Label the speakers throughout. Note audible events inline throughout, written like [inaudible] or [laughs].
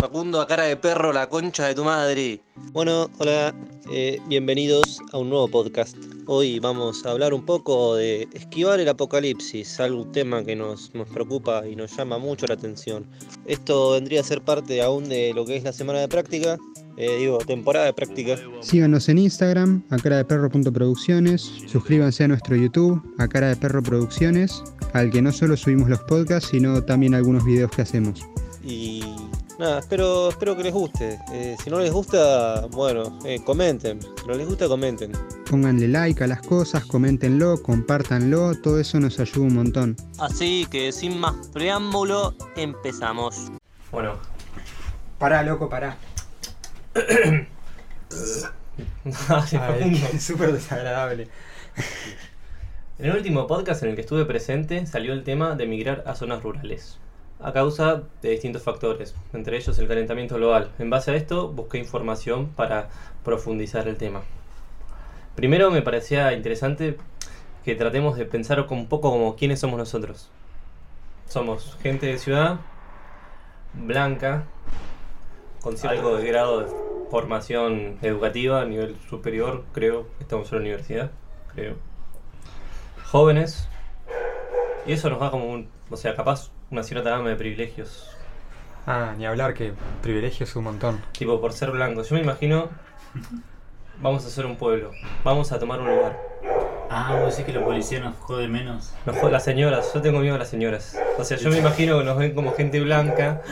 Speaker 1: Facundo a cara de perro, la concha de tu madre.
Speaker 2: Bueno, hola, eh, bienvenidos a un nuevo podcast. Hoy vamos a hablar un poco de esquivar el apocalipsis, algún tema que nos, nos preocupa y nos llama mucho la atención. Esto vendría a ser parte aún de lo que es la semana de práctica, eh, digo, temporada de práctica.
Speaker 3: Síganos en Instagram, a cara de perro punto producciones, suscríbanse a nuestro YouTube, a cara de perro producciones, al que no solo subimos los podcasts, sino también algunos videos que hacemos.
Speaker 2: Y nada, espero, espero que les guste. Eh, si no les gusta, bueno, eh, comenten. Si no les gusta, comenten.
Speaker 3: Pónganle like a las cosas, coméntenlo, compártanlo, todo eso nos ayuda un montón.
Speaker 1: Así que sin más preámbulo, empezamos.
Speaker 2: Bueno,
Speaker 3: Pará, loco, pará. es [laughs] súper desagradable.
Speaker 2: [laughs] En el último podcast en el que estuve presente salió el tema de migrar a zonas rurales, a causa de distintos factores, entre ellos el calentamiento global. En base a esto busqué información para profundizar el tema. Primero me parecía interesante que tratemos de pensar un poco como quiénes somos nosotros. Somos gente de ciudad, blanca, con cierto de grado de formación educativa a nivel superior, creo, estamos en la universidad, creo jóvenes. Y eso nos da como un, o sea, capaz una cierta gama de privilegios.
Speaker 4: Ah, ni hablar que privilegios un montón.
Speaker 2: Tipo, por ser blanco. Yo me imagino, vamos a ser un pueblo, vamos a tomar un lugar.
Speaker 5: Ah, vos decís que los policías nos joden menos.
Speaker 2: Nos joden las señoras, yo tengo miedo a las señoras. O sea, yo me imagino que nos ven como gente blanca,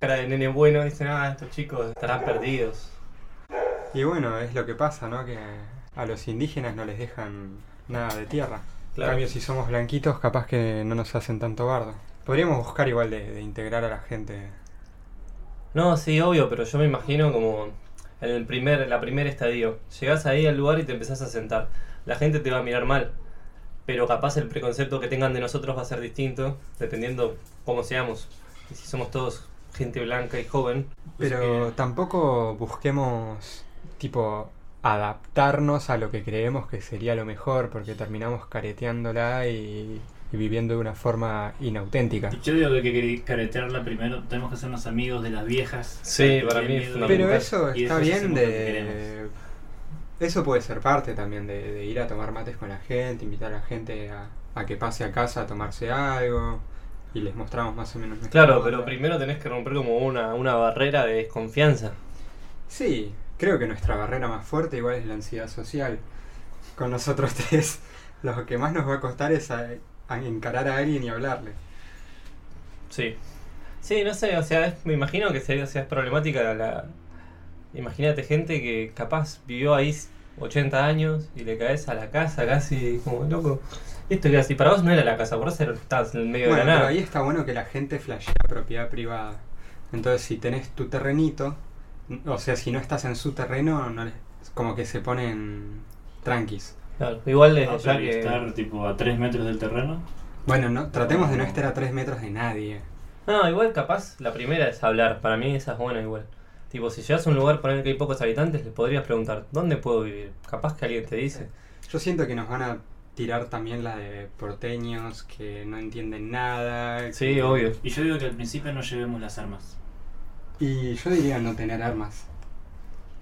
Speaker 2: cara de nene bueno, y dicen, ah, estos chicos estarán perdidos.
Speaker 4: Y bueno, es lo que pasa, ¿no? Que a los indígenas no les dejan nada de tierra. En
Speaker 2: Claro.
Speaker 4: cambio, si somos blanquitos, capaz que no nos hacen tanto bardo. Podríamos buscar igual de, de integrar a la gente.
Speaker 2: No, sí, obvio, pero yo me imagino como en el primer, la primer estadio. Llegás ahí al lugar y te empezás a sentar. La gente te va a mirar mal, pero capaz el preconcepto que tengan de nosotros va a ser distinto, dependiendo cómo seamos. Y si somos todos gente blanca y joven. pues
Speaker 4: Pero
Speaker 2: que-
Speaker 4: tampoco busquemos, tipo, adaptarnos a lo que creemos que sería lo mejor, porque terminamos careteándola y, y viviendo de una forma inauténtica.
Speaker 5: Yo digo que hay que caretearla primero, tenemos que hacernos amigos de las viejas.
Speaker 2: Sí, para
Speaker 5: Tienen
Speaker 2: mí es
Speaker 5: miedo.
Speaker 2: fundamental.
Speaker 4: Pero eso
Speaker 5: Y
Speaker 4: está
Speaker 5: eso es
Speaker 4: bien
Speaker 5: lo que
Speaker 4: de... Eso puede ser parte también de, de ir a tomar mates con la gente, invitar a la gente a, a que pase a casa a tomarse algo y les mostramos más o menos... nuestra
Speaker 2: Claro,
Speaker 4: onda.
Speaker 2: pero primero tenés que romper como una, una barrera de desconfianza.
Speaker 4: Sí, creo que nuestra barrera más fuerte igual es la ansiedad social. Con nosotros [laughs] tres, lo que más nos va a costar es a- a encarar a alguien y hablarle.
Speaker 2: Sí. Sí, no sé, o sea, es- me imagino que sería, o sea, es problemática la... Imagínate gente que capaz vivió ahí 80 años y le caes a la casa casi como loco. Esto que así, para vos no era la casa, por vos era- estabas en el medio
Speaker 4: Bueno,
Speaker 2: de la
Speaker 4: pero
Speaker 2: nada.
Speaker 4: ahí está bueno que la gente flashea propiedad privada. Entonces, si tenés tu terrenito, n- o sea, si no estás en su terreno, no les- como que se ponen tranquis.
Speaker 2: Claro, igual desde
Speaker 5: Ah,
Speaker 2: ya
Speaker 5: pero
Speaker 2: Eh, que...
Speaker 5: estar tipo a 3 metros del terreno.
Speaker 4: Bueno, no, tratemos de no
Speaker 5: No.
Speaker 4: estar a tres metros de nadie.
Speaker 2: No, igual capaz la primera es hablar, para mí esa es buena igual. Tipo, si llegas a un lugar para el que hay pocos habitantes, le podrías preguntar, ¿dónde puedo vivir? Capaz que alguien te dice.
Speaker 4: Yo siento que nos van a tirar también la de porteños que no entienden nada.
Speaker 2: Sí, obvio.
Speaker 5: Y yo digo que al principio no llevemos las armas.
Speaker 4: Y yo diría no tener armas.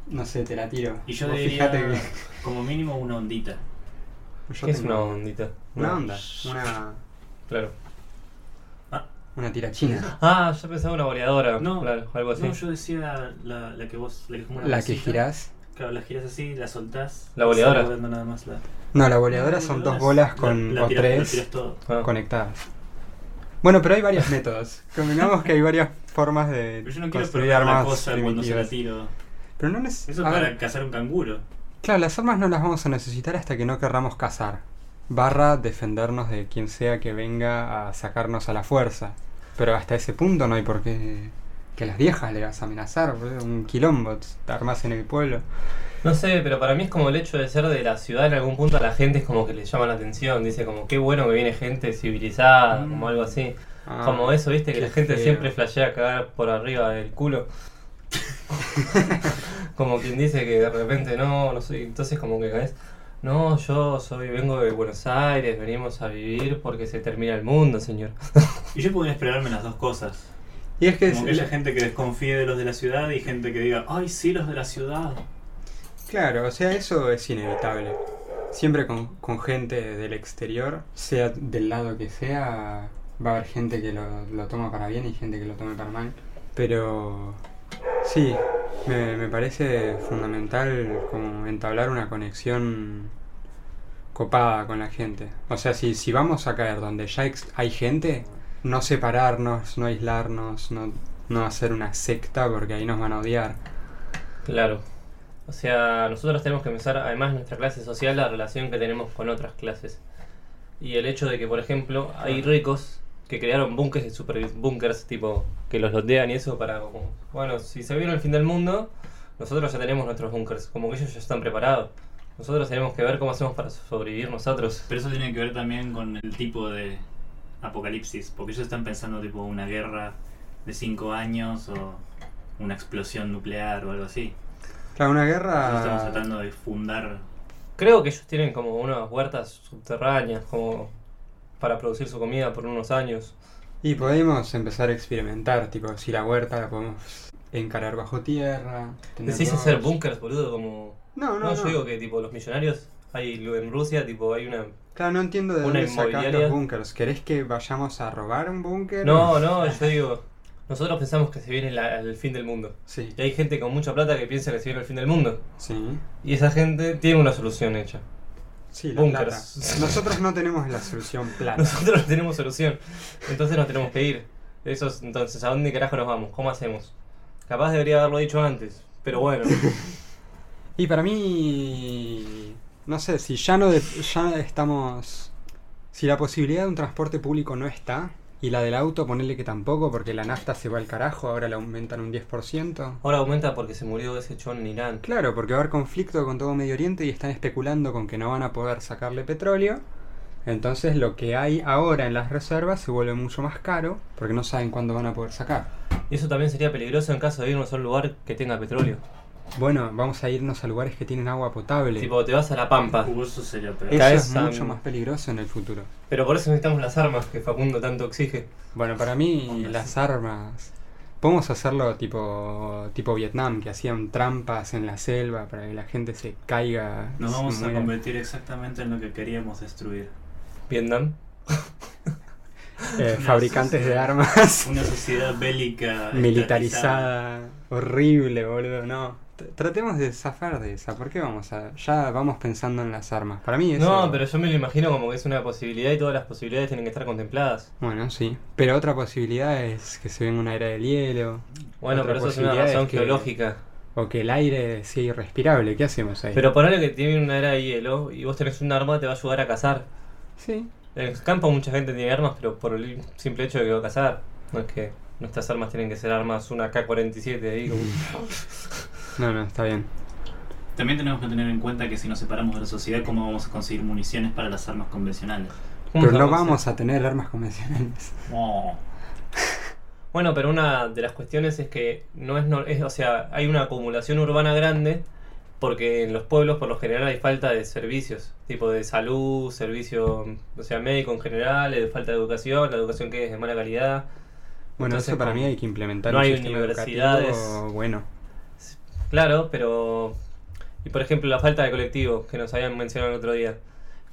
Speaker 4: No sé, te la tiro.
Speaker 5: Y yo
Speaker 4: Vos
Speaker 5: diría
Speaker 4: fijate que
Speaker 5: como mínimo una ondita.
Speaker 4: yo
Speaker 2: ¿Qué es
Speaker 4: tengo
Speaker 2: una ondita?
Speaker 4: una onda, una,
Speaker 2: Claro.
Speaker 4: una tira china.
Speaker 2: Ah, yo pensaba una boleadora.
Speaker 5: No,
Speaker 2: claro, algo así.
Speaker 5: No, yo decía la, la que vos, la que es como una
Speaker 4: La que
Speaker 5: bolsita.
Speaker 4: girás.
Speaker 5: Claro, la giras así, la soltás.
Speaker 2: La boleadora.
Speaker 5: y se va volando nada más la-
Speaker 4: No, la boleadora son dos bolas con
Speaker 5: la, la
Speaker 4: o
Speaker 5: tirás- la
Speaker 4: tres
Speaker 5: tirás todo.
Speaker 2: Ah.
Speaker 4: conectadas. Bueno, pero hay varios métodos. Combinamos que hay varias formas de
Speaker 5: Pero yo no quiero
Speaker 4: construir
Speaker 5: perder la
Speaker 4: armas
Speaker 5: cosa cuando se la
Speaker 4: primitivas.
Speaker 5: tiro.
Speaker 4: Pero no neces-
Speaker 5: Eso es
Speaker 4: a
Speaker 5: para
Speaker 4: ver,
Speaker 5: cazar un canguro.
Speaker 4: Claro, las armas no las vamos a necesitar hasta que no querramos cazar. Barra defendernos de quien sea que venga a sacarnos a la fuerza. Pero hasta ese punto no hay por qué que las viejas le vas a amenazar, boludo. Un quilombo, te armas en el pueblo.
Speaker 2: No sé, pero para mí es como el hecho de ser de la ciudad en algún punto a la gente es como que le llama la atención, dice como qué bueno que viene gente civilizada,
Speaker 4: Mm.
Speaker 2: como algo así.
Speaker 4: Ah,
Speaker 2: como eso, viste, que
Speaker 4: qué
Speaker 2: la gente
Speaker 4: feo.
Speaker 2: siempre flashea cagar por arriba del culo. como quien dice que de repente no, no soy, entonces como que caes, no, yo soy, vengo de Buenos Aires, venimos a vivir porque se termina el mundo, señor.
Speaker 5: Y yo podría esperarme las dos cosas.
Speaker 4: Y es que, es-
Speaker 5: Como que haya gente que desconfíe de los de la ciudad y gente que diga, ay, sí, los de la ciudad.
Speaker 4: Claro, o sea, eso es inevitable. Siempre con, con gente del exterior, sea del lado que sea, va a haber gente que lo, lo toma para bien y gente que lo tome para mal. Pero sí, me, me parece fundamental como entablar una conexión copada con la gente. O sea, si, si vamos a caer donde ya ex- hay gente, no separarnos, no aislarnos, no, no hacer una secta porque ahí nos van a odiar.
Speaker 2: Claro. O sea, nosotros tenemos que pensar, además de nuestra clase social, la relación que tenemos con otras clases. Y el hecho de que, por ejemplo, hay ricos que crearon búnkeres de super búnkers, tipo, que los lotean y eso para como, bueno, si se vieron el fin del mundo, nosotros ya tenemos nuestros búnkers, como que ellos ya están preparados. Nosotros tenemos que ver cómo hacemos para sobrevivir nosotros.
Speaker 5: Pero eso tiene que ver también con el tipo de apocalipsis, porque ellos están pensando tipo una guerra de cinco años o una explosión nuclear o algo así.
Speaker 4: Claro, una
Speaker 5: Nosotros
Speaker 4: guerra...
Speaker 5: estamos tratando de fundar
Speaker 2: Creo que ellos tienen como unas huertas subterráneas, como para producir su comida por unos años.
Speaker 4: Y podemos empezar a experimentar, tipo, si la huerta la podemos encarar bajo tierra. tener
Speaker 2: Decís hacer
Speaker 4: rows.
Speaker 2: búnkers, boludo, como...
Speaker 4: No,
Speaker 2: No,
Speaker 4: no,
Speaker 2: yo
Speaker 4: no.
Speaker 2: digo que tipo los millonarios hay lu- en Rusia, tipo hay una
Speaker 4: Claro, no entiendo de
Speaker 2: una
Speaker 4: dónde sacás
Speaker 2: inmobiliaria.
Speaker 4: los búnkers. ¿Querés que vayamos a robar un búnker?
Speaker 2: No, no, yo digo, nosotros pensamos que se viene la- el fin del mundo.
Speaker 4: Sí,
Speaker 2: Y hay gente con mucha plata que piensa que se viene el fin del mundo.
Speaker 4: sí.
Speaker 2: Y esa gente tiene una solución hecha. [laughs]
Speaker 4: Sí, la
Speaker 2: Búnkers.
Speaker 4: plata. Nosotros no tenemos la solución
Speaker 2: [laughs]
Speaker 4: plata.
Speaker 2: Nosotros no tenemos solución. Entonces nos tenemos que ir. Eso es- entonces, ¿a dónde carajo nos vamos? ¿Cómo hacemos? Capaz debería haberlo dicho antes, pero
Speaker 4: [laughs]
Speaker 2: bueno.
Speaker 4: Y para mí, no sé, si ya no de- ya estamos, si la posibilidad de un transporte público no está y la del auto ponerle que tampoco porque la nafta se va al carajo, ahora la aumentan un 10%.
Speaker 2: Ahora aumenta porque se murió ese chon en Irán.
Speaker 4: Claro, porque va a haber conflicto con todo Medio Oriente y están especulando con que no van a poder sacarle petróleo. Entonces lo que hay ahora en las reservas se vuelve mucho más caro porque no saben cuándo van a poder sacar.
Speaker 2: Y eso también sería peligroso en caso de irnos a un lugar que tenga petróleo.
Speaker 4: Bueno, vamos a irnos a lugares que tienen agua potable.
Speaker 2: Tipo, te vas a la pampa.
Speaker 5: jugoso sería peor.
Speaker 4: Eso
Speaker 2: cada
Speaker 4: Ah. es
Speaker 2: vez, um,
Speaker 4: mucho más peligroso en el futuro.
Speaker 2: Pero por eso necesitamos las armas que Facundo tanto exige.
Speaker 4: Bueno, para mí
Speaker 5: Onda,
Speaker 4: las armas... Podemos hacerlo tipo, tipo Vietnam, que hacían trampas en la selva para que la gente se caiga. y
Speaker 5: Nos
Speaker 4: se
Speaker 5: vamos a
Speaker 4: muera.
Speaker 5: convertir exactamente en lo que queríamos destruir.
Speaker 2: Vietnam.
Speaker 4: Eh,
Speaker 5: Una
Speaker 4: fabricantes de
Speaker 5: [laughs] sociedad.
Speaker 4: armas.
Speaker 5: Una sociedad bélica.
Speaker 4: militarizada, horrible, boludo, no. T- Tratemos de zafar de esa, ¿por qué vamos a...? Ya vamos pensando en las armas. Para mí eso...
Speaker 2: No, pero yo me lo imagino como que es una posibilidad y todas las posibilidades tienen que estar contempladas.
Speaker 4: Bueno, sí. Pero otra posibilidad es que se venga una era del hielo,
Speaker 2: Bueno,
Speaker 4: Otra
Speaker 2: pero eso es una
Speaker 4: posibilidad
Speaker 2: razón
Speaker 4: es que-
Speaker 2: geológica.
Speaker 4: o que el aire sea irrespirable, ¿qué hacemos ahí?
Speaker 2: Pero ponele que tiene una era de hielo y vos tenés un arma, te va a ayudar a cazar.
Speaker 4: Sí,
Speaker 2: En el campo mucha gente tiene armas, pero por el simple hecho de que va a cazar. No es que nuestras armas tienen que ser armas, una K-47 ahí. como-
Speaker 4: no, no, está bien.
Speaker 5: También tenemos que tener en cuenta que si nos separamos de la sociedad, ¿cómo vamos a conseguir municiones para las armas convencionales?
Speaker 2: ¿Cómo
Speaker 4: Pero no
Speaker 2: sabemos?
Speaker 4: vamos a tener armas convencionales.
Speaker 5: Oh.
Speaker 2: Bueno, pero una de las cuestiones es que no es, nor- es- o sea, hay una acumulación urbana grande porque en los pueblos por lo general hay falta de servicios, tipo de salud, servicio, o sea, médico en general, eh, falta de educación, la educación que es de mala calidad.
Speaker 4: Bueno,
Speaker 2: Entonces,
Speaker 4: eso para
Speaker 2: como-
Speaker 4: mí hay que implementar
Speaker 2: no
Speaker 4: un
Speaker 2: hay
Speaker 4: sistema
Speaker 2: universidades.
Speaker 4: educativo bueno.
Speaker 2: Claro, pero y por ejemplo la falta de colectivo que nos habían mencionado el otro día,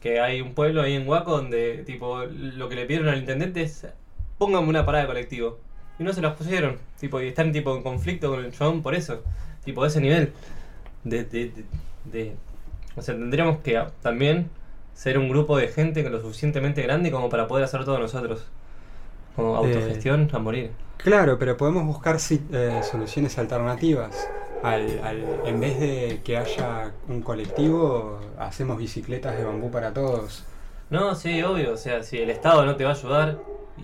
Speaker 2: que hay un pueblo ahí en Huaco donde tipo lo que le pidieron al intendente es pónganme una parada de colectivo y no se las pusieron, tipo y están tipo en conflicto con el chabón por eso, tipo de ese nivel de, de, de- de- o sea tendríamos que ah, también ser un grupo de gente que lo suficientemente grande como para poder hacer todo nosotros, como
Speaker 4: Eh,
Speaker 2: autogestión a morir.
Speaker 4: Claro, pero podemos buscar si- eh, soluciones alternativas. Al, al- en vez de que haya un colectivo, hacemos bicicletas de bambú para todos.
Speaker 2: No, sí, obvio. O sea, si el Estado no te va a ayudar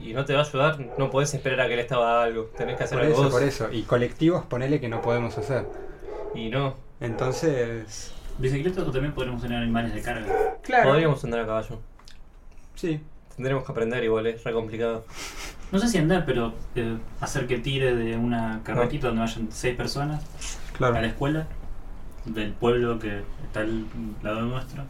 Speaker 2: y no te va a ayudar, no podés esperar a que el Estado haga algo. Tenés que hacer
Speaker 4: Por
Speaker 2: algo
Speaker 4: eso,
Speaker 2: vos.
Speaker 4: por eso. Y colectivos, ponele que no podemos hacer.
Speaker 2: Y no.
Speaker 4: Entonces,
Speaker 5: Bicicletas o también podremos tener animales de carga.
Speaker 4: claro.
Speaker 2: Podríamos andar a caballo.
Speaker 4: Sí.
Speaker 2: Tendremos que aprender igual, es re complicado.
Speaker 5: No sé si andar, pero eh, hacer que tire de una carretita donde vayan seis personas a la
Speaker 4: Claro.
Speaker 5: escuela del pueblo que está al lado nuestro.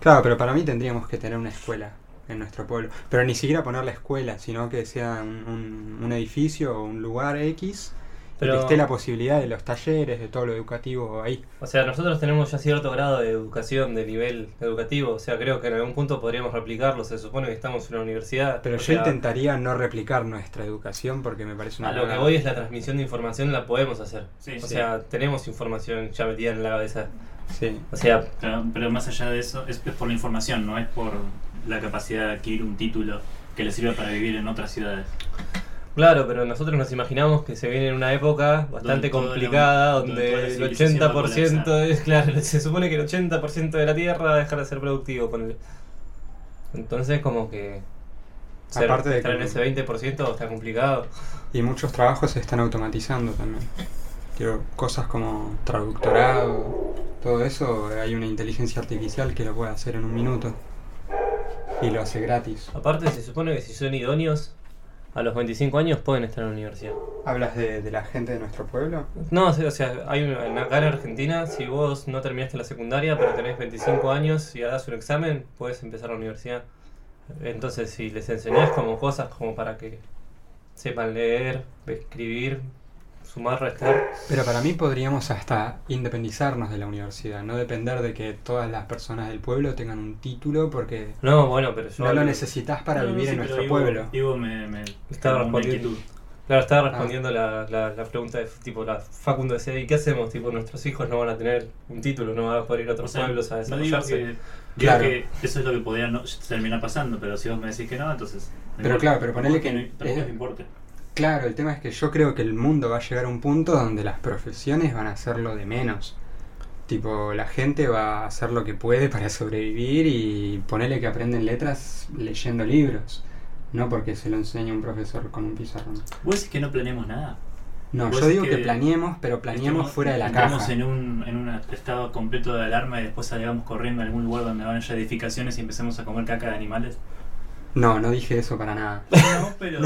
Speaker 4: Claro, pero para mí tendríamos que tener una escuela en nuestro pueblo. Pero ni siquiera poner la escuela, sino que sea un, un- un edificio o un lugar X y
Speaker 2: Pero-
Speaker 4: que esté la posibilidad de los talleres, de todo lo educativo ahí.
Speaker 2: O sea, nosotros tenemos ya cierto grado de educación, de nivel educativo. O sea, creo que en algún punto podríamos replicarlo. Se supone que estamos en una universidad.
Speaker 4: Pero
Speaker 2: o
Speaker 4: yo
Speaker 2: sea,
Speaker 4: intentaría no replicar nuestra educación porque me parece una
Speaker 2: A lo que
Speaker 4: cagada.
Speaker 2: voy es la transmisión de información, la podemos hacer.
Speaker 5: Sí,
Speaker 2: o
Speaker 5: sí.
Speaker 2: sea, tenemos información ya metida en la cabeza.
Speaker 4: Sí.
Speaker 2: O sea,
Speaker 5: Pero, pero más allá de eso, es, es por la información, no es por la capacidad de adquirir un título que le sirva para vivir en otras ciudades.
Speaker 2: claro, pero nosotros nos imaginamos que se viene una época bastante
Speaker 5: Donde todo era un-
Speaker 2: complicada,
Speaker 5: donde
Speaker 2: donde,
Speaker 5: toda la
Speaker 2: el
Speaker 5: civilización va a
Speaker 2: 80%
Speaker 5: colapsar.
Speaker 2: es, claro, [laughs] se supone que el 80% de la Tierra va a dejar de ser productivo. ponele. Entonces, como que... ser-
Speaker 4: Aparte de
Speaker 2: estar
Speaker 4: que-
Speaker 2: en ese 20% está complicado.
Speaker 4: Y muchos trabajos se están automatizando también. Quiero cosas como traductorado, todo eso, hay una inteligencia artificial que lo puede hacer en un minuto. Y lo hace gratis.
Speaker 2: Aparte, se supone que si son idóneos, a los 25 años pueden estar en la universidad.
Speaker 4: ¿Hablas de, de la gente de nuestro pueblo?
Speaker 2: No, o sea, o sea, hay una, en- acá en Argentina, si vos no terminaste la secundaria, pero tenés 25 años y das un examen, puedes empezar la universidad. Entonces, si les enseñás como cosas como para que sepan leer, escribir, sumar, restar,
Speaker 4: Pero para mí podríamos hasta independizarnos de la universidad, no depender de que todas las personas del pueblo tengan un título porque
Speaker 2: no, bueno, pero yo...
Speaker 4: no lo necesitas para
Speaker 5: No, no,
Speaker 4: vivir
Speaker 5: sí,
Speaker 4: en
Speaker 5: pero
Speaker 4: nuestro
Speaker 5: Ivo-
Speaker 4: pueblo.
Speaker 5: Ivo me, me
Speaker 2: Estaba
Speaker 5: como una
Speaker 2: respondiendo.
Speaker 5: inquietud.
Speaker 2: Claro, estaba
Speaker 4: Ah.
Speaker 2: respondiendo la, la- la pregunta de tipo, la Facundo decía, ¿y qué hacemos? Tipo, nuestros hijos no van a tener un título, no van a poder ir a
Speaker 5: O
Speaker 2: otros
Speaker 5: sea,
Speaker 2: pueblos a
Speaker 5: no digo
Speaker 2: desarrollarse.
Speaker 5: que, digo
Speaker 4: Claro.
Speaker 5: que eso es lo que podría no- terminar pasando, pero si vos me decís que no, entonces. no
Speaker 4: Pero
Speaker 5: importa.
Speaker 4: claro, pero ponele
Speaker 5: Tampoco
Speaker 4: que-
Speaker 5: es Tampoco
Speaker 4: eh,
Speaker 5: es que importe.
Speaker 4: Claro, el tema es que yo creo que el mundo va a llegar a un punto donde las profesiones van a ser lo de menos. Tipo, la gente va a hacer lo que puede para sobrevivir y ponerle que aprenden letras leyendo libros. No porque se lo enseña un profesor con un pizarrón.
Speaker 5: Vos decís que no planeamos nada.
Speaker 4: No,
Speaker 5: Vos
Speaker 4: yo digo
Speaker 5: decís
Speaker 4: que
Speaker 5: que
Speaker 4: planeemos, pero planeemos
Speaker 5: Estemos-
Speaker 4: fuera de la
Speaker 5: entremos
Speaker 4: caja.
Speaker 5: en un, en un estado completo de alarma y después salgamos corriendo a algún lugar donde van ya edificaciones y empecemos a comer caca de animales.
Speaker 4: No, no dije eso para nada.
Speaker 5: No, pero.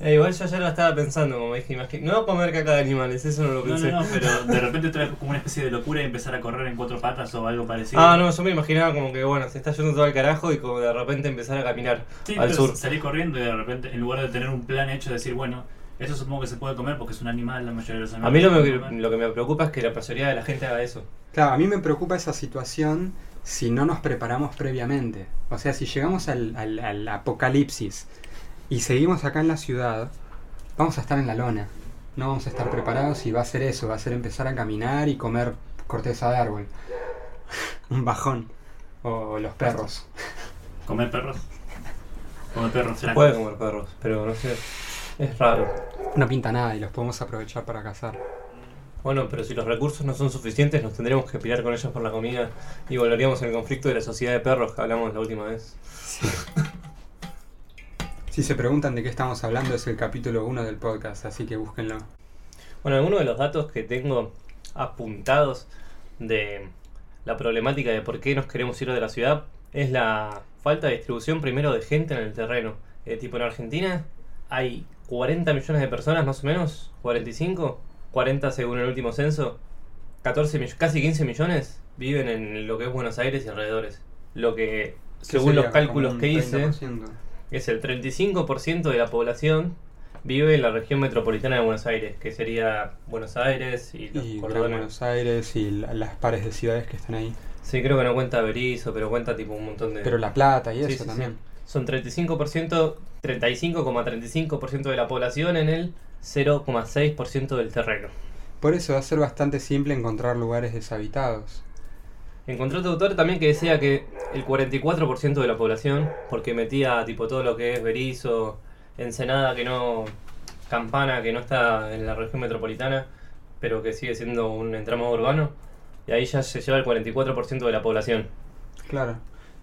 Speaker 2: Eh, igual yo ya lo estaba pensando, como dije, imagi- no comer caca de animales, eso no lo
Speaker 5: No,
Speaker 2: pensé.
Speaker 5: no, no, pero de repente traes como una especie de locura y empezar a correr en cuatro patas o algo parecido.
Speaker 2: Ah, no, yo me imaginaba como que, bueno, se está yendo todo al carajo y como de repente empezar a caminar
Speaker 5: Sí,
Speaker 2: al
Speaker 5: pero
Speaker 2: sur.
Speaker 5: Salí corriendo y de repente, en lugar de tener un plan hecho, decir, bueno, eso supongo que se puede comer porque es un animal, la mayoría de los
Speaker 2: A mí
Speaker 5: animales.
Speaker 2: lo,
Speaker 5: son
Speaker 2: me-
Speaker 5: animales.
Speaker 2: lo que me preocupa es que la mayoría de la gente haga eso.
Speaker 4: Claro, a mí me preocupa esa situación si no nos preparamos previamente. O sea, si llegamos al, al- al apocalipsis y seguimos acá en la ciudad, vamos a estar en la lona. No vamos a estar preparados y va a ser eso, va a ser empezar a caminar y comer corteza de árbol. [laughs] Un bajón. O los perros.
Speaker 5: Comer perros. Comer perros
Speaker 2: Se
Speaker 5: flacos.
Speaker 2: puede comer perros, pero no sé, es raro.
Speaker 4: No pinta nada y los podemos aprovechar para cazar.
Speaker 2: Bueno, pero si los recursos no son suficientes, nos tendremos que pelear con ellos por la comida y volveríamos al conflicto de la sociedad de perros que hablamos la última vez.
Speaker 4: Si se preguntan de qué estamos hablando, es el capítulo 1 del podcast, así que búsquenlo.
Speaker 2: Bueno, algunos de los datos que tengo apuntados de la problemática de por qué nos queremos ir de la ciudad es la falta de distribución primero de gente en el terreno. Eh, tipo en Argentina hay 40 millones de personas más o menos, 45, 40 según el último censo, 14 mill- casi 15 millones viven en lo que es Buenos Aires y alrededores. Lo que según los
Speaker 4: Sería
Speaker 2: cálculos
Speaker 4: como
Speaker 2: que
Speaker 4: un
Speaker 2: hice
Speaker 4: 30%.
Speaker 2: es el 35% de la población vive en la región metropolitana de Buenos Aires, que sería Buenos Aires y los
Speaker 4: Y Gran
Speaker 2: cordones.
Speaker 4: Buenos Aires y la- las pares de ciudades que están ahí.
Speaker 2: Sí, creo que no cuenta Berizo, pero cuenta tipo un montón de...
Speaker 4: Pero La Plata y
Speaker 2: Sí,
Speaker 4: eso
Speaker 2: sí, sí.
Speaker 4: también.
Speaker 2: Son 35%, 35,35% de la población en el 0,6% del terreno.
Speaker 4: Por eso va a ser bastante simple encontrar lugares deshabitados.
Speaker 2: Encontré otro autor también que decía que el 44% de la población, porque metía tipo todo lo que es Berizo, Ensenada que no, Campana que no está en la región metropolitana, pero que sigue siendo un entramado urbano, y ahí ya se lleva el 44% de la población,
Speaker 4: Claro.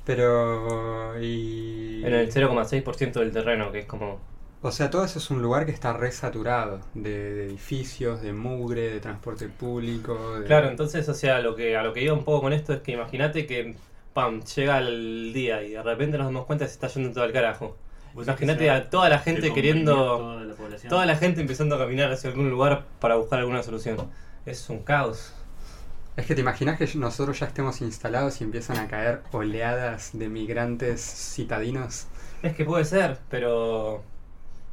Speaker 4: Pero. Y...
Speaker 2: en el 0,6% del terreno, que es como...
Speaker 4: O sea, todo eso es un lugar que está resaturado de, de edificios, de mugre, de transporte público. de-
Speaker 2: Claro, entonces, o sea, lo que, a lo que iba un poco con esto es que imagínate que, pam, llega el día y de repente nos damos cuenta que se está yendo todo al carajo.
Speaker 5: Vos
Speaker 2: Imagínate
Speaker 5: decís que
Speaker 2: a toda la
Speaker 5: se va
Speaker 2: gente
Speaker 5: a
Speaker 2: queriendo...
Speaker 5: comprimir Toda la población.
Speaker 2: Toda la gente empezando a caminar hacia algún lugar para buscar alguna solución. Es un caos.
Speaker 4: Es que te imaginas que nosotros ya estemos instalados y empiezan a caer oleadas de migrantes citadinos.
Speaker 2: Es que puede ser, pero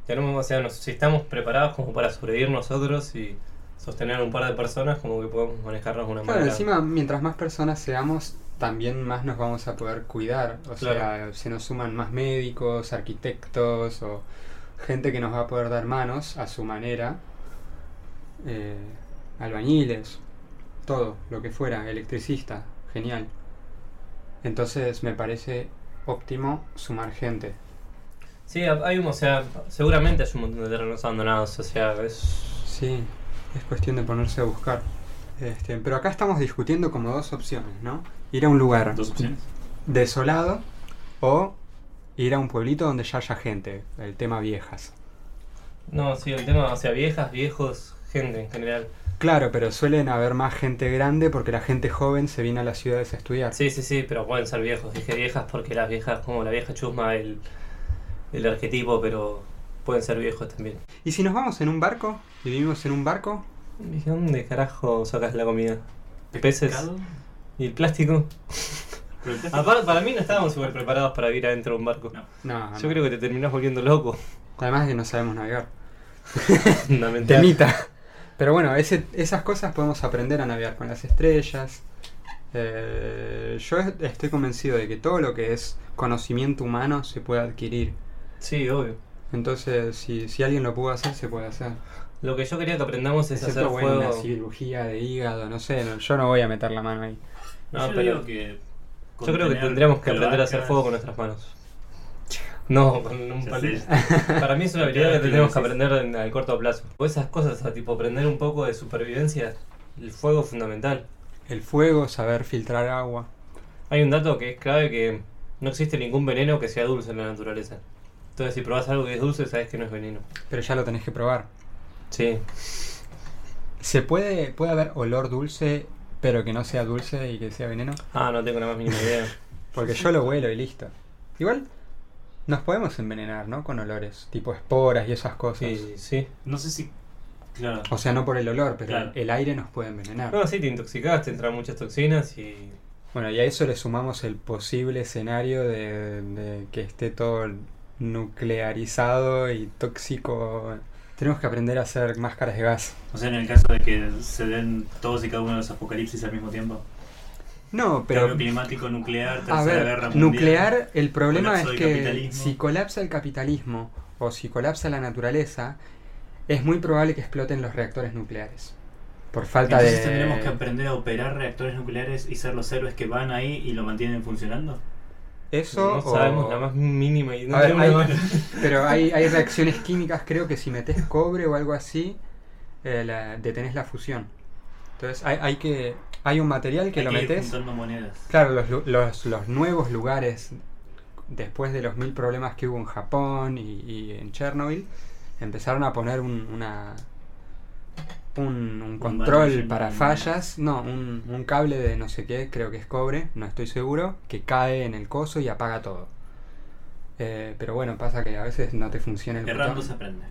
Speaker 2: tenemos, o sea, nos- si estamos preparados como para sobrevivir nosotros y sostener un par de personas, como que podemos manejarnos de una
Speaker 4: Claro,
Speaker 2: manera.
Speaker 4: encima, mientras más personas seamos, también más nos vamos a poder cuidar. O sea,
Speaker 2: Claro.
Speaker 4: se nos suman más médicos, arquitectos o gente que nos va a poder dar manos a su manera. Eh, albañiles, todo, lo que fuera, electricista, genial. Entonces me parece óptimo sumar gente.
Speaker 2: Sí, hay un, o sea, seguramente hay un montón de terrenos abandonados, o sea, es...
Speaker 4: Sí, es cuestión de ponerse a buscar. Este, pero acá estamos discutiendo como dos opciones, ¿no? Ir a un lugar
Speaker 5: Dos opciones.
Speaker 4: desolado o ir a un pueblito donde ya haya gente, el tema viejas.
Speaker 2: No, sí, el tema, o sea, viejas, viejos, gente en general.
Speaker 4: Claro, pero suelen haber más gente grande porque la gente joven se viene a las ciudades a estudiar.
Speaker 2: Sí, sí, sí, pero pueden ser viejos. Dije viejas porque las viejas, como la vieja chusma, el, el arquetipo, pero pueden ser viejos también.
Speaker 4: ¿Y si nos vamos en un barco? ¿Y vivimos en un barco?
Speaker 2: Dije, ¿dónde carajo sacas la comida? Peces
Speaker 5: Pescado,
Speaker 2: y el plástico.
Speaker 5: pero el pez-
Speaker 2: Aparte, para mí no estábamos súper preparados para vivir adentro de un barco.
Speaker 5: No.
Speaker 4: No, no.
Speaker 2: Yo creo que te terminás volviendo loco. [laughs]
Speaker 4: Además que no sabemos navegar.
Speaker 2: Fundamental.
Speaker 4: Temita. [laughs] Pero bueno, ese- esas cosas podemos aprender a navegar con las estrellas. Eh, yo es- estoy convencido de que todo lo que es conocimiento humano se puede adquirir.
Speaker 2: Sí, obvio.
Speaker 4: Entonces, si, si alguien lo pudo hacer, se puede hacer.
Speaker 2: Lo que yo quería que aprendamos es
Speaker 4: Excepto,
Speaker 2: hacer
Speaker 4: bueno,
Speaker 2: fuego.
Speaker 4: una cirugía de hígado, no sé, no- yo no voy a meter la mano ahí.
Speaker 2: Ah, No,
Speaker 5: yo
Speaker 2: pero-
Speaker 5: digo que.
Speaker 2: Yo creo que tendríamos que aprender a hacer fuego con
Speaker 5: nuestra
Speaker 2: nuestras manos. No, con un palillo.
Speaker 5: [laughs]
Speaker 2: Para mí es una
Speaker 5: Ya
Speaker 2: habilidad que
Speaker 5: te
Speaker 2: tenemos que
Speaker 5: lo decís.
Speaker 2: aprender en, al corto plazo. O esas cosas, a tipo aprender un poco de supervivencia, el fuego es fundamental.
Speaker 4: El fuego, saber filtrar agua.
Speaker 2: Hay un dato que es clave que no existe ningún veneno que sea dulce en la naturaleza. Entonces si probás algo que es dulce, sabes que no es veneno.
Speaker 4: Pero ya lo tenés que probar.
Speaker 2: Sí.
Speaker 4: ¿Se puede, puede haber olor dulce, pero que no sea dulce y que sea veneno?
Speaker 2: Ah, no tengo la más mínima
Speaker 4: [laughs]
Speaker 2: idea.
Speaker 4: Porque yo lo huelo y listo. Igual, nos podemos envenenar, ¿no? Con olores, tipo esporas y esas cosas.
Speaker 2: Sí, sí.
Speaker 5: No sé si. Claro.
Speaker 4: O sea, no por el olor, pero
Speaker 5: Claro.
Speaker 4: el aire nos puede envenenar.
Speaker 2: No, sí, te intoxicás, te entran muchas toxinas y...
Speaker 4: Bueno, y a eso le sumamos el posible escenario de, de que esté todo nuclearizado y tóxico. Tenemos que aprender a hacer máscaras de gas.
Speaker 5: O sea, en el caso de que se den todos y cada uno de los apocalipsis al mismo tiempo.
Speaker 4: No,
Speaker 5: Cambio
Speaker 4: pero
Speaker 5: climático, nuclear, tercera
Speaker 4: a
Speaker 5: guerra
Speaker 4: ver,
Speaker 5: mundial.
Speaker 4: nuclear, el problema es
Speaker 5: colapso del
Speaker 4: que
Speaker 5: capitalismo.
Speaker 4: si colapsa el capitalismo o si colapsa la naturaleza, es muy probable que exploten los reactores nucleares. Por falta
Speaker 5: Entonces
Speaker 4: de...
Speaker 5: tendremos que aprender a operar reactores nucleares y ser los héroes que van ahí y lo mantienen funcionando.
Speaker 4: Eso
Speaker 2: no
Speaker 4: o-
Speaker 2: sabemos la más mínima idea.
Speaker 4: A ver,
Speaker 2: tenemos
Speaker 4: hay-
Speaker 2: la más-
Speaker 4: Pero hay, hay reacciones químicas, creo que si metes cobre o algo así, eh, la- detenés la fusión. Entonces hay, hay que hay un material que
Speaker 5: Hay
Speaker 4: lo
Speaker 5: que ir
Speaker 4: metes.
Speaker 5: juntando monedas.
Speaker 4: Claro, los, lu- los, los nuevos lugares, después de los mil problemas que hubo en Japón y, y en Chernobyl, empezaron a poner un, una, un, un control
Speaker 5: barril
Speaker 4: para
Speaker 5: de-
Speaker 4: fallas, no, un, un cable de no sé qué, creo que es cobre, no estoy seguro, que cae en el coso y apaga todo. Eh, pero bueno, pasa que a veces no te funciona el
Speaker 5: Errando se
Speaker 4: botón.
Speaker 5: aprende.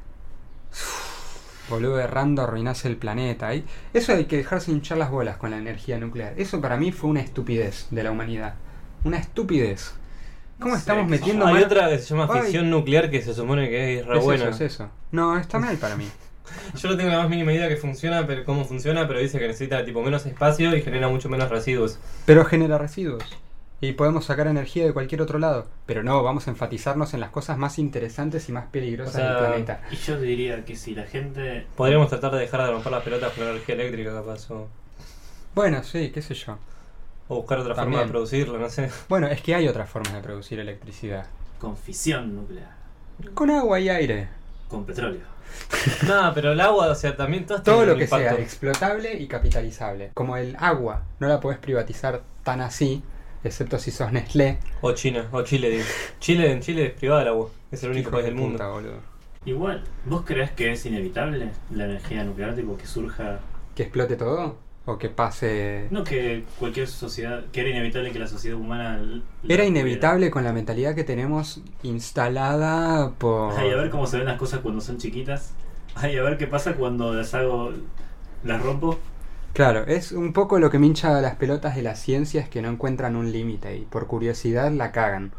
Speaker 4: Boludo, errando arruinás el planeta. ahí Eso hay que dejarse hinchar las bolas con la energía nuclear. Eso para mí fue una estupidez de la humanidad. Una estupidez. [laughs] ¿Cómo
Speaker 5: sé,
Speaker 4: estamos
Speaker 5: qué sé
Speaker 4: metiendo
Speaker 2: hay
Speaker 4: mal-
Speaker 2: otra que se llama
Speaker 4: Ay.
Speaker 2: ficción nuclear que se supone que es re
Speaker 4: Es
Speaker 2: buena.
Speaker 4: eso, es eso. No, está mal para mí.
Speaker 2: Yo no tengo la más mínima idea que funciona, pero cómo funciona, pero dice que necesita tipo menos espacio y genera mucho menos residuos.
Speaker 4: Pero genera residuos. Y podemos sacar energía de cualquier otro lado. Pero no, vamos a enfatizarnos en las cosas más interesantes y más peligrosas
Speaker 2: O sea,
Speaker 4: del planeta.
Speaker 5: Y yo diría que si la gente.
Speaker 2: Podríamos tratar de dejar de romper las pelotas con energía eléctrica, capaz, o,
Speaker 4: Bueno, sí, qué sé yo.
Speaker 2: o buscar otra
Speaker 4: También.
Speaker 2: forma de producirlo, no sé.
Speaker 4: Bueno, es que hay otras formas de producir electricidad.
Speaker 5: Con fisión nuclear.
Speaker 4: Con agua y aire.
Speaker 5: Con petróleo.
Speaker 2: Nada, pero el agua, o sea, también todas
Speaker 4: Todo
Speaker 2: tienen
Speaker 4: lo
Speaker 2: un
Speaker 4: que sea
Speaker 2: impacto.
Speaker 4: explotable y capitalizable. Como el agua. No la podés privatizar tan así, excepto si sos Nestlé.
Speaker 2: O China, o Chile, digo. Chile, en Chile es privada el agua. Es el único
Speaker 4: Hijo
Speaker 2: país
Speaker 4: de
Speaker 2: del mundo.
Speaker 4: puta, boludo.
Speaker 5: Igual, ¿vos crees que es inevitable la energía nuclear? Tipo que surja.
Speaker 4: ¿Que explote todo? ¿O que pase...?
Speaker 5: No que cualquier sociedad. Que era inevitable que la sociedad humana. l- la
Speaker 4: Era
Speaker 5: tuviera.
Speaker 4: inevitable con la mentalidad que tenemos instalada por...
Speaker 5: Ay, a ver cómo se ven las cosas cuando son chiquitas. Ay, a ver qué pasa cuando las hago. Las rompo.
Speaker 4: Claro, es un poco lo que me hincha las pelotas de la ciencia es que no encuentran un límite y por curiosidad la cagan.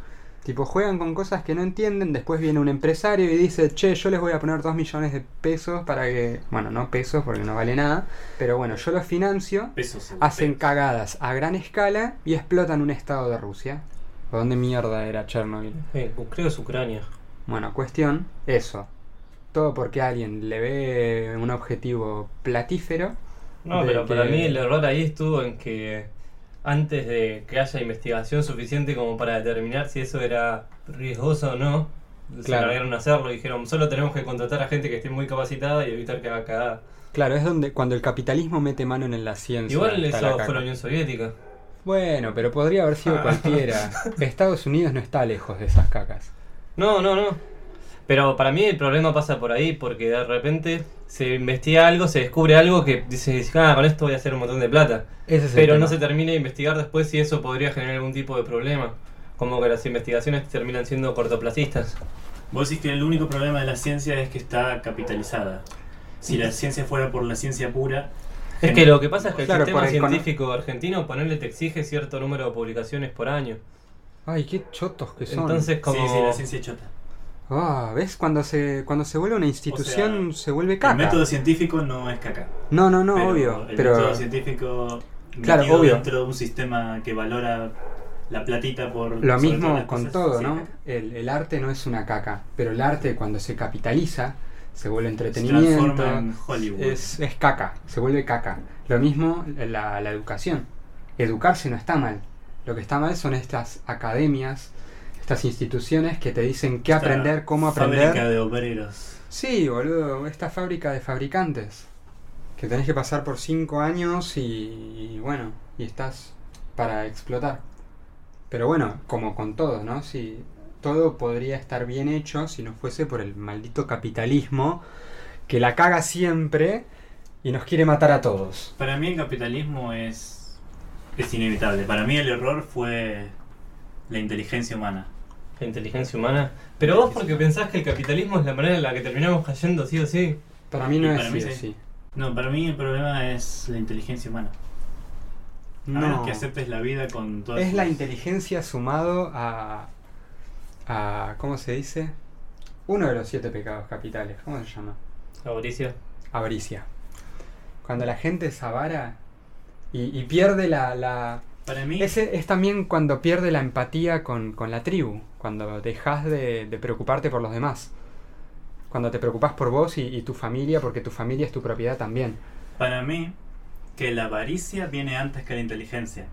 Speaker 4: Tipo, juegan con cosas que no entienden, después viene un empresario y dice, che, yo les voy a poner 2 millones de pesos para que... Bueno, no pesos porque no vale nada, pero bueno, yo los financio,
Speaker 5: Pesos. europeos.
Speaker 4: hacen cagadas a gran escala y explotan un estado de Rusia. ¿O dónde mierda era Chernobyl?
Speaker 2: Eh, creo que es Ucrania.
Speaker 4: Bueno, cuestión, eso. Todo porque alguien le ve un objetivo platífero.
Speaker 2: No,
Speaker 4: de
Speaker 2: pero para
Speaker 4: que-
Speaker 2: mí el error ahí estuvo en que antes de que haya investigación suficiente como para determinar si eso era riesgoso o no, se
Speaker 4: Claro.
Speaker 2: largaron a hacerlo y dijeron, solo tenemos que contratar a gente que esté muy capacitada y evitar que haga cagada.
Speaker 4: Claro, es donde cuando el capitalismo mete mano en la ciencia.
Speaker 2: Igual
Speaker 4: está la
Speaker 2: eso
Speaker 4: caca.
Speaker 2: fue la Unión Soviética.
Speaker 4: Bueno, pero podría haber sido cualquiera. Estados Unidos no está lejos de esas cacas.
Speaker 2: No, no, no. Pero para mí el problema pasa por ahí, porque de repente se investiga algo, se descubre algo que dices, ah, con esto voy a hacer un montón de plata.
Speaker 4: Ese es el
Speaker 2: Pero
Speaker 4: tema.
Speaker 2: no se termina de investigar después si eso podría generar algún tipo de problema. Como que las investigaciones terminan siendo cortoplacistas.
Speaker 5: Vos decís que el único problema de la ciencia es que está capitalizada. Si la ciencia fuera por la ciencia pura,
Speaker 2: Es que lo que pasa es que el
Speaker 4: Claro,
Speaker 2: sistema
Speaker 4: por el cono-
Speaker 2: científico argentino, ponerle te exige cierto número de publicaciones por año.
Speaker 4: Ay, qué chotos que son.
Speaker 2: Entonces,
Speaker 5: sí,
Speaker 2: como.
Speaker 5: sí, la ciencia es chota.
Speaker 4: Ah, ¿ves? Cuando se, cuando se vuelve una institución, se vuelve caca.
Speaker 5: El método científico no es caca.
Speaker 4: No, no, no,
Speaker 5: pero
Speaker 4: obvio.
Speaker 5: El
Speaker 4: Pero
Speaker 5: método científico
Speaker 4: Claro,
Speaker 5: metido
Speaker 4: obvio.
Speaker 5: dentro de un sistema que valora la platita por
Speaker 4: lo
Speaker 5: sobre todas
Speaker 4: mismo
Speaker 5: las
Speaker 4: con
Speaker 5: cosas,
Speaker 4: todo,
Speaker 5: sí,
Speaker 4: ¿no?
Speaker 5: caca.
Speaker 4: El, el arte no es una caca, pero el arte cuando se capitaliza, se vuelve
Speaker 5: Se
Speaker 4: entretenimiento.
Speaker 5: transforma en Hollywood.
Speaker 4: Es, es caca, se vuelve caca. Lo mismo la, la educación. Educarse no está mal. Lo que está mal son estas academias, estas instituciones que te dicen qué
Speaker 5: Esta
Speaker 4: aprender, cómo
Speaker 5: Fábrica
Speaker 4: aprender.
Speaker 5: de obreros.
Speaker 4: Sí, boludo, esta fábrica de fabricantes. Que tenés que pasar por 5 años y, y bueno, y estás para explotar. Pero bueno, como con todo, ¿no? Si todo podría estar bien hecho si no fuese por el maldito capitalismo que la caga siempre y nos quiere matar a todos.
Speaker 5: Para mí el capitalismo es, es inevitable. Para mí el error fue la inteligencia humana.
Speaker 2: La inteligencia humana. Pero vos, porque pensás que el capitalismo es la manera en la que terminamos cayendo, sí o sí.
Speaker 4: Para mí no
Speaker 5: Y
Speaker 4: es
Speaker 5: para mí
Speaker 4: así.
Speaker 5: sí. No, para mí el problema es la inteligencia humana. A menos
Speaker 4: No.
Speaker 5: que aceptes la vida con todas
Speaker 4: Es la
Speaker 5: sus-
Speaker 4: inteligencia sumado a, a... ¿Cómo se dice? Uno de los siete pecados capitales. ¿Cómo se llama?
Speaker 2: Mauricio.
Speaker 4: avaricia. Cuando la gente es avara y, y pierde la... la-
Speaker 5: Para mí,
Speaker 4: Ese es también cuando pierde la empatía con, con la tribu, cuando dejas de, de preocuparte por los demás. Cuando te preocupas por vos y, y tu familia, porque tu familia es tu propiedad también.
Speaker 5: para mí, que la avaricia viene antes que la inteligencia.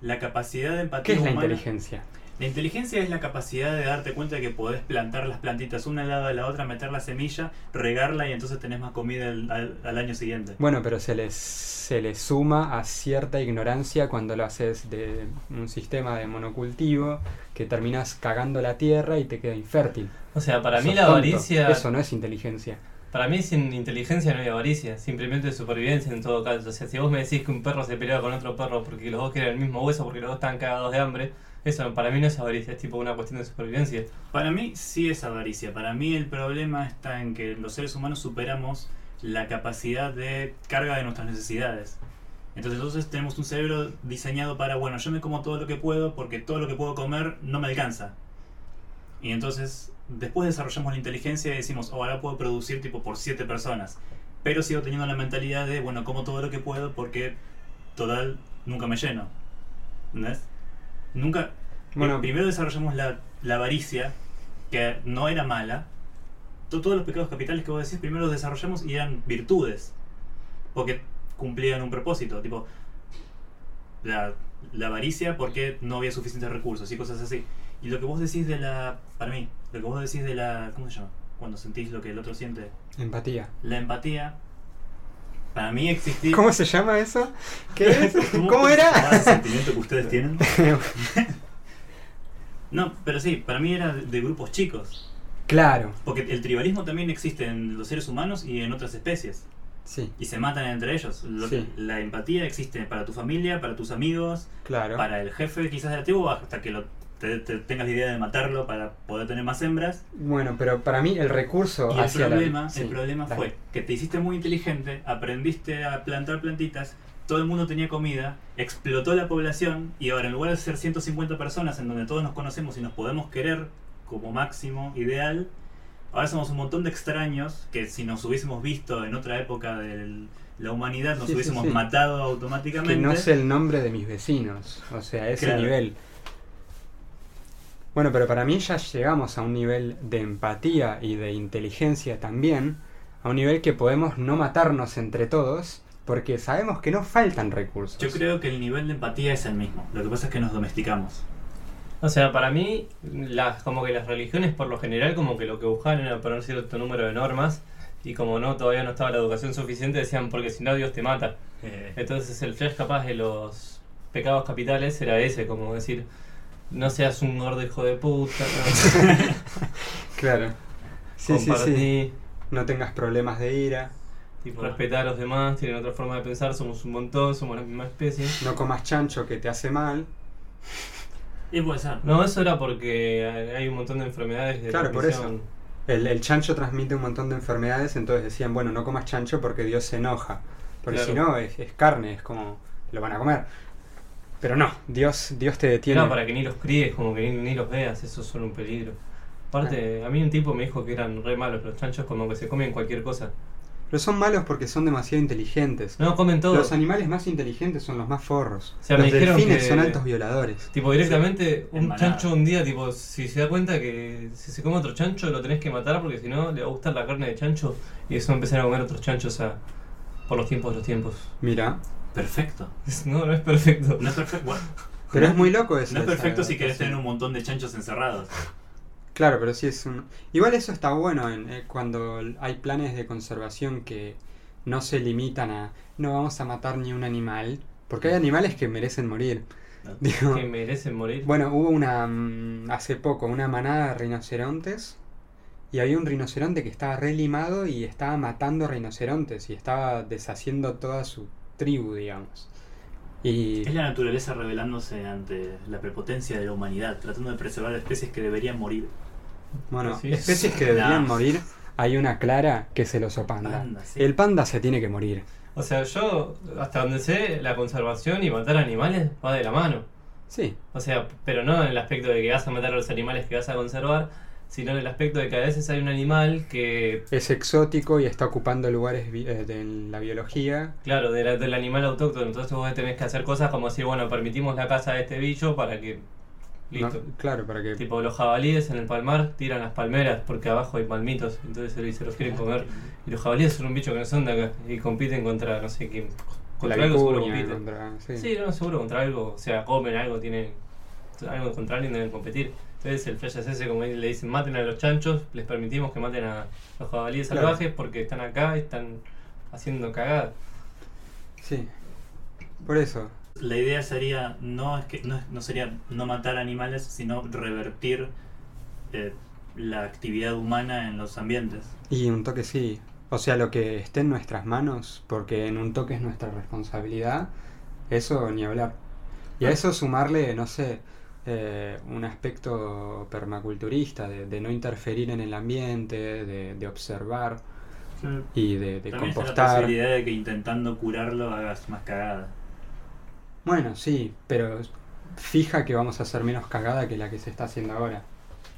Speaker 5: La capacidad de empatía
Speaker 4: ¿Qué es la
Speaker 5: humana-
Speaker 4: inteligencia?
Speaker 5: La inteligencia es la capacidad de darte cuenta de que podés plantar las plantitas una al lado de la otra, meter la semilla, regarla y entonces tenés más comida al, al- al año siguiente.
Speaker 4: Bueno, pero se le se le suma a cierta ignorancia cuando lo haces de un sistema de monocultivo, que terminas cagando la tierra y te queda infértil.
Speaker 2: O sea, para mí
Speaker 4: Sos
Speaker 2: la
Speaker 4: tonto.
Speaker 2: avaricia.
Speaker 4: Eso no es inteligencia.
Speaker 2: Para mí sin inteligencia no hay avaricia, simplemente supervivencia en todo caso. O sea, si vos me decís que un perro se pelea con otro perro porque los dos quieren el mismo hueso, porque los dos están cagados de hambre, eso para mí no es avaricia, es tipo una cuestión de supervivencia.
Speaker 5: Para mí sí es avaricia. Para mí el problema está en que los seres humanos superamos la capacidad de carga de nuestras necesidades. Entonces, entonces tenemos un cerebro diseñado para, bueno, yo me como todo lo que puedo porque todo lo que puedo comer no me alcanza. Y entonces después desarrollamos la inteligencia y decimos, oh, ahora puedo producir tipo por siete personas. Pero sigo teniendo la mentalidad de, bueno, como todo lo que puedo porque total nunca me lleno. ¿Entendés? Nunca,
Speaker 4: Bueno,
Speaker 5: eh, primero desarrollamos la, la avaricia, que no era mala. To- todos los pecados capitales que vos decís, primero los desarrollamos y eran virtudes. Porque cumplían un propósito. Tipo, la, la avaricia porque no había suficientes recursos y cosas así. Y lo que vos decís de la. Para mí, lo que vos decís de la. ¿Cómo se llama? Cuando sentís lo que el otro siente.
Speaker 4: Empatía.
Speaker 5: La empatía. Para mí
Speaker 4: [laughs]
Speaker 5: existir. [laughs]
Speaker 4: ¿Cómo se llama eso? ¿Qué [laughs] es? ¿Cómo
Speaker 5: se llamaba el
Speaker 4: era?
Speaker 5: sentimiento que
Speaker 4: [laughs]
Speaker 5: ustedes tienen? [laughs] No, pero sí, para mí era de- de grupos chicos.
Speaker 4: claro,
Speaker 5: Porque el tribalismo también existe en los seres humanos y en otras especies.
Speaker 4: sí,
Speaker 5: Y se matan entre ellos. Lo-
Speaker 4: Sí.
Speaker 5: La empatía existe para tu familia, para tus amigos,
Speaker 4: claro.
Speaker 5: para el jefe quizás de la tribu, hasta que lo te- te- tengas la idea de matarlo para poder tener más hembras.
Speaker 4: Bueno, pero para mí el recurso
Speaker 5: Y el
Speaker 4: hacia la-
Speaker 5: problema,
Speaker 4: sí,
Speaker 5: el problema
Speaker 4: la-
Speaker 5: fue que te hiciste muy inteligente, aprendiste a plantar plantitas, todo el mundo tenía comida, explotó la población y ahora en lugar de ser 150 personas en donde todos nos conocemos y nos podemos querer como máximo ideal, ahora somos un montón de extraños que si nos hubiésemos visto en otra época de la humanidad nos
Speaker 4: Sí, sí,
Speaker 5: hubiésemos
Speaker 4: sí.
Speaker 5: matado
Speaker 4: que
Speaker 5: automáticamente.
Speaker 4: no sé el nombre de mis vecinos, o sea, ese
Speaker 5: Claro.
Speaker 4: nivel. Bueno, pero para mí ya llegamos a un nivel de empatía y de inteligencia también, a un nivel que podemos no matarnos entre todos, porque sabemos que no faltan recursos.
Speaker 5: Yo creo que el nivel de empatía es el mismo. Lo que pasa es que nos domesticamos.
Speaker 2: O sea, para mí, las, como que las religiones por lo general como que lo que buscaban era poner cierto número de normas y como no, todavía no estaba la educación suficiente, decían porque si no Dios te mata.
Speaker 5: Eh,
Speaker 2: Entonces el flash capaz de los pecados capitales era ese, como decir, no seas un gordo hijo de puta,
Speaker 4: Claro. [laughs] Sí, sí,
Speaker 2: compartí,
Speaker 4: sí. No tengas problemas de ira,
Speaker 2: tipo, respetá a los demás, tienen otra forma de pensar, somos un montón, somos la misma especie.
Speaker 4: no comas chancho que te hace mal.
Speaker 5: y puede ser.
Speaker 2: No, eso era porque hay un montón de enfermedades de
Speaker 4: Claro, por
Speaker 2: transmisión.
Speaker 4: El, el chancho transmite un montón de enfermedades, entonces decían, bueno, no comas chancho porque Dios se enoja. Porque
Speaker 2: Claro.
Speaker 4: si no, es, es carne, es como, lo van a comer. Pero no, Dios, Dios te detiene.
Speaker 2: Claro, para que ni los críes, como que ni, ni los veas, eso es solo un peligro. Aparte, a mí un tipo me dijo que eran re malos los chanchos, como que se comen cualquier cosa.
Speaker 4: Pero son malos porque son demasiado inteligentes.
Speaker 2: No, comen todo.
Speaker 4: Los animales más inteligentes son los más forros.
Speaker 2: O sea, me
Speaker 4: los
Speaker 2: dijeron
Speaker 4: delfines
Speaker 2: que-
Speaker 4: son altos violadores.
Speaker 2: Tipo, directamente,
Speaker 5: Sí,
Speaker 2: un
Speaker 5: empanada.
Speaker 2: chancho un día, tipo, si se da cuenta que si se come otro chancho, lo tenés que matar porque si no, le va a gustar la carne de chancho y eso empezar a comer otros chanchos a, por los tiempos de los tiempos. [laughs]
Speaker 4: Mira,
Speaker 5: Perfecto.
Speaker 2: No, no es perfecto.
Speaker 5: No es perfecto. bueno,
Speaker 4: pero es muy loco eso.
Speaker 5: no es
Speaker 4: Pues esa
Speaker 5: perfecto si querés
Speaker 4: adaptación.
Speaker 5: tener un montón de chanchos encerrados.
Speaker 4: Claro, pero sí es un... Igual eso está bueno en, eh, cuando l- hay planes de conservación que no se limitan a no vamos a matar ni un animal, porque hay animales que merecen morir.
Speaker 5: No.
Speaker 4: [laughs] Digo,
Speaker 2: Que merecen morir.
Speaker 4: bueno, hubo una... mm, hace poco una manada de rinocerontes y había un rinoceronte que estaba re limado y estaba matando rinocerontes y estaba deshaciendo toda su tribu, digamos. Y...
Speaker 5: Es la naturaleza revelándose ante la prepotencia de la humanidad, tratando de preservar especies que deberían morir.
Speaker 4: Bueno,
Speaker 2: Sí.
Speaker 4: especies que deberían
Speaker 5: No.
Speaker 4: morir, hay una clara que se los opanda.
Speaker 5: Panda, sí.
Speaker 4: El panda se tiene que morir.
Speaker 2: O sea, yo, hasta donde sé, la conservación y matar animales va de la mano.
Speaker 4: Sí,
Speaker 2: O sea, pero no en el aspecto de que vas a matar a los animales que vas a conservar, sino en el aspecto de que a veces hay un animal que,
Speaker 4: es exótico y está ocupando lugares bi- eh, de la biología.
Speaker 2: claro, de la- del animal autóctono, entonces vos tenés que hacer cosas como decir, bueno, permitimos la caza de este bicho para que...
Speaker 4: No,
Speaker 2: Listo.
Speaker 4: claro, para que...
Speaker 2: Tipo, los jabalíes en el palmar tiran las palmeras porque abajo hay palmitos, entonces se los- se los quieren comer. Y los jabalíes son un bicho que no son de acá y compiten contra, no sé quién.
Speaker 4: la
Speaker 2: Contra algo seguro
Speaker 4: vicuña,
Speaker 2: compiten.
Speaker 4: contra- sí.
Speaker 2: Sí, no, seguro contra algo, o sea, comen algo, tienen algo contra alguien deben competir. Entonces el flash es ese, como le dicen, maten a los chanchos, les permitimos que maten a los jabalíes
Speaker 4: Claro.
Speaker 2: salvajes porque están acá y están haciendo cagada.
Speaker 4: Sí. Por eso.
Speaker 5: La idea sería no es que no, es- no sería no matar animales, sino revertir eh, la actividad humana en los ambientes.
Speaker 4: Y un toque sí. O sea, lo que esté en nuestras manos, porque en un toque es nuestra responsabilidad, eso ni hablar.
Speaker 5: Ah.
Speaker 4: Y a eso sumarle, no sé, eh, un aspecto permaculturista, de, de no interferir en el ambiente, de, de observar y de, de
Speaker 5: También está la
Speaker 4: compostar.
Speaker 5: posibilidad de que intentando curarlo hagas más cagada.
Speaker 4: Bueno, sí, pero fija que vamos a hacer menos cagada que la que se está haciendo ahora.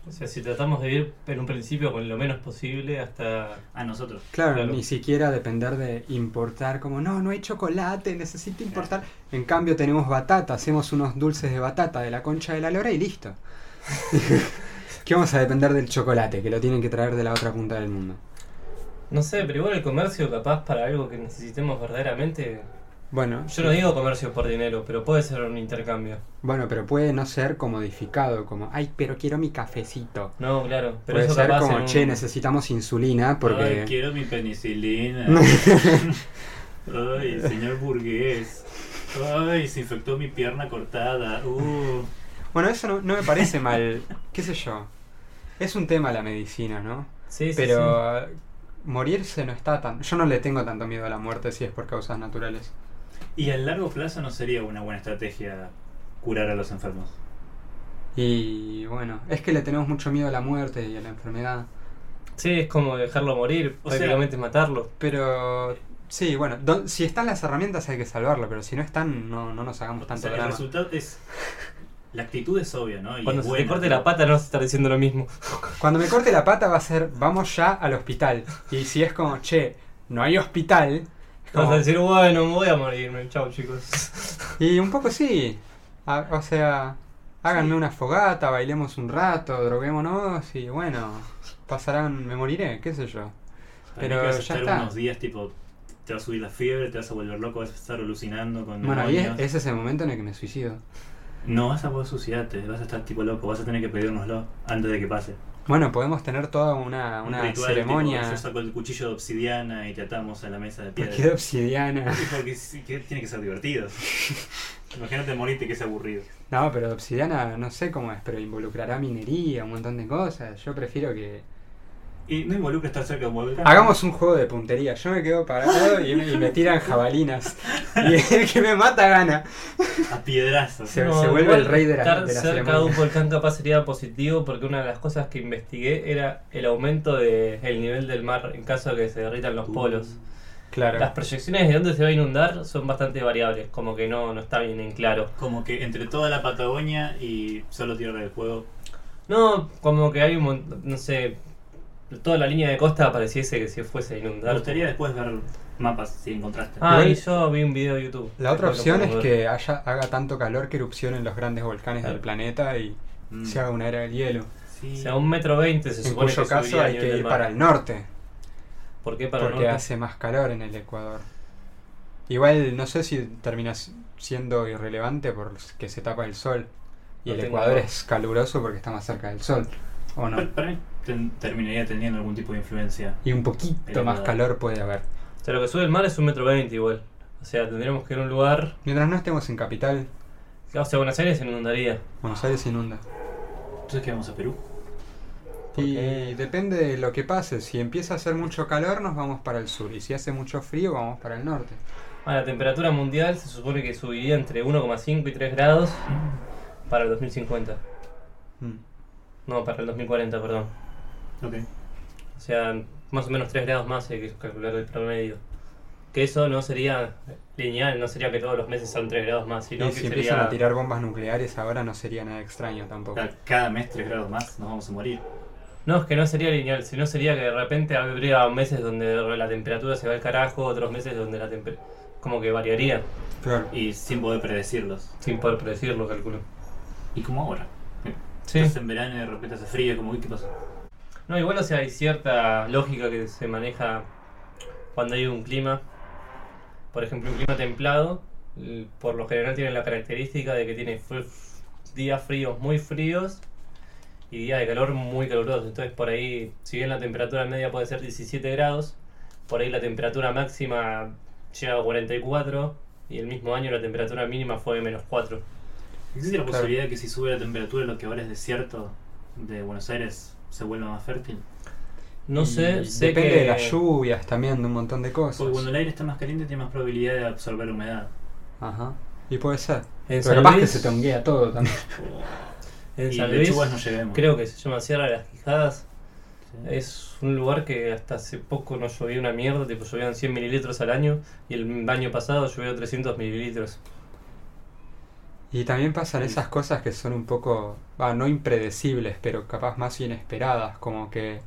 Speaker 2: O sea, si tratamos de ir en un principio con lo menos posible hasta...
Speaker 5: A nosotros.
Speaker 4: Claro,
Speaker 2: Claro.
Speaker 4: ni siquiera depender de importar como, no, no hay chocolate, necesito importar. En cambio tenemos batata, hacemos unos dulces de batata de la concha de la lora
Speaker 2: [laughs]
Speaker 4: y listo. ¿Qué vamos a depender del chocolate? Que lo tienen que traer de la otra punta del mundo.
Speaker 2: No sé, pero igual el comercio capaz para algo que necesitemos verdaderamente...
Speaker 4: Bueno,
Speaker 2: Yo no digo comercio por dinero, pero puede ser un intercambio.
Speaker 4: bueno, pero puede no ser comodificado, como, ay, pero quiero mi cafecito.
Speaker 2: No, claro, pero
Speaker 4: puede
Speaker 2: eso
Speaker 4: ser
Speaker 2: capaz
Speaker 4: como,
Speaker 2: en un-
Speaker 4: che, necesitamos insulina porque...
Speaker 5: Ay, quiero mi penicilina. [laughs] Ay, el señor burgués. Ay, se infectó mi pierna cortada. Uh.
Speaker 4: Bueno, eso no, no me parece mal, qué sé yo. Es un tema la medicina, ¿no?
Speaker 2: Sí, sí, sí.
Speaker 4: Pero eh, morirse no está tan... Yo no le tengo tanto miedo a la muerte si es por causas naturales.
Speaker 5: Y a largo plazo no sería una buena estrategia curar a los enfermos.
Speaker 4: Y bueno, es que le tenemos mucho miedo a la muerte y a la enfermedad.
Speaker 2: Sí, es como dejarlo morir,
Speaker 5: O sea-
Speaker 2: prácticamente es matarlo.
Speaker 4: Pero sí, bueno, do- si están las herramientas hay que salvarlo, pero si no están, no, no nos hagamos
Speaker 5: O
Speaker 4: tanto
Speaker 5: sea, el
Speaker 4: drama.
Speaker 5: resultado es. La actitud es obvia, ¿no? Y
Speaker 2: Cuando
Speaker 5: es
Speaker 2: se te
Speaker 5: buena,
Speaker 2: corte
Speaker 5: pero-
Speaker 2: la pata no vas a estar diciendo lo mismo.
Speaker 4: Cuando me corte la pata va a ser, vamos ya al hospital. Y si es como, che, no hay hospital. es como-
Speaker 2: Vas a decir, bueno, voy a morirme, chao chicos.
Speaker 4: y un poco sí. A- o sea, háganme una fogata, bailemos un rato, droguémonos y bueno, pasarán, me moriré, qué sé yo.
Speaker 5: Para mí
Speaker 4: Pero
Speaker 5: que vas a
Speaker 4: ya
Speaker 5: estar
Speaker 4: está.
Speaker 5: unos días, tipo, te va a subir la fiebre, te vas a volver loco, vas a estar alucinando con
Speaker 4: Bueno, y es,
Speaker 5: demonios.
Speaker 4: ese es el momento en el que me suicido.
Speaker 5: No vas a poder suicidarte, vas a estar tipo loco, vas a tener que pedírnoslo antes de que pase.
Speaker 4: Bueno, podemos tener toda una,
Speaker 5: Un
Speaker 4: una
Speaker 5: ritual,
Speaker 4: ceremonia.
Speaker 5: tipo,
Speaker 4: [laughs]
Speaker 5: yo saco el cuchillo de obsidiana y te atamos a la mesa de
Speaker 4: ¿Por
Speaker 5: piedra.
Speaker 4: qué de obsidiana?
Speaker 5: Y Porque sí, que tiene que ser divertido. Imagínate morirte que es aburrido.
Speaker 4: No, pero obsidiana no sé cómo es, pero involucrará minería, un montón de cosas. Yo prefiero que...
Speaker 5: Y no involucra estar cerca de un volcán.
Speaker 4: Hagamos un juego de puntería. Yo me quedo parado y, y me tiran jabalinas. [laughs] Y el que me mata gana.
Speaker 5: A piedrazos.
Speaker 4: Se- vuelve
Speaker 2: igual
Speaker 4: el rey de la-
Speaker 2: Estar
Speaker 4: de la
Speaker 2: cerca de
Speaker 4: ceremonia.
Speaker 2: un volcán capaz sería positivo porque una de las cosas que investigué era el aumento del nivel del mar en caso de que se derritan los polos. Las
Speaker 4: Uh, Claro.
Speaker 2: proyecciones de dónde se va a inundar son bastante variables, como que no, no está bien en claro.
Speaker 5: Como que entre toda la Patagonia y solo Tierra del Fuego.
Speaker 2: No, como que hay un montón, no sé, toda la línea de costa pareciese que se fuese a
Speaker 5: Me
Speaker 2: inundar.
Speaker 5: gustaría después ver mapas si encontraste.
Speaker 2: Ah,
Speaker 4: Igual-
Speaker 2: ahí yo vi un video de YouTube.
Speaker 4: La otra
Speaker 2: Después lo
Speaker 4: opción es
Speaker 2: podemos ver.
Speaker 4: que haya, haga tanto calor que erupcionen los grandes volcanes del planeta y
Speaker 5: Mm,
Speaker 4: se haga una era del hielo.
Speaker 5: sí.
Speaker 2: O sea, un metro veinte se
Speaker 4: En
Speaker 2: supone
Speaker 4: cuyo
Speaker 2: que
Speaker 4: caso
Speaker 2: subiría a
Speaker 4: hay
Speaker 2: nivel
Speaker 4: que
Speaker 2: del
Speaker 4: ir
Speaker 2: mar.
Speaker 4: para el norte,
Speaker 2: ¿Por qué para el
Speaker 4: porque
Speaker 2: norte?
Speaker 4: hace más calor en el Ecuador. Igual no sé si termina s- siendo irrelevante porque se tapa el sol. Y
Speaker 2: No
Speaker 4: el
Speaker 2: tengo
Speaker 4: Ecuador
Speaker 2: idea.
Speaker 4: es caluroso porque está más cerca del sol. ¿O
Speaker 2: [laughs]
Speaker 4: no?
Speaker 5: Para- Para mí ten- terminaría teniendo algún tipo de influencia.
Speaker 4: Y un poquito
Speaker 5: Pero
Speaker 4: más
Speaker 5: nada.
Speaker 4: calor puede haber.
Speaker 2: O sea, lo que sube el mar es un metro veinte igual. O sea, tendríamos que ir a un lugar.
Speaker 4: Mientras no estemos en capital,
Speaker 2: O sea, Buenos Aires se inundaría.
Speaker 4: Buenos Aires se inunda.
Speaker 5: Entonces, ¿qué vamos a Perú?
Speaker 2: ¿Por
Speaker 4: Y
Speaker 2: qué?
Speaker 4: depende de lo que pase. Si empieza a hacer mucho calor, nos vamos para el sur. Y si hace mucho frío, vamos para el norte.
Speaker 2: Ah, la temperatura mundial se supone que subiría entre 1,5 y 3 grados para el 2050.
Speaker 4: Mm.
Speaker 2: No, para el 2040, perdón.
Speaker 5: Ok.
Speaker 2: O sea, más o menos 3 grados más hay que calcular el promedio. Que eso no sería lineal, no sería que todos los meses son 3 grados más, sino
Speaker 4: y
Speaker 2: que
Speaker 4: si
Speaker 2: sería...
Speaker 4: empiezan a tirar bombas nucleares, ahora no sería nada extraño tampoco.
Speaker 5: Cada- Cada mes 3 grados más nos vamos a morir.
Speaker 2: No, es que no sería lineal, sino sería que de repente habría meses donde la temperatura se va al carajo, otros meses donde la temperatura... Como que variaría,
Speaker 4: Claro.
Speaker 5: Y sin poder predecirlos.
Speaker 2: sin poder predecirlo, calculo.
Speaker 5: Y como ahora.
Speaker 2: Sí.
Speaker 5: Estás en verano y de repente hace frío, como, "Uy, ¿qué pasó?
Speaker 2: No, igual, o sea, hay cierta lógica que se maneja cuando hay un clima. Por ejemplo, un clima templado, l- por lo general tiene la característica de que tiene fr- días fríos muy fríos y días de calor muy calurosos. Entonces, por ahí, si bien la temperatura media puede ser 17 grados, por ahí la temperatura máxima llega a 44 y el mismo año la temperatura mínima fue de menos 4.
Speaker 5: ¿Existe la
Speaker 4: Claro.
Speaker 5: posibilidad de que si sube la temperatura, lo que ahora es desierto de Buenos Aires se vuelva más fértil?
Speaker 2: No
Speaker 4: Y
Speaker 2: sé, sé
Speaker 4: depende
Speaker 2: que... Pues,
Speaker 4: de las lluvias también, de un montón de cosas.
Speaker 5: Porque cuando el aire está más caliente, tiene más probabilidad de absorber humedad.
Speaker 4: Ajá. Y puede ser.
Speaker 2: En
Speaker 4: Pero
Speaker 2: San
Speaker 4: capaz que
Speaker 2: Luis-
Speaker 4: se tonguea todo también. Eh,
Speaker 2: en
Speaker 5: y
Speaker 2: San
Speaker 5: lechugas
Speaker 2: Luis-
Speaker 5: no lleguemos.
Speaker 2: creo que se llama Sierra de las Quijadas.
Speaker 5: Sí.
Speaker 2: Es un lugar que hasta hace poco no llovía una mierda, tipo llovían 100 mililitros al año y el año pasado llovió 300 mililitros.
Speaker 4: Y también pasan esas cosas que son un poco, va, no impredecibles, pero capaz más inesperadas, como que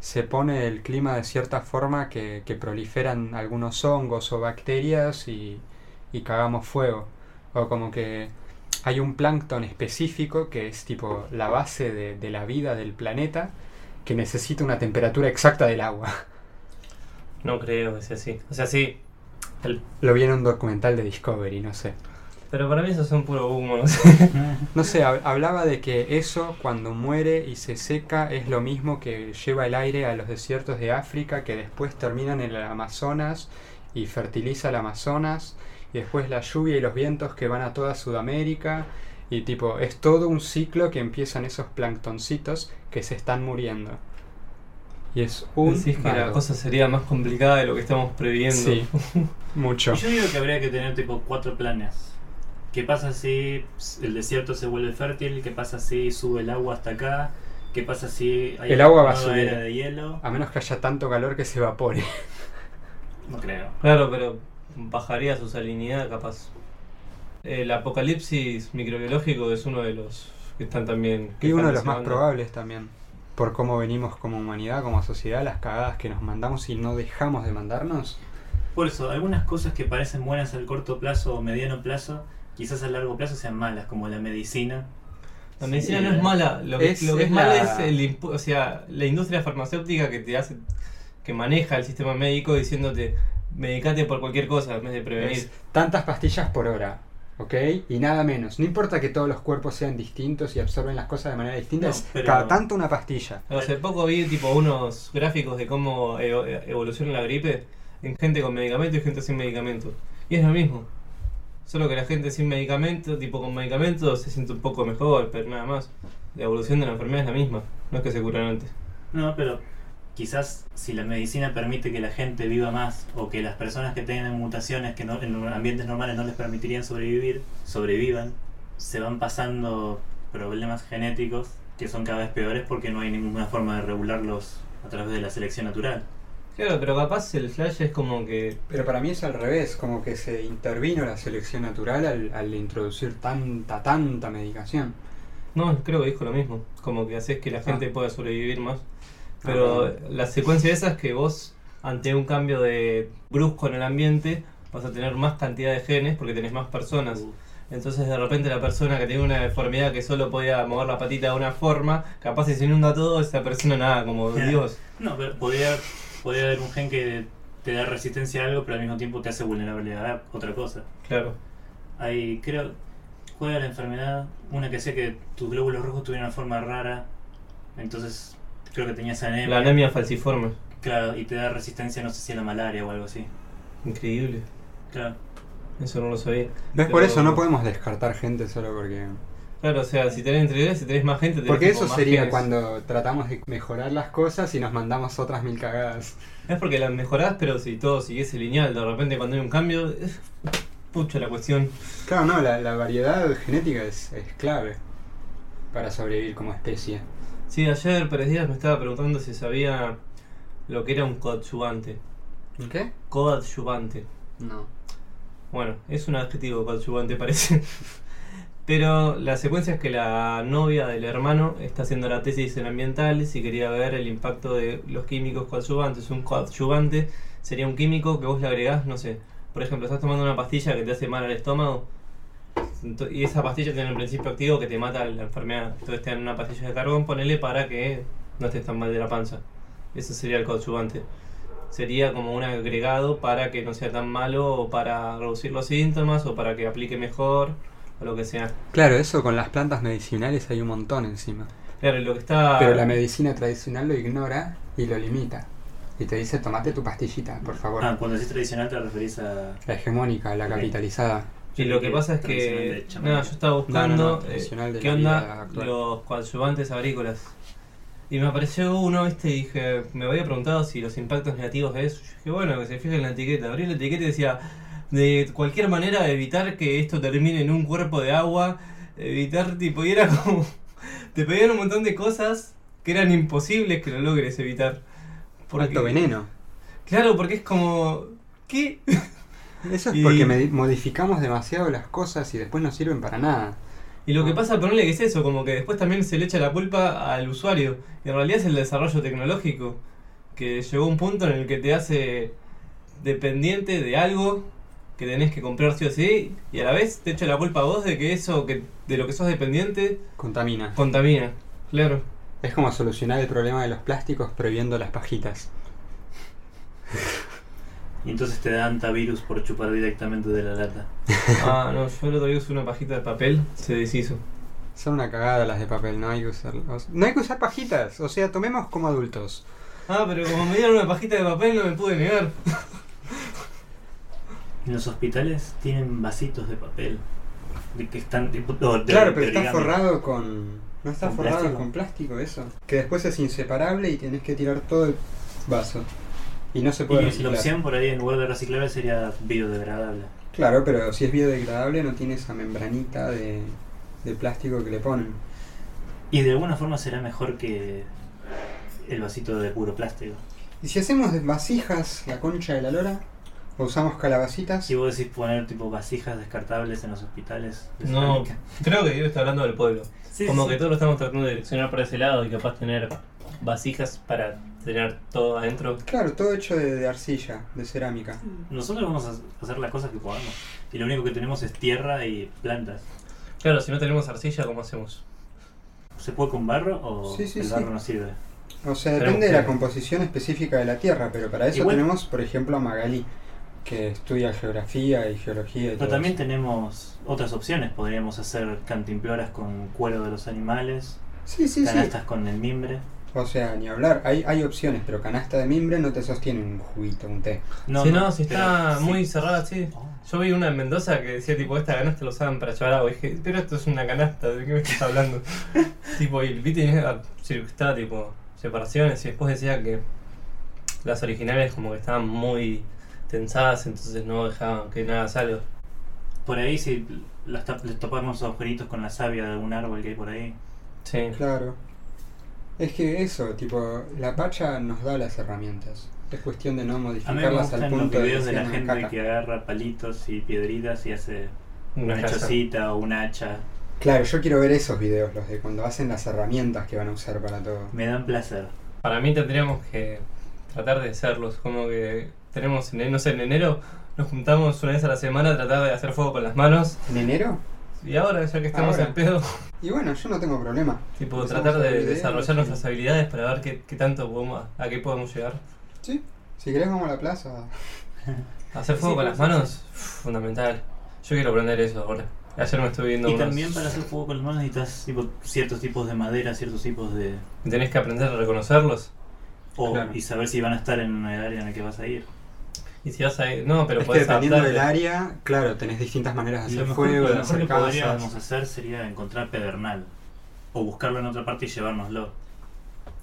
Speaker 4: se pone el clima de cierta forma que, que proliferan algunos hongos o bacterias y, y cagamos fuego. O como que hay un plancton específico que es tipo la base de, de la vida del planeta que necesita una temperatura exacta del agua. [laughs]
Speaker 2: No creo que sea así. O sea, sí. el-
Speaker 4: Lo vi en un documental de Discovery, no sé.
Speaker 2: pero para mí eso es un puro humo. no sé.
Speaker 4: No sé, hab- hablaba de que eso cuando muere y se seca es lo mismo que lleva el aire a los desiertos de África que después terminan en el Amazonas y fertiliza el Amazonas y después la lluvia y los vientos que van a toda Sudamérica y tipo es todo un ciclo que empiezan esos planctoncitos que se están muriendo. Y es
Speaker 2: [laughs]
Speaker 4: un
Speaker 2: Decís que la
Speaker 4: bardo.
Speaker 2: cosa sería más complicada de lo que estamos previendo.
Speaker 4: Sí,
Speaker 2: [laughs]
Speaker 4: mucho.
Speaker 5: Y yo digo que habría que tener tipo cuatro planes. ¿Qué pasa si el desierto se vuelve fértil? ¿Qué pasa si sube el agua hasta acá? ¿Qué pasa si hay
Speaker 4: El agua va a
Speaker 5: nueva
Speaker 4: subir.
Speaker 5: era de hielo?
Speaker 4: A menos que haya tanto calor que se evapore.
Speaker 5: No creo.
Speaker 2: Claro, pero bajaría su salinidad capaz. El apocalipsis microbiológico es uno de los que están también...
Speaker 4: Y uno de los más
Speaker 2: quejándose, ¿no?
Speaker 4: probables también. Por cómo venimos como humanidad, como sociedad, las cagadas que nos mandamos y no dejamos de mandarnos.
Speaker 5: Por eso, algunas cosas que parecen buenas al corto plazo o mediano plazo, quizás a largo plazo sean malas, como la medicina.
Speaker 2: La medicina
Speaker 5: Sí,
Speaker 2: no es mala, lo que
Speaker 4: Es-
Speaker 2: lo que es,
Speaker 4: es
Speaker 2: mala
Speaker 4: la-
Speaker 2: es el impu- o sea, la industria farmacéutica que te hace, que maneja el sistema médico diciéndote, medicate por cualquier cosa en vez de prevenir.
Speaker 4: Es tantas pastillas por hora, ¿ok? Y nada menos. No importa que todos los cuerpos sean distintos y absorben las cosas de manera distinta,
Speaker 5: No,
Speaker 4: es
Speaker 5: pero-
Speaker 4: cada tanto una pastilla.
Speaker 2: Hace poco vi tipo unos gráficos de cómo evo- evoluciona la gripe en gente con medicamento y gente sin medicamento. Y es lo mismo. Solo que la gente sin medicamento, tipo con medicamento, se siente un poco mejor, pero nada más. La evolución de la enfermedad es la misma, no es que se curan antes.
Speaker 5: No, pero quizás si la medicina permite que la gente viva más o que las personas que tengan mutaciones que no- en ambientes normales no les permitirían sobrevivir, sobrevivan, se van pasando problemas genéticos que son cada vez peores porque no hay ninguna forma de regularlos a través de la selección natural.
Speaker 2: Claro, pero capaz el flash es como que
Speaker 4: Pero para mí es al revés, como que se intervino la selección natural al, al introducir tanta, tanta medicación.
Speaker 2: No, creo que dijo lo mismo. Como que haces que la gente pueda sobrevivir más. Pero
Speaker 4: Ah.
Speaker 2: la secuencia de esa es que vos, ante un cambio de brusco en el ambiente, vas a tener más cantidad de genes porque tenés más personas.
Speaker 4: Uh.
Speaker 2: Entonces, de repente, la persona que tiene una deformidad que solo podía mover la patita de una forma, capaz si se inunda todo, esa persona nada, como Dios.
Speaker 5: No, pero podría, podría haber un gen que te da resistencia a algo, pero al mismo tiempo te hace vulnerable a otra cosa.
Speaker 2: Claro.
Speaker 5: Hay, creo, juega la enfermedad, una que hacía que tus glóbulos rojos tuvieran una forma rara, entonces creo que tenías anemia,
Speaker 2: La anemia falciforme.
Speaker 5: claro, y te da resistencia, no sé si a la malaria o algo así.
Speaker 2: Increíble.
Speaker 5: Claro,
Speaker 2: Eso no lo sabía.
Speaker 4: ¿Ves? Por
Speaker 2: Pero-
Speaker 4: eso no podemos descartar gente solo porque...
Speaker 2: Claro, o sea, si tenés entre si tenés más gente, tenés
Speaker 4: Porque
Speaker 2: tipo
Speaker 4: eso
Speaker 2: más
Speaker 4: sería
Speaker 2: genes.
Speaker 4: cuando tratamos de mejorar las cosas y nos mandamos otras mil cagadas.
Speaker 2: Es porque las mejorás, pero si todo siguiese lineal, de repente cuando hay un cambio, es pucha la cuestión.
Speaker 4: Claro, no, la, la variedad genética es, es clave para sobrevivir como especie.
Speaker 2: Sí, ayer Pérez Díaz me estaba preguntando si sabía lo que era un coadyuvante.
Speaker 4: ¿Qué?
Speaker 2: Coadyuvante.
Speaker 4: No.
Speaker 2: Bueno, es un adjetivo coadyuvante parece. [laughs] Pero la secuencia es que la novia del hermano está haciendo la tesis en ambientales y quería ver el impacto de los químicos coadyuvantes. Un coadyuvante sería un químico que vos le agregás, no sé, por ejemplo, estás tomando una pastilla que te hace mal al estómago ento- y esa pastilla tiene un principio activo que te mata la enfermedad. Entonces te dan una pastilla de carbón, ponele para que no estés tan mal de la panza. Ese sería el coadyuvante. Sería como un agregado para que no sea tan malo o para reducir los síntomas o para que aplique mejor o lo que sea.
Speaker 4: Claro, eso con las plantas medicinales hay un montón encima.
Speaker 2: Claro, y lo que está.
Speaker 4: Pero la medicina tradicional lo ignora y lo limita. Y te dice, tomate tu pastillita, por favor.
Speaker 5: ah, cuando decís tradicional te referís a...
Speaker 4: La hegemónica, la
Speaker 5: Ok.
Speaker 4: capitalizada.
Speaker 2: Y lo que pasa es
Speaker 5: Tradicional
Speaker 2: que.
Speaker 5: de chamán.
Speaker 2: Nada, yo estaba
Speaker 4: No, no,
Speaker 2: buscando
Speaker 4: no, tradicional
Speaker 2: eh,
Speaker 4: de
Speaker 2: qué
Speaker 4: la
Speaker 2: onda
Speaker 4: vida actual.
Speaker 2: los coadyuvantes agrícolas. Y me apareció uno, viste, y dije, me había preguntado si los impactos negativos de eso. Yo dije, bueno, que se fije en la etiqueta. Abrí la etiqueta y decía, de cualquier manera evitar que esto termine en un cuerpo de agua, evitar, tipo, y era como. [laughs] Te pedían un montón de cosas que eran imposibles que lo logres evitar.
Speaker 4: Por alto veneno.
Speaker 2: Claro, porque es como. ¿Qué?
Speaker 4: Eso es
Speaker 2: Y-
Speaker 4: porque medi- modificamos demasiado las cosas y después no sirven para nada.
Speaker 2: Y lo que pasa, ponerle que es eso, como que después también se le echa la culpa al usuario. Y en realidad es el desarrollo tecnológico, que llegó a un punto en el que te hace dependiente de algo que tenés que comprar sí o sí, y a la vez te echa la culpa a vos de que eso, que de lo que sos dependiente,
Speaker 4: Contamina.
Speaker 2: contamina. Claro.
Speaker 4: Es como solucionar el problema de los plásticos prohibiendo las pajitas.
Speaker 5: Y entonces te da antivirus por chupar directamente de la lata.
Speaker 2: [laughs] Ah, no, yo el otro día usé una pajita de papel, se deshizo.
Speaker 4: Son una cagada las de papel, no hay que usarlas. No hay que usar pajitas, o sea, tomemos como adultos.
Speaker 2: Ah, pero como me dieron una pajita de papel no me pude negar.
Speaker 5: En los hospitales tienen vasitos de papel. De que están tipo- no, de-
Speaker 4: Claro,
Speaker 5: de
Speaker 4: pero está
Speaker 5: origami.
Speaker 4: forrado con. ¿No está
Speaker 5: ¿Con
Speaker 4: forrado
Speaker 5: plástico?
Speaker 4: con plástico eso? Que después es inseparable y tenés que tirar todo el vaso. Y no se puede
Speaker 5: Y la
Speaker 4: reciclar.
Speaker 5: opción por ahí en lugar de reciclable sería biodegradable.
Speaker 4: Claro, pero si es biodegradable no tiene esa membranita de, de plástico que le ponen.
Speaker 5: Y de alguna forma será mejor que el vasito de puro plástico.
Speaker 4: Y si hacemos de vasijas la concha de la lora, o usamos calabacitas,
Speaker 5: Si vos decís poner tipo vasijas descartables en los hospitales. de
Speaker 2: No,
Speaker 5: cerámica.
Speaker 2: creo que Diego está hablando del pueblo.
Speaker 5: Sí,
Speaker 2: Como
Speaker 5: sí,
Speaker 2: que
Speaker 5: sí.
Speaker 2: todos lo estamos tratando de direccionar para ese lado y capaz tener vasijas para tener todo adentro.
Speaker 4: claro, todo hecho de, de arcilla, de cerámica.
Speaker 5: Nosotros vamos a hacer las cosas que podamos. Y lo único que tenemos es tierra y plantas.
Speaker 2: Claro, si no tenemos arcilla, ¿cómo hacemos?
Speaker 5: ¿Se puede con barro o
Speaker 4: Sí, sí,
Speaker 5: el
Speaker 4: sí.
Speaker 5: barro no sirve?
Speaker 4: O sea,
Speaker 2: Tenemos
Speaker 4: depende de la
Speaker 2: que-
Speaker 4: composición específica de la Tierra, pero para eso
Speaker 5: Igual-
Speaker 4: tenemos, por ejemplo, a Magalí, que estudia geografía y geología y todo
Speaker 5: Pero también
Speaker 4: eso.
Speaker 5: tenemos otras opciones. Podríamos hacer cantimploras con cuero de los animales,
Speaker 4: Sí, sí, sí.
Speaker 5: canastas con el mimbre.
Speaker 4: O sea, ni hablar, hay, hay opciones, pero canasta de mimbre no te sostiene un juguito, un té.
Speaker 2: si no, si está
Speaker 5: pero sí.
Speaker 2: muy cerrada, sí.
Speaker 5: Oh.
Speaker 2: Yo vi una en Mendoza que decía, tipo, esta canasta lo usaban para llevar agua. Y dije, pero esto es una canasta, ¿de qué me estás
Speaker 5: [laughs]
Speaker 2: hablando? tipo, y vi tenía ah, sí, estaba, tipo, separaciones. Y después decía que las originales, como que estaban muy tensadas, entonces no dejaban que nada salga.
Speaker 5: Por ahí si las tap- les tapamos los agujeritos con la savia de algún árbol que hay por ahí.
Speaker 2: Sí.
Speaker 4: Claro. Es que eso, tipo, la pacha nos da las herramientas. Es cuestión de no
Speaker 5: A mí me
Speaker 4: modificarlas al
Speaker 5: gustan los
Speaker 4: punto de que
Speaker 5: videos de la
Speaker 4: sean una
Speaker 5: gente
Speaker 4: caca.
Speaker 5: que agarra palitos y piedritas y hace
Speaker 2: Una
Speaker 5: una
Speaker 2: casa.
Speaker 5: chocita o una hacha.
Speaker 4: Claro, yo quiero ver esos videos, los de cuando hacen las herramientas que van a usar para todo.
Speaker 5: Me dan placer.
Speaker 2: Para mí tendríamos que tratar de serlos, como que tenemos, en, no sé, en enero nos juntamos una vez a la semana a tratar de hacer fuego con las manos
Speaker 4: ¿En enero?
Speaker 2: y ahora, ya que estamos
Speaker 4: Ahora.
Speaker 2: en pedo,
Speaker 4: Y bueno, yo no tengo problema.
Speaker 2: tipo,
Speaker 4: Empezamos
Speaker 2: tratar
Speaker 4: a ver
Speaker 2: de
Speaker 4: videos,
Speaker 2: desarrollar
Speaker 4: sí.
Speaker 2: nuestras habilidades para ver qué, qué tanto podemos, a qué podemos llegar.
Speaker 4: Sí, si querés vamos a la plaza.
Speaker 2: Hacer fuego
Speaker 5: Sí,
Speaker 2: con las
Speaker 5: sí, sí.
Speaker 2: manos, uf, fundamental. Yo quiero aprender eso ahora. Ayer me estuve viendo
Speaker 5: Y
Speaker 2: unos-
Speaker 5: también para hacer fuego con las manos necesitas tipo, ciertos tipos de madera, ciertos tipos de...
Speaker 2: Tenés que aprender a reconocerlos.
Speaker 5: o-
Speaker 4: Claro.
Speaker 5: Y saber si van a estar en el área en la que vas a ir.
Speaker 2: Y si vas a ir... No, pero
Speaker 4: es que
Speaker 2: podés
Speaker 4: dependiendo del
Speaker 2: adaptarte.
Speaker 4: área, claro, tenés distintas maneras de
Speaker 5: lo
Speaker 4: hacer
Speaker 5: mejor,
Speaker 4: fuego,
Speaker 5: lo
Speaker 4: de
Speaker 5: mejor
Speaker 4: hacer
Speaker 5: que podríamos
Speaker 4: casas.
Speaker 5: hacer sería encontrar pedernal. O buscarlo en otra parte y llevárnoslo.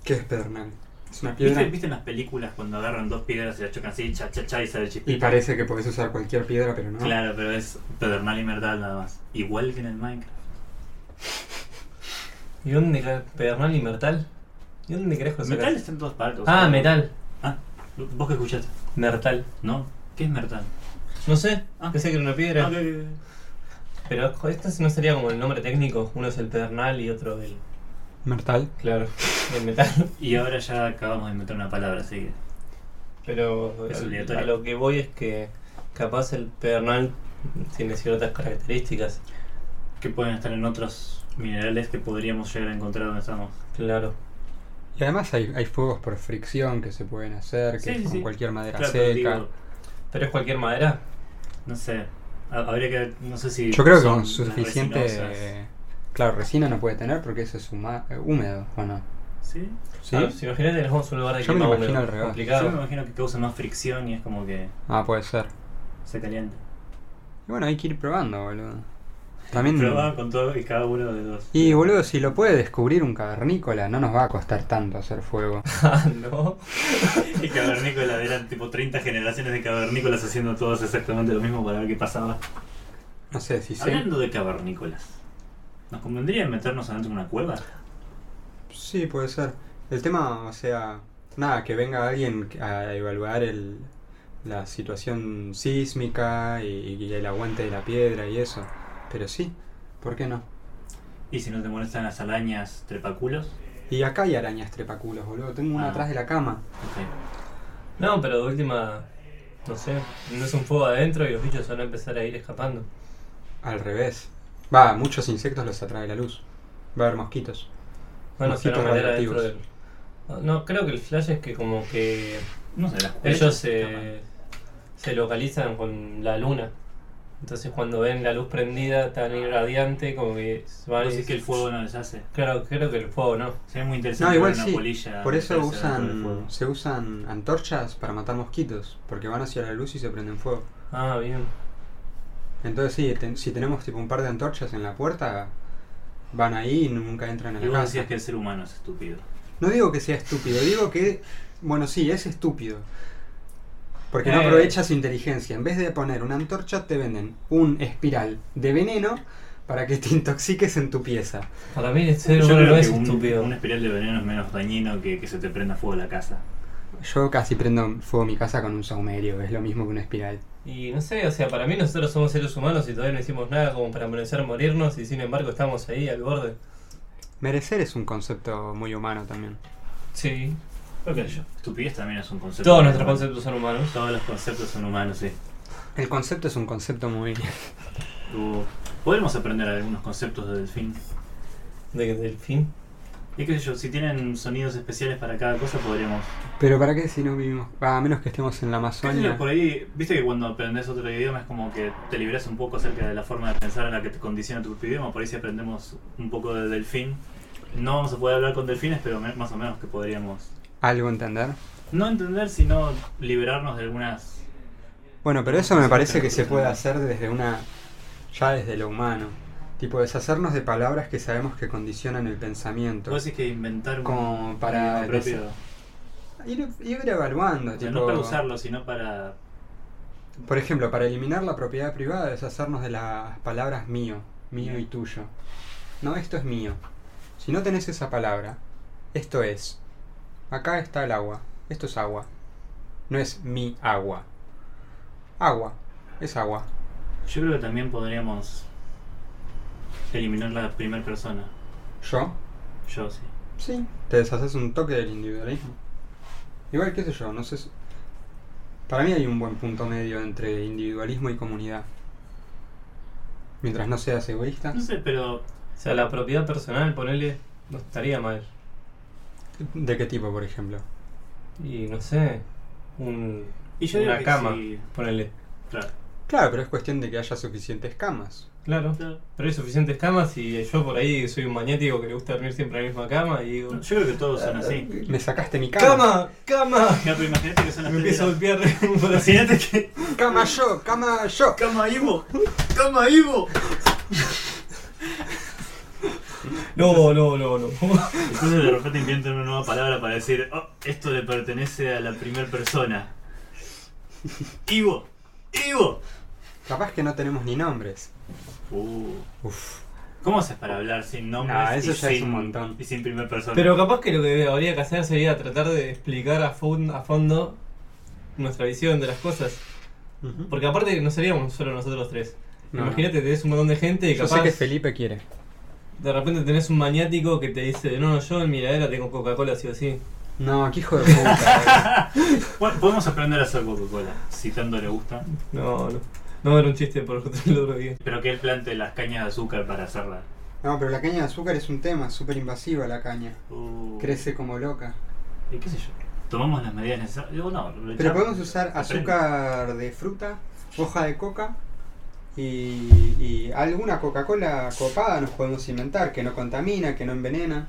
Speaker 4: ¿Qué es pedernal? Es una piedra.
Speaker 5: ¿Viste, ¿Viste en las películas cuando agarran dos piedras y las chocan así, cha, cha, cha, y sale el
Speaker 4: Y
Speaker 5: chispito?
Speaker 4: parece que podés usar cualquier piedra, pero no.
Speaker 5: Claro, pero es pedernal y verdad nada más. Igual que en el Minecraft.
Speaker 2: ¿Y dónde? ca- ¿Pedernal y metal? ¿Y dónde querés que lo
Speaker 5: metal
Speaker 2: sacas?
Speaker 5: está en todas partes. o sea,
Speaker 2: Ah, metal.
Speaker 5: ¿Vos qué escuchaste?
Speaker 2: Mertal.
Speaker 5: ¿No? ¿Qué es metal?
Speaker 2: No sé,
Speaker 5: Ah.
Speaker 2: pensé que era una piedra. Pero jo, este no sería como el nombre técnico. Uno es el pedernal y otro el.
Speaker 4: Mertal.
Speaker 2: Claro, el metal.
Speaker 5: Y ahora ya acabamos de inventar una palabra, así que.
Speaker 2: [laughs] Pero
Speaker 5: Es
Speaker 2: al-
Speaker 5: obligatorio.
Speaker 2: a lo que voy es que capaz el pedernal tiene ciertas características.
Speaker 5: Que pueden estar en otros minerales que podríamos llegar a encontrar donde estamos.
Speaker 2: Claro.
Speaker 4: Y además hay, hay fuegos por fricción que se pueden hacer, que
Speaker 5: Sí, sí,
Speaker 4: con
Speaker 5: sí.
Speaker 4: cualquier madera
Speaker 5: Claro, pero
Speaker 4: seca.
Speaker 5: digo,
Speaker 2: Pero es cualquier madera.
Speaker 5: no sé. ha- Habría que. No sé si.
Speaker 4: Yo creo que
Speaker 5: son
Speaker 4: con
Speaker 5: las
Speaker 4: suficiente.
Speaker 5: resinosas.
Speaker 4: Claro, resina no puede tener porque eso es huma- eh, húmedo, ¿o no?
Speaker 5: Sí.
Speaker 4: ¿Sí?
Speaker 2: Ah, si imagínate, nos vamos a un lugar de
Speaker 4: Yo me lo
Speaker 2: clima húmedo,
Speaker 4: imagino al revés.
Speaker 5: Yo me
Speaker 2: Complicado.
Speaker 5: imagino que causa más fricción y es como que
Speaker 4: Ah, puede ser.
Speaker 5: se calienta.
Speaker 4: Y bueno, hay que ir probando, boludo. También.
Speaker 5: Prueba con todo y cada uno de los.
Speaker 4: Mm. Y boludo, si lo puede descubrir un cavernícola, no nos va a costar tanto hacer fuego.
Speaker 2: [laughs] Ah, no.
Speaker 5: [laughs] Y cavernícola, eran tipo 30 generaciones de cavernícolas haciendo todos exactamente lo mismo para ver qué pasaba.
Speaker 4: No sé si se...
Speaker 5: Hablando de cavernícolas, ¿nos convendría meternos adentro de una cueva?
Speaker 4: Sí, puede ser. El tema, o sea, nada, que venga alguien a evaluar el, la situación sísmica y, y el aguante de la piedra y eso. Pero sí, ¿por qué no?
Speaker 5: ¿Y si no te molestan las arañas trepaculos?
Speaker 4: Y acá hay arañas trepaculos, boludo. Tengo una
Speaker 5: Ah.
Speaker 4: atrás de la cama.
Speaker 5: Ok.
Speaker 2: No, pero de última. No sé. No es un fuego adentro y los bichos van a empezar a ir escapando.
Speaker 4: Al revés. Va, muchos insectos los atrae la luz. Va a haber mosquitos.
Speaker 2: Bueno, será
Speaker 4: Mosquitos
Speaker 2: una manera dentro del.
Speaker 4: radioactivos.
Speaker 2: No, creo que el flash es que como que
Speaker 5: No sé, las cucarachas
Speaker 2: Ellos eh,
Speaker 5: escapan.
Speaker 2: se, se localizan con la luna. Entonces cuando ven la luz prendida tan irradiante como que se van
Speaker 5: Vos
Speaker 2: y
Speaker 5: decís que el fuego no les hace.
Speaker 2: Claro, creo que el fuego no.
Speaker 5: Sería muy
Speaker 4: No,
Speaker 5: interesante
Speaker 4: igual
Speaker 5: ver una
Speaker 4: sí.
Speaker 5: polilla.
Speaker 4: Por eso
Speaker 5: meterse dentro del fuego.
Speaker 4: usan, se usan antorchas para matar mosquitos, porque van hacia la luz y se prenden fuego.
Speaker 2: Ah, bien.
Speaker 4: Entonces sí, ten- si tenemos tipo un par de antorchas en la puerta, van ahí y nunca entran
Speaker 5: Y
Speaker 4: en la
Speaker 5: vos
Speaker 4: casa.
Speaker 5: decías que el ser humano es estúpido.
Speaker 4: No digo que sea estúpido, digo que, bueno sí, es estúpido, Porque no
Speaker 2: Eh.
Speaker 4: aprovecha su inteligencia. En vez de poner una antorcha, te venden un espiral de veneno para que te intoxiques en tu pieza.
Speaker 2: Para mí el ser
Speaker 5: Yo
Speaker 2: humano
Speaker 5: creo
Speaker 2: no
Speaker 5: que
Speaker 2: es
Speaker 5: un-
Speaker 2: estúpido.
Speaker 5: Una espiral de veneno es menos dañino que que se te prenda fuego la casa.
Speaker 4: Yo casi prendo fuego mi casa con un saumerio, es lo mismo que una espiral.
Speaker 2: Y no sé, o sea, para mí nosotros somos seres humanos y todavía no hicimos nada como para merecer morirnos y sin embargo estamos ahí al borde.
Speaker 4: Merecer es un concepto muy humano también.
Speaker 2: Sí.
Speaker 5: Porque yo. Estupidez también es un concepto.
Speaker 2: Todos nuestros
Speaker 5: humano.
Speaker 2: conceptos son humanos.
Speaker 5: Todos los conceptos son humanos, sí.
Speaker 4: El concepto es un concepto muy...
Speaker 5: Uh, Podemos aprender algunos conceptos de delfín.
Speaker 2: De, del fin.
Speaker 5: Y qué sé yo, si tienen sonidos especiales para cada cosa, podríamos.
Speaker 4: [laughs] Pero ¿para qué si no vivimos? Ah, a menos que estemos en la
Speaker 5: Qué sé yo,
Speaker 4: Amazonia.
Speaker 5: Por ahí, viste que cuando aprendes otro idioma es como que te liberas un poco acerca de la forma de pensar en la que te condiciona tu propio idioma. Por ahí, si aprendemos un poco de delfín, no vamos a poder hablar con delfines, pero me- más o menos que podríamos.
Speaker 4: Algo entender.
Speaker 5: No entender, sino liberarnos de algunas.
Speaker 4: Bueno, pero eso me
Speaker 5: Sí,
Speaker 4: parece
Speaker 5: pero
Speaker 4: que se
Speaker 5: tú
Speaker 4: puede
Speaker 5: también.
Speaker 4: hacer desde una... ya desde lo humano. Tipo, deshacernos de palabras que sabemos que condicionan el pensamiento.
Speaker 5: Vos decís que inventar un
Speaker 4: Como para...
Speaker 5: idioma propio.
Speaker 4: Ir, ir evaluando,
Speaker 5: O sea,
Speaker 4: tipo...
Speaker 5: no para usarlo, sino para.
Speaker 4: Por ejemplo, para eliminar la propiedad privada, deshacernos de las palabras mío, mío y tuyo. No, esto es mío. Si no tenés esa palabra, esto es. Acá está el agua. Esto es agua. No es mi agua. Agua. Es agua.
Speaker 5: Yo creo que también podríamos eliminar la primera persona.
Speaker 4: Yo.
Speaker 5: Yo sí.
Speaker 4: Sí. Te deshaces un toque del individualismo. Igual, qué sé yo, no sé... si- Para mí hay un buen punto medio entre individualismo y comunidad. Mientras no seas egoísta.
Speaker 5: No sé, pero
Speaker 2: O sea, la propiedad personal, ponerle, no estaría mal.
Speaker 4: ¿De qué tipo, por ejemplo?
Speaker 2: Y no sé, un,
Speaker 5: Y yo digo
Speaker 2: una
Speaker 5: que
Speaker 2: cama,
Speaker 5: sí.
Speaker 2: ponele.
Speaker 5: Claro,
Speaker 4: Claro, pero es cuestión de que haya suficientes camas.
Speaker 2: Claro.
Speaker 5: claro.
Speaker 2: Pero hay suficientes camas y yo por ahí soy un magnético que le gusta dormir siempre en la misma cama y digo...
Speaker 5: Yo creo que todos son así.
Speaker 4: Me sacaste mi cama.
Speaker 2: ¡Cama! ¡Cama!
Speaker 5: No, pero imagínate que son
Speaker 2: Ah, Me
Speaker 5: las
Speaker 2: empiezo a
Speaker 5: tres de
Speaker 2: golpear [laughs]
Speaker 5: la-
Speaker 2: por así.
Speaker 5: Imagínate que. [laughs]
Speaker 4: Cama, yo, cama yo.
Speaker 5: ¡Cama Ivo! ¡Cama Ivo!
Speaker 2: No, no, no, no.
Speaker 5: Entonces de repente inventan una nueva palabra para decir, oh, esto le pertenece a la primera persona. Ivo! Ivo!
Speaker 4: Capaz que no tenemos ni nombres.
Speaker 5: Uh.
Speaker 4: Uf.
Speaker 5: ¿Cómo haces para hablar sin nombres?
Speaker 4: Nah, Ah, eso
Speaker 5: y
Speaker 4: ya
Speaker 5: sin,
Speaker 4: es un montón.
Speaker 5: Y sin primera persona.
Speaker 2: Pero capaz que lo que habría que hacer sería tratar de explicar a, fon- a fondo nuestra visión de las cosas.
Speaker 4: Ujú.
Speaker 2: Porque aparte no seríamos solo nosotros tres.
Speaker 4: No,
Speaker 2: Imagínate, tenés un montón de gente y
Speaker 4: Yo
Speaker 2: capaz
Speaker 4: sé que Felipe quiere.
Speaker 2: de repente tenés un maniático que te dice, no, no, yo en mi heladera tengo Coca-Cola sí o sí.
Speaker 4: No, qué hijo de [laughs] puta. eh.
Speaker 5: Bueno, podemos aprender a hacer Coca-Cola, si tanto le gusta.
Speaker 2: No, no. No era un chiste por el otro [laughs] día.
Speaker 5: Pero que él plante las cañas de azúcar para hacerla.
Speaker 4: no, pero la caña de azúcar es un tema, súper invasiva la caña.
Speaker 5: Uh.
Speaker 4: Crece como loca.
Speaker 5: Y qué sé yo. Tomamos las medidas necesarias. Digo, no, lo
Speaker 4: Pero
Speaker 5: echamos,
Speaker 4: podemos usar
Speaker 5: se prende.
Speaker 4: azúcar de fruta, hoja de coca y, y alguna Coca-Cola copada nos podemos inventar, que no contamina, que no envenena.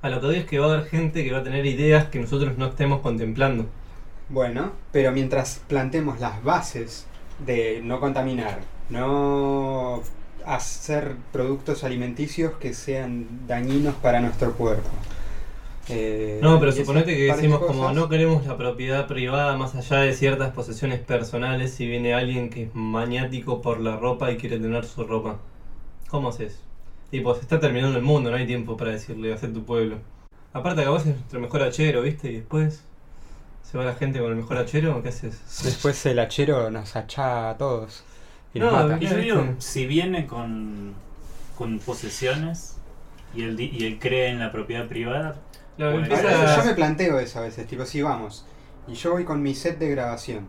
Speaker 2: A lo que doy es que va a haber gente que va a tener ideas que nosotros no estemos contemplando.
Speaker 4: Bueno, pero mientras plantemos las bases de no contaminar, no hacer productos alimenticios que sean dañinos para nuestro cuerpo. Eh,
Speaker 2: No, pero
Speaker 4: y esas
Speaker 2: suponete que
Speaker 4: pares de
Speaker 2: decimos como
Speaker 4: cosas,
Speaker 2: no queremos la propiedad privada más allá de ciertas posesiones personales si viene alguien que es maniático por la ropa y quiere tener su ropa. ¿Cómo haces? Tipo, se está terminando el mundo, no hay tiempo para decirle, hacer tu pueblo. Aparte acabas es nuestro mejor hachero, ¿viste? Y después se va la gente con el mejor hachero, ¿qué haces?
Speaker 4: Después el hachero nos hacha a todos y
Speaker 2: No,
Speaker 4: nos mata.
Speaker 5: Y yo digo,
Speaker 2: Claro.
Speaker 5: si viene con, con posesiones y él, di- y él cree en la propiedad privada,
Speaker 2: Claro,
Speaker 5: Bueno,
Speaker 4: Ahora,
Speaker 2: empieza-
Speaker 4: yo- yo me planteo eso a veces, tipo, si vamos, y yo voy con mi set de grabación.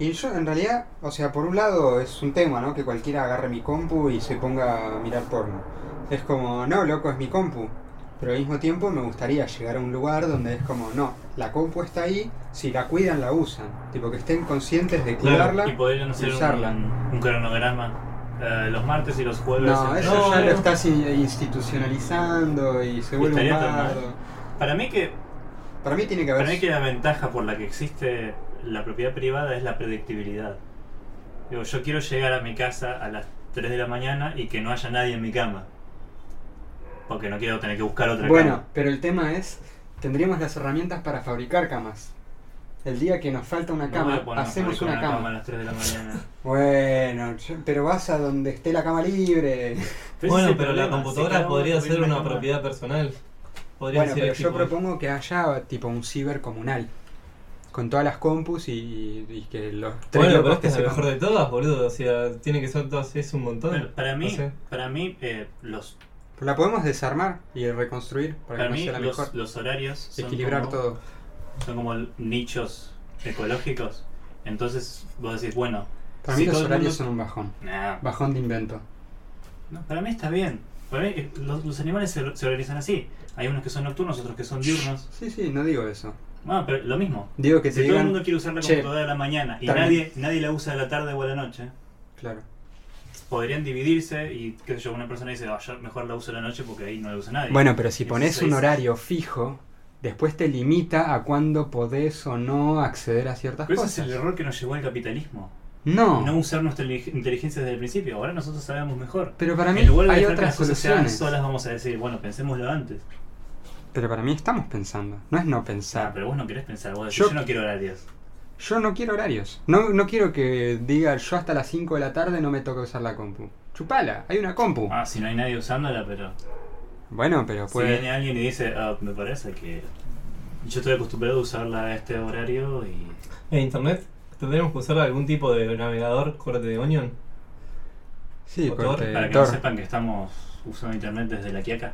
Speaker 4: Y yo, en realidad, o sea, por un lado es un tema, ¿no? Que cualquiera agarre mi compu y se ponga a mirar porno. Es como, no, loco, es mi compu. Pero al mismo tiempo me gustaría llegar a un lugar donde es como, no, la compu está ahí, si la cuidan, la usan. Tipo, que estén conscientes de
Speaker 2: Claro,
Speaker 4: cuidarla.
Speaker 5: y podrían hacer
Speaker 4: usarla.
Speaker 5: un, un cronograma eh, los martes y los jueves.
Speaker 4: No,
Speaker 5: en-
Speaker 4: eso
Speaker 2: No,
Speaker 4: ya
Speaker 2: no.
Speaker 4: lo estás in- institucionalizando y se
Speaker 5: Y
Speaker 4: vuelve un
Speaker 5: estaría tan mal.
Speaker 4: bardo.
Speaker 5: Para mí que
Speaker 4: Para mí tiene que haber...
Speaker 5: para mí que la ventaja por la que existe la propiedad privada es la predictibilidad. Digo, yo quiero llegar a mi casa a las 3 de la mañana y que no haya nadie en mi cama. Porque no quiero tener que buscar otra
Speaker 4: Bueno,
Speaker 5: cama.
Speaker 4: pero el tema es, tendríamos las herramientas para fabricar camas. El día que nos falta una
Speaker 5: No voy
Speaker 4: cama,
Speaker 5: a poner
Speaker 4: hacemos
Speaker 5: con
Speaker 4: una cama.
Speaker 5: a las 3 de la mañana.
Speaker 4: Bueno, yo- pero vas a donde esté la cama libre.
Speaker 5: Pero Pues ese es
Speaker 2: bueno,
Speaker 5: el
Speaker 2: pero la
Speaker 5: problema, si
Speaker 2: computadora
Speaker 5: cada uno
Speaker 2: podría
Speaker 5: tuviera
Speaker 2: ser una
Speaker 5: cama-
Speaker 2: propiedad personal. Podría ser
Speaker 4: Bueno, pero
Speaker 2: el
Speaker 4: yo
Speaker 2: tipo-
Speaker 4: propongo que haya tipo un ciber comunal. Con todas las compus y, y que los tres
Speaker 2: Bueno, pero
Speaker 4: locos
Speaker 5: este
Speaker 2: esta
Speaker 4: que
Speaker 2: es la
Speaker 4: se
Speaker 2: mejor de todas, boludo. O sea, tiene que ser todas, es un montón.
Speaker 5: Pero Para mí,
Speaker 2: O sea.
Speaker 5: para mí eh, los,
Speaker 4: La podemos desarmar y reconstruir para,
Speaker 5: para
Speaker 4: que no
Speaker 5: mí
Speaker 4: sea la mejor.
Speaker 5: los, los horarios son
Speaker 4: Equilibrar
Speaker 5: como-
Speaker 4: todo.
Speaker 5: son como nichos ecológicos. Entonces vos decís, bueno,
Speaker 4: Para
Speaker 5: si
Speaker 4: mí los
Speaker 5: todo el
Speaker 4: horarios
Speaker 5: mundo-
Speaker 4: son un bajón.
Speaker 5: nah,
Speaker 4: Bajón de invento.
Speaker 5: no, para mí está bien. Para mí, eh, los, los animales se, se organizan así. Hay unos que son nocturnos, otros que son diurnos.
Speaker 4: Sí, sí, no digo eso.
Speaker 5: Bueno, pero lo mismo.
Speaker 4: Digo que te
Speaker 5: Si todo el
Speaker 4: digan.
Speaker 5: mundo quiere usar la
Speaker 4: "Che,
Speaker 5: computadora de la mañana y
Speaker 4: también-
Speaker 5: nadie, nadie la usa a la tarde o a la noche,
Speaker 4: Claro.
Speaker 5: podrían dividirse y, qué sé yo, una persona dice, "Ah, yo mejor la uso a la noche porque ahí no la usa nadie.
Speaker 4: Bueno, pero si
Speaker 5: Y
Speaker 4: pones
Speaker 5: seis.
Speaker 4: un horario fijo, después te limita a cuándo podés o no acceder a ciertas
Speaker 5: pero ese es
Speaker 4: cosas.
Speaker 5: el error que nos llevó al capitalismo.
Speaker 4: No,
Speaker 5: No usar nuestra intelig- inteligencia desde el principio. Ahora nosotros sabemos mejor.
Speaker 4: pero para mí
Speaker 5: En lugar de
Speaker 4: hay
Speaker 5: dejar que
Speaker 4: otras
Speaker 5: las cosas se hagan
Speaker 4: soluciones.
Speaker 5: solas, vamos a decir, bueno, pensémoslo antes.
Speaker 4: Pero para mí estamos pensando, no es no
Speaker 5: Ah,
Speaker 4: pensar.
Speaker 5: pero vos no querés pensar, vos decís,
Speaker 4: Yo-
Speaker 5: yo, no quiero horarios.
Speaker 4: Yo no quiero horarios. No, no quiero que diga yo hasta las 5 de la tarde no me toca usar la compu. Chupala, hay una compu.
Speaker 5: Ah, si no hay nadie usándola, pero
Speaker 4: Bueno, pero
Speaker 5: si
Speaker 4: puede.
Speaker 5: viene alguien y dice, ah, me parece que yo estoy acostumbrado a usarla a este horario y...
Speaker 2: ¿En internet? ¿Tendremos que usar algún tipo de navegador corte de Onion?
Speaker 4: Sí,
Speaker 2: o
Speaker 4: porque
Speaker 2: Tor,
Speaker 5: Para que
Speaker 4: Tor.
Speaker 5: no sepan que estamos usando internet desde la quiaca.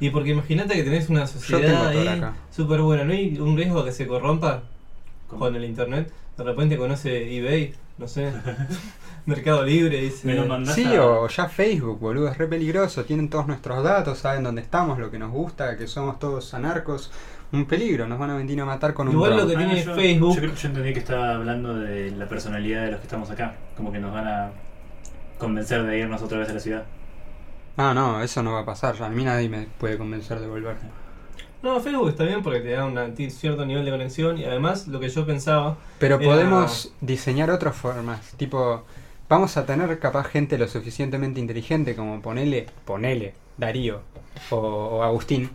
Speaker 2: Y porque imagínate que tenés una
Speaker 4: tengo
Speaker 2: sociedad
Speaker 4: Tor
Speaker 2: ahí
Speaker 4: acá.
Speaker 2: súper buena, ¿no hay un riesgo que se corrompa
Speaker 5: Como-
Speaker 2: con el internet? De repente conoce eBay, no
Speaker 5: [laughs]
Speaker 2: sé, Mercado Libre, dice.
Speaker 5: Me lo mandás
Speaker 4: Sí,
Speaker 5: a-
Speaker 4: o ya Facebook, boludo, es re peligroso. Tienen todos nuestros datos, saben dónde estamos, lo que nos gusta, que somos todos anarcos. Un peligro, nos van a venir a matar con un
Speaker 2: Igual lo
Speaker 4: dron.
Speaker 2: que-
Speaker 5: Ah,
Speaker 2: tiene
Speaker 5: yo-
Speaker 2: Facebook.
Speaker 5: Yo, creo- yo entendí que estaba hablando de la personalidad de los que estamos acá. Como que nos van a convencer de irnos otra vez a la ciudad.
Speaker 4: No, no, eso no va a pasar. ya A mí nadie me puede convencer de volver.
Speaker 2: No, Facebook está bien porque te da un cierto nivel de conexión y además lo que yo pensaba
Speaker 4: Pero
Speaker 2: Era-
Speaker 4: podemos diseñar otras formas. Tipo, vamos a tener capaz gente lo suficientemente inteligente como ponele, ponele, Darío o, o Agustín,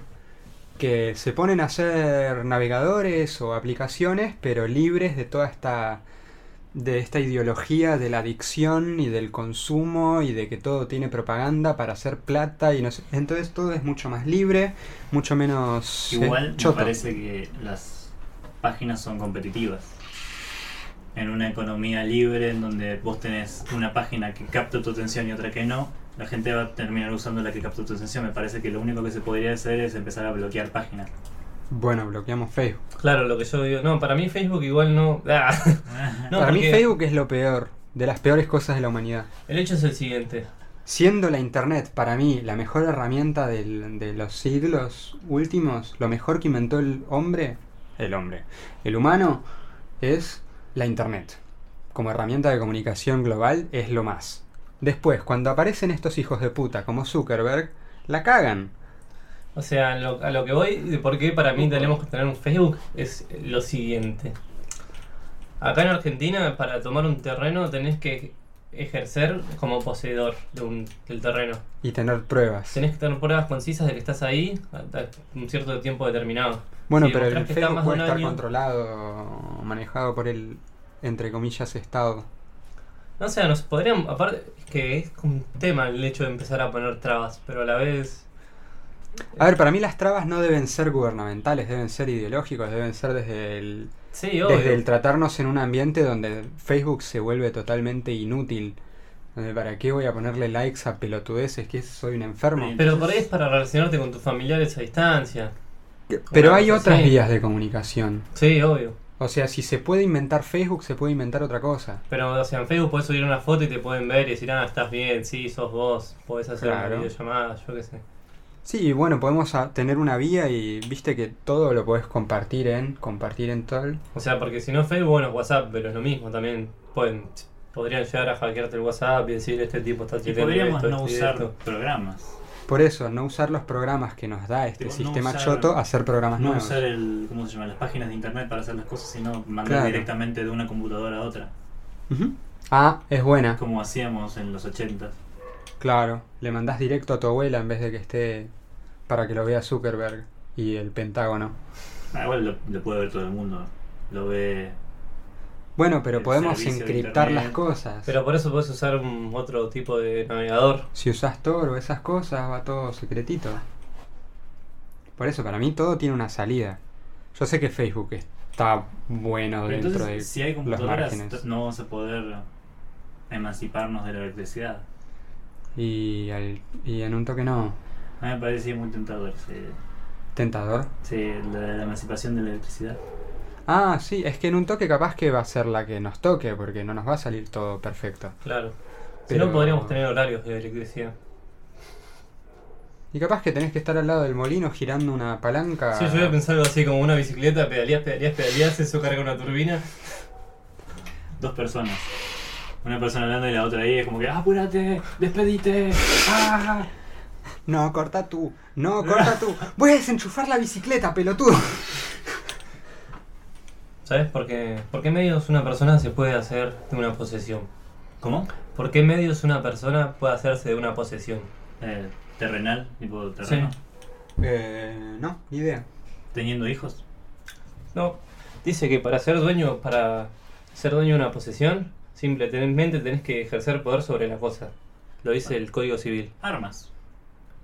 Speaker 4: que se ponen a hacer navegadores o aplicaciones, pero libres de toda esta de esta ideología de la adicción y del consumo y de que todo tiene propaganda para hacer plata y no sé. Entonces todo es mucho más libre, mucho menos eh,
Speaker 5: Igual me
Speaker 4: choto.
Speaker 5: parece que las páginas son competitivas. En una economía libre, en donde vos tenés una página que capta tu atención y otra que no, la gente va a terminar usando la que capta tu atención. Me parece que lo único que se podría hacer es empezar a bloquear páginas.
Speaker 4: Bueno, bloqueamos Facebook.
Speaker 2: Claro, lo que yo digo. No, para mí Facebook igual no. Ah. No,
Speaker 4: Para mí
Speaker 2: porque
Speaker 4: Facebook es lo peor, de las peores cosas de la humanidad.
Speaker 2: El hecho es el siguiente.
Speaker 4: Siendo la Internet para mí la mejor herramienta del- de los siglos últimos, lo mejor que inventó el hombre, el hombre, el humano, es la Internet. Como herramienta de comunicación global es lo más. Después, cuando aparecen estos hijos de puta como Zuckerberg, la cagan.
Speaker 2: O sea, lo- a lo que voy, de por qué para mí tenemos que tener un Facebook, es lo siguiente. Acá en Argentina, para tomar un terreno, tenés que ejercer como poseedor de un, del terreno.
Speaker 4: Y tener pruebas.
Speaker 2: Tenés que tener pruebas concisas de que estás ahí hasta un cierto tiempo determinado.
Speaker 4: Bueno,
Speaker 2: Si
Speaker 4: pero el
Speaker 2: demostrás que estás
Speaker 4: Facebook
Speaker 2: más de
Speaker 4: puede
Speaker 2: un
Speaker 4: estar
Speaker 2: año-
Speaker 4: controlado, manejado por el, entre comillas, Estado.
Speaker 2: No sé, nos podrían. Aparte, es que es un tema el hecho de empezar a poner trabas, pero a la vez.
Speaker 4: A ver, para mí las trabas no deben ser gubernamentales, deben ser ideológicos, deben ser desde el,
Speaker 2: Sí, obvio.
Speaker 4: desde el tratarnos en un ambiente donde Facebook se vuelve totalmente inútil. Donde, ¿Para qué voy a ponerle likes a pelotudeces que soy un enfermo?
Speaker 5: Bien.
Speaker 2: Pero por ahí es para relacionarte con tus familiares a distancia.
Speaker 4: Pero
Speaker 2: Una
Speaker 4: hay
Speaker 2: cosa
Speaker 4: otras
Speaker 2: así.
Speaker 4: vías de comunicación.
Speaker 2: Sí, obvio.
Speaker 4: O sea, si se puede inventar Facebook, se puede inventar otra cosa.
Speaker 2: Pero, o sea, en Facebook puedes subir una foto y te pueden ver y decir, ah, estás bien, sí, sos vos. Podés hacer
Speaker 4: Claro.
Speaker 2: una videollamada, yo qué sé.
Speaker 4: Sí, y bueno, podemos ah, tener una vía y viste que todo lo podés compartir en, compartir en tal.
Speaker 2: O sea, porque si no Facebook, bueno, es WhatsApp, pero es lo mismo también. Pueden, podrían llegar a hackearte el WhatsApp y decir, este tipo está
Speaker 5: Y
Speaker 2: chequeando
Speaker 5: podríamos
Speaker 2: esto,
Speaker 5: no
Speaker 2: esto y
Speaker 5: usar
Speaker 2: esto".
Speaker 5: programas.
Speaker 4: Por eso, no usar los programas que nos da este
Speaker 5: Tipo, no
Speaker 4: sistema
Speaker 5: usar-
Speaker 4: choto, hacer programas
Speaker 5: No
Speaker 4: nuevos.
Speaker 5: usar el, ¿cómo se llama? las páginas de internet para hacer las cosas, sino mandar
Speaker 4: Claro.
Speaker 5: directamente de una computadora a otra.
Speaker 4: Ujú. Ah, es buena.
Speaker 5: Como hacíamos en los 80.
Speaker 4: Claro, le mandás directo a tu abuela en vez de que esté para que lo vea Zuckerberg y el Pentágono.
Speaker 5: Ah, igual lo, lo puede ver todo el mundo. lo ve.
Speaker 4: Bueno, pero
Speaker 5: El
Speaker 4: podemos
Speaker 5: servicio de
Speaker 4: encriptar las
Speaker 5: internet.
Speaker 4: cosas.
Speaker 2: Pero por eso puedes usar un- otro tipo de navegador.
Speaker 4: Si usas Tor o esas cosas, va todo secretito. Por eso, para mí todo tiene una salida. Yo sé que Facebook está bueno
Speaker 5: Pero
Speaker 4: dentro de
Speaker 5: Entonces, si hay
Speaker 4: los
Speaker 5: computadoras,
Speaker 4: márgenes.
Speaker 5: no vamos a poder emanciparnos de la electricidad.
Speaker 4: Y, al- y en un toque no.
Speaker 5: A mí me parece muy tentador esa idea.
Speaker 4: Tentador.
Speaker 5: Sí, la, la emancipación de la electricidad.
Speaker 4: Ah, sí, es que en un toque capaz que va a ser la que nos toque, porque no nos va a salir todo perfecto.
Speaker 2: Claro. Si
Speaker 4: Pero-
Speaker 2: no, podríamos tener horarios de electricidad.
Speaker 4: Y capaz que tenés que estar al lado del molino girando una palanca.
Speaker 2: Sí, yo voy a pensar algo así como una bicicleta, pedalías, pedalías, pedalías, eso carga una turbina.
Speaker 5: Dos personas. Una persona hablando y la otra ahí es como que "Ah, ¡Apúrate! ¡Despedite!
Speaker 4: ¡Ah! No, corta tú. No, corta tú. Voy a desenchufar la bicicleta, pelotudo.
Speaker 2: ¿Sabes por qué? ¿Por qué medios una persona se puede hacer de una posesión?
Speaker 5: ¿Cómo?
Speaker 2: ¿Por qué medios una persona puede hacerse de una posesión?
Speaker 5: Eh, terrenal, tipo terreno.
Speaker 2: Sí.
Speaker 4: Eh, no, ni idea.
Speaker 5: Teniendo hijos.
Speaker 2: No. Dice que para ser dueño, para ser dueño de una posesión, simplemente tenés que ejercer poder sobre la cosa. Lo dice el Código Civil.
Speaker 5: Armas.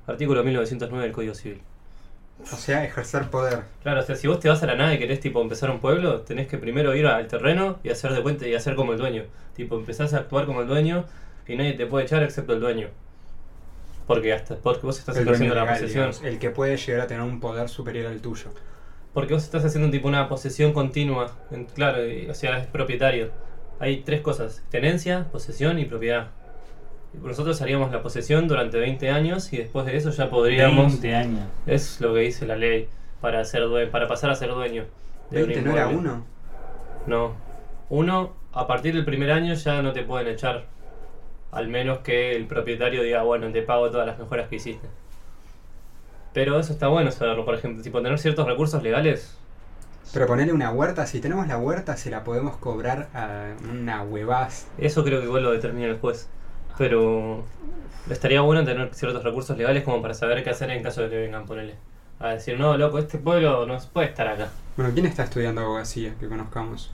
Speaker 2: Artículo 1909 del Código Civil.
Speaker 4: O sea, ejercer poder.
Speaker 2: Claro, o sea, si vos te vas a la nada y querés tipo empezar un pueblo, tenés que primero ir al terreno y hacer de puente y hacer como el dueño. Tipo, empezás a actuar como el dueño y nadie te puede echar excepto el dueño. Porque hasta porque vos estás
Speaker 4: El
Speaker 2: ejerciendo
Speaker 4: dueño
Speaker 2: la
Speaker 4: legal,
Speaker 2: posesión.
Speaker 4: digamos, el que puede llegar a tener un poder superior al tuyo.
Speaker 2: Porque vos estás haciendo tipo una posesión continua. En- claro, y- o sea, es propietario. Hay tres cosas, tenencia, posesión y propiedad. Y Nosotros haríamos la posesión durante 20 años y después de eso ya podríamos...
Speaker 5: 20 años.
Speaker 2: Es lo que dice la ley para, ser due- para pasar a ser dueño. de un
Speaker 4: 20 no era
Speaker 2: inmueble.
Speaker 4: uno.
Speaker 2: No. Uno, a partir del primer año ya no te pueden echar. Al menos que el propietario diga, bueno, te pago todas las mejoras que hiciste. Pero eso está bueno saberlo, por ejemplo. Tipo, tener ciertos recursos legales.
Speaker 4: Pero ponerle una huerta, si tenemos la huerta, se la podemos cobrar a una huevaz.
Speaker 2: Eso creo que igual lo determina el juez. Pero estaría bueno tener ciertos recursos legales como para saber qué hacer en caso de que vengan, ponele. A decir, no, loco, este pueblo no puede estar acá.
Speaker 4: Bueno, ¿quién está estudiando abogacía que conozcamos?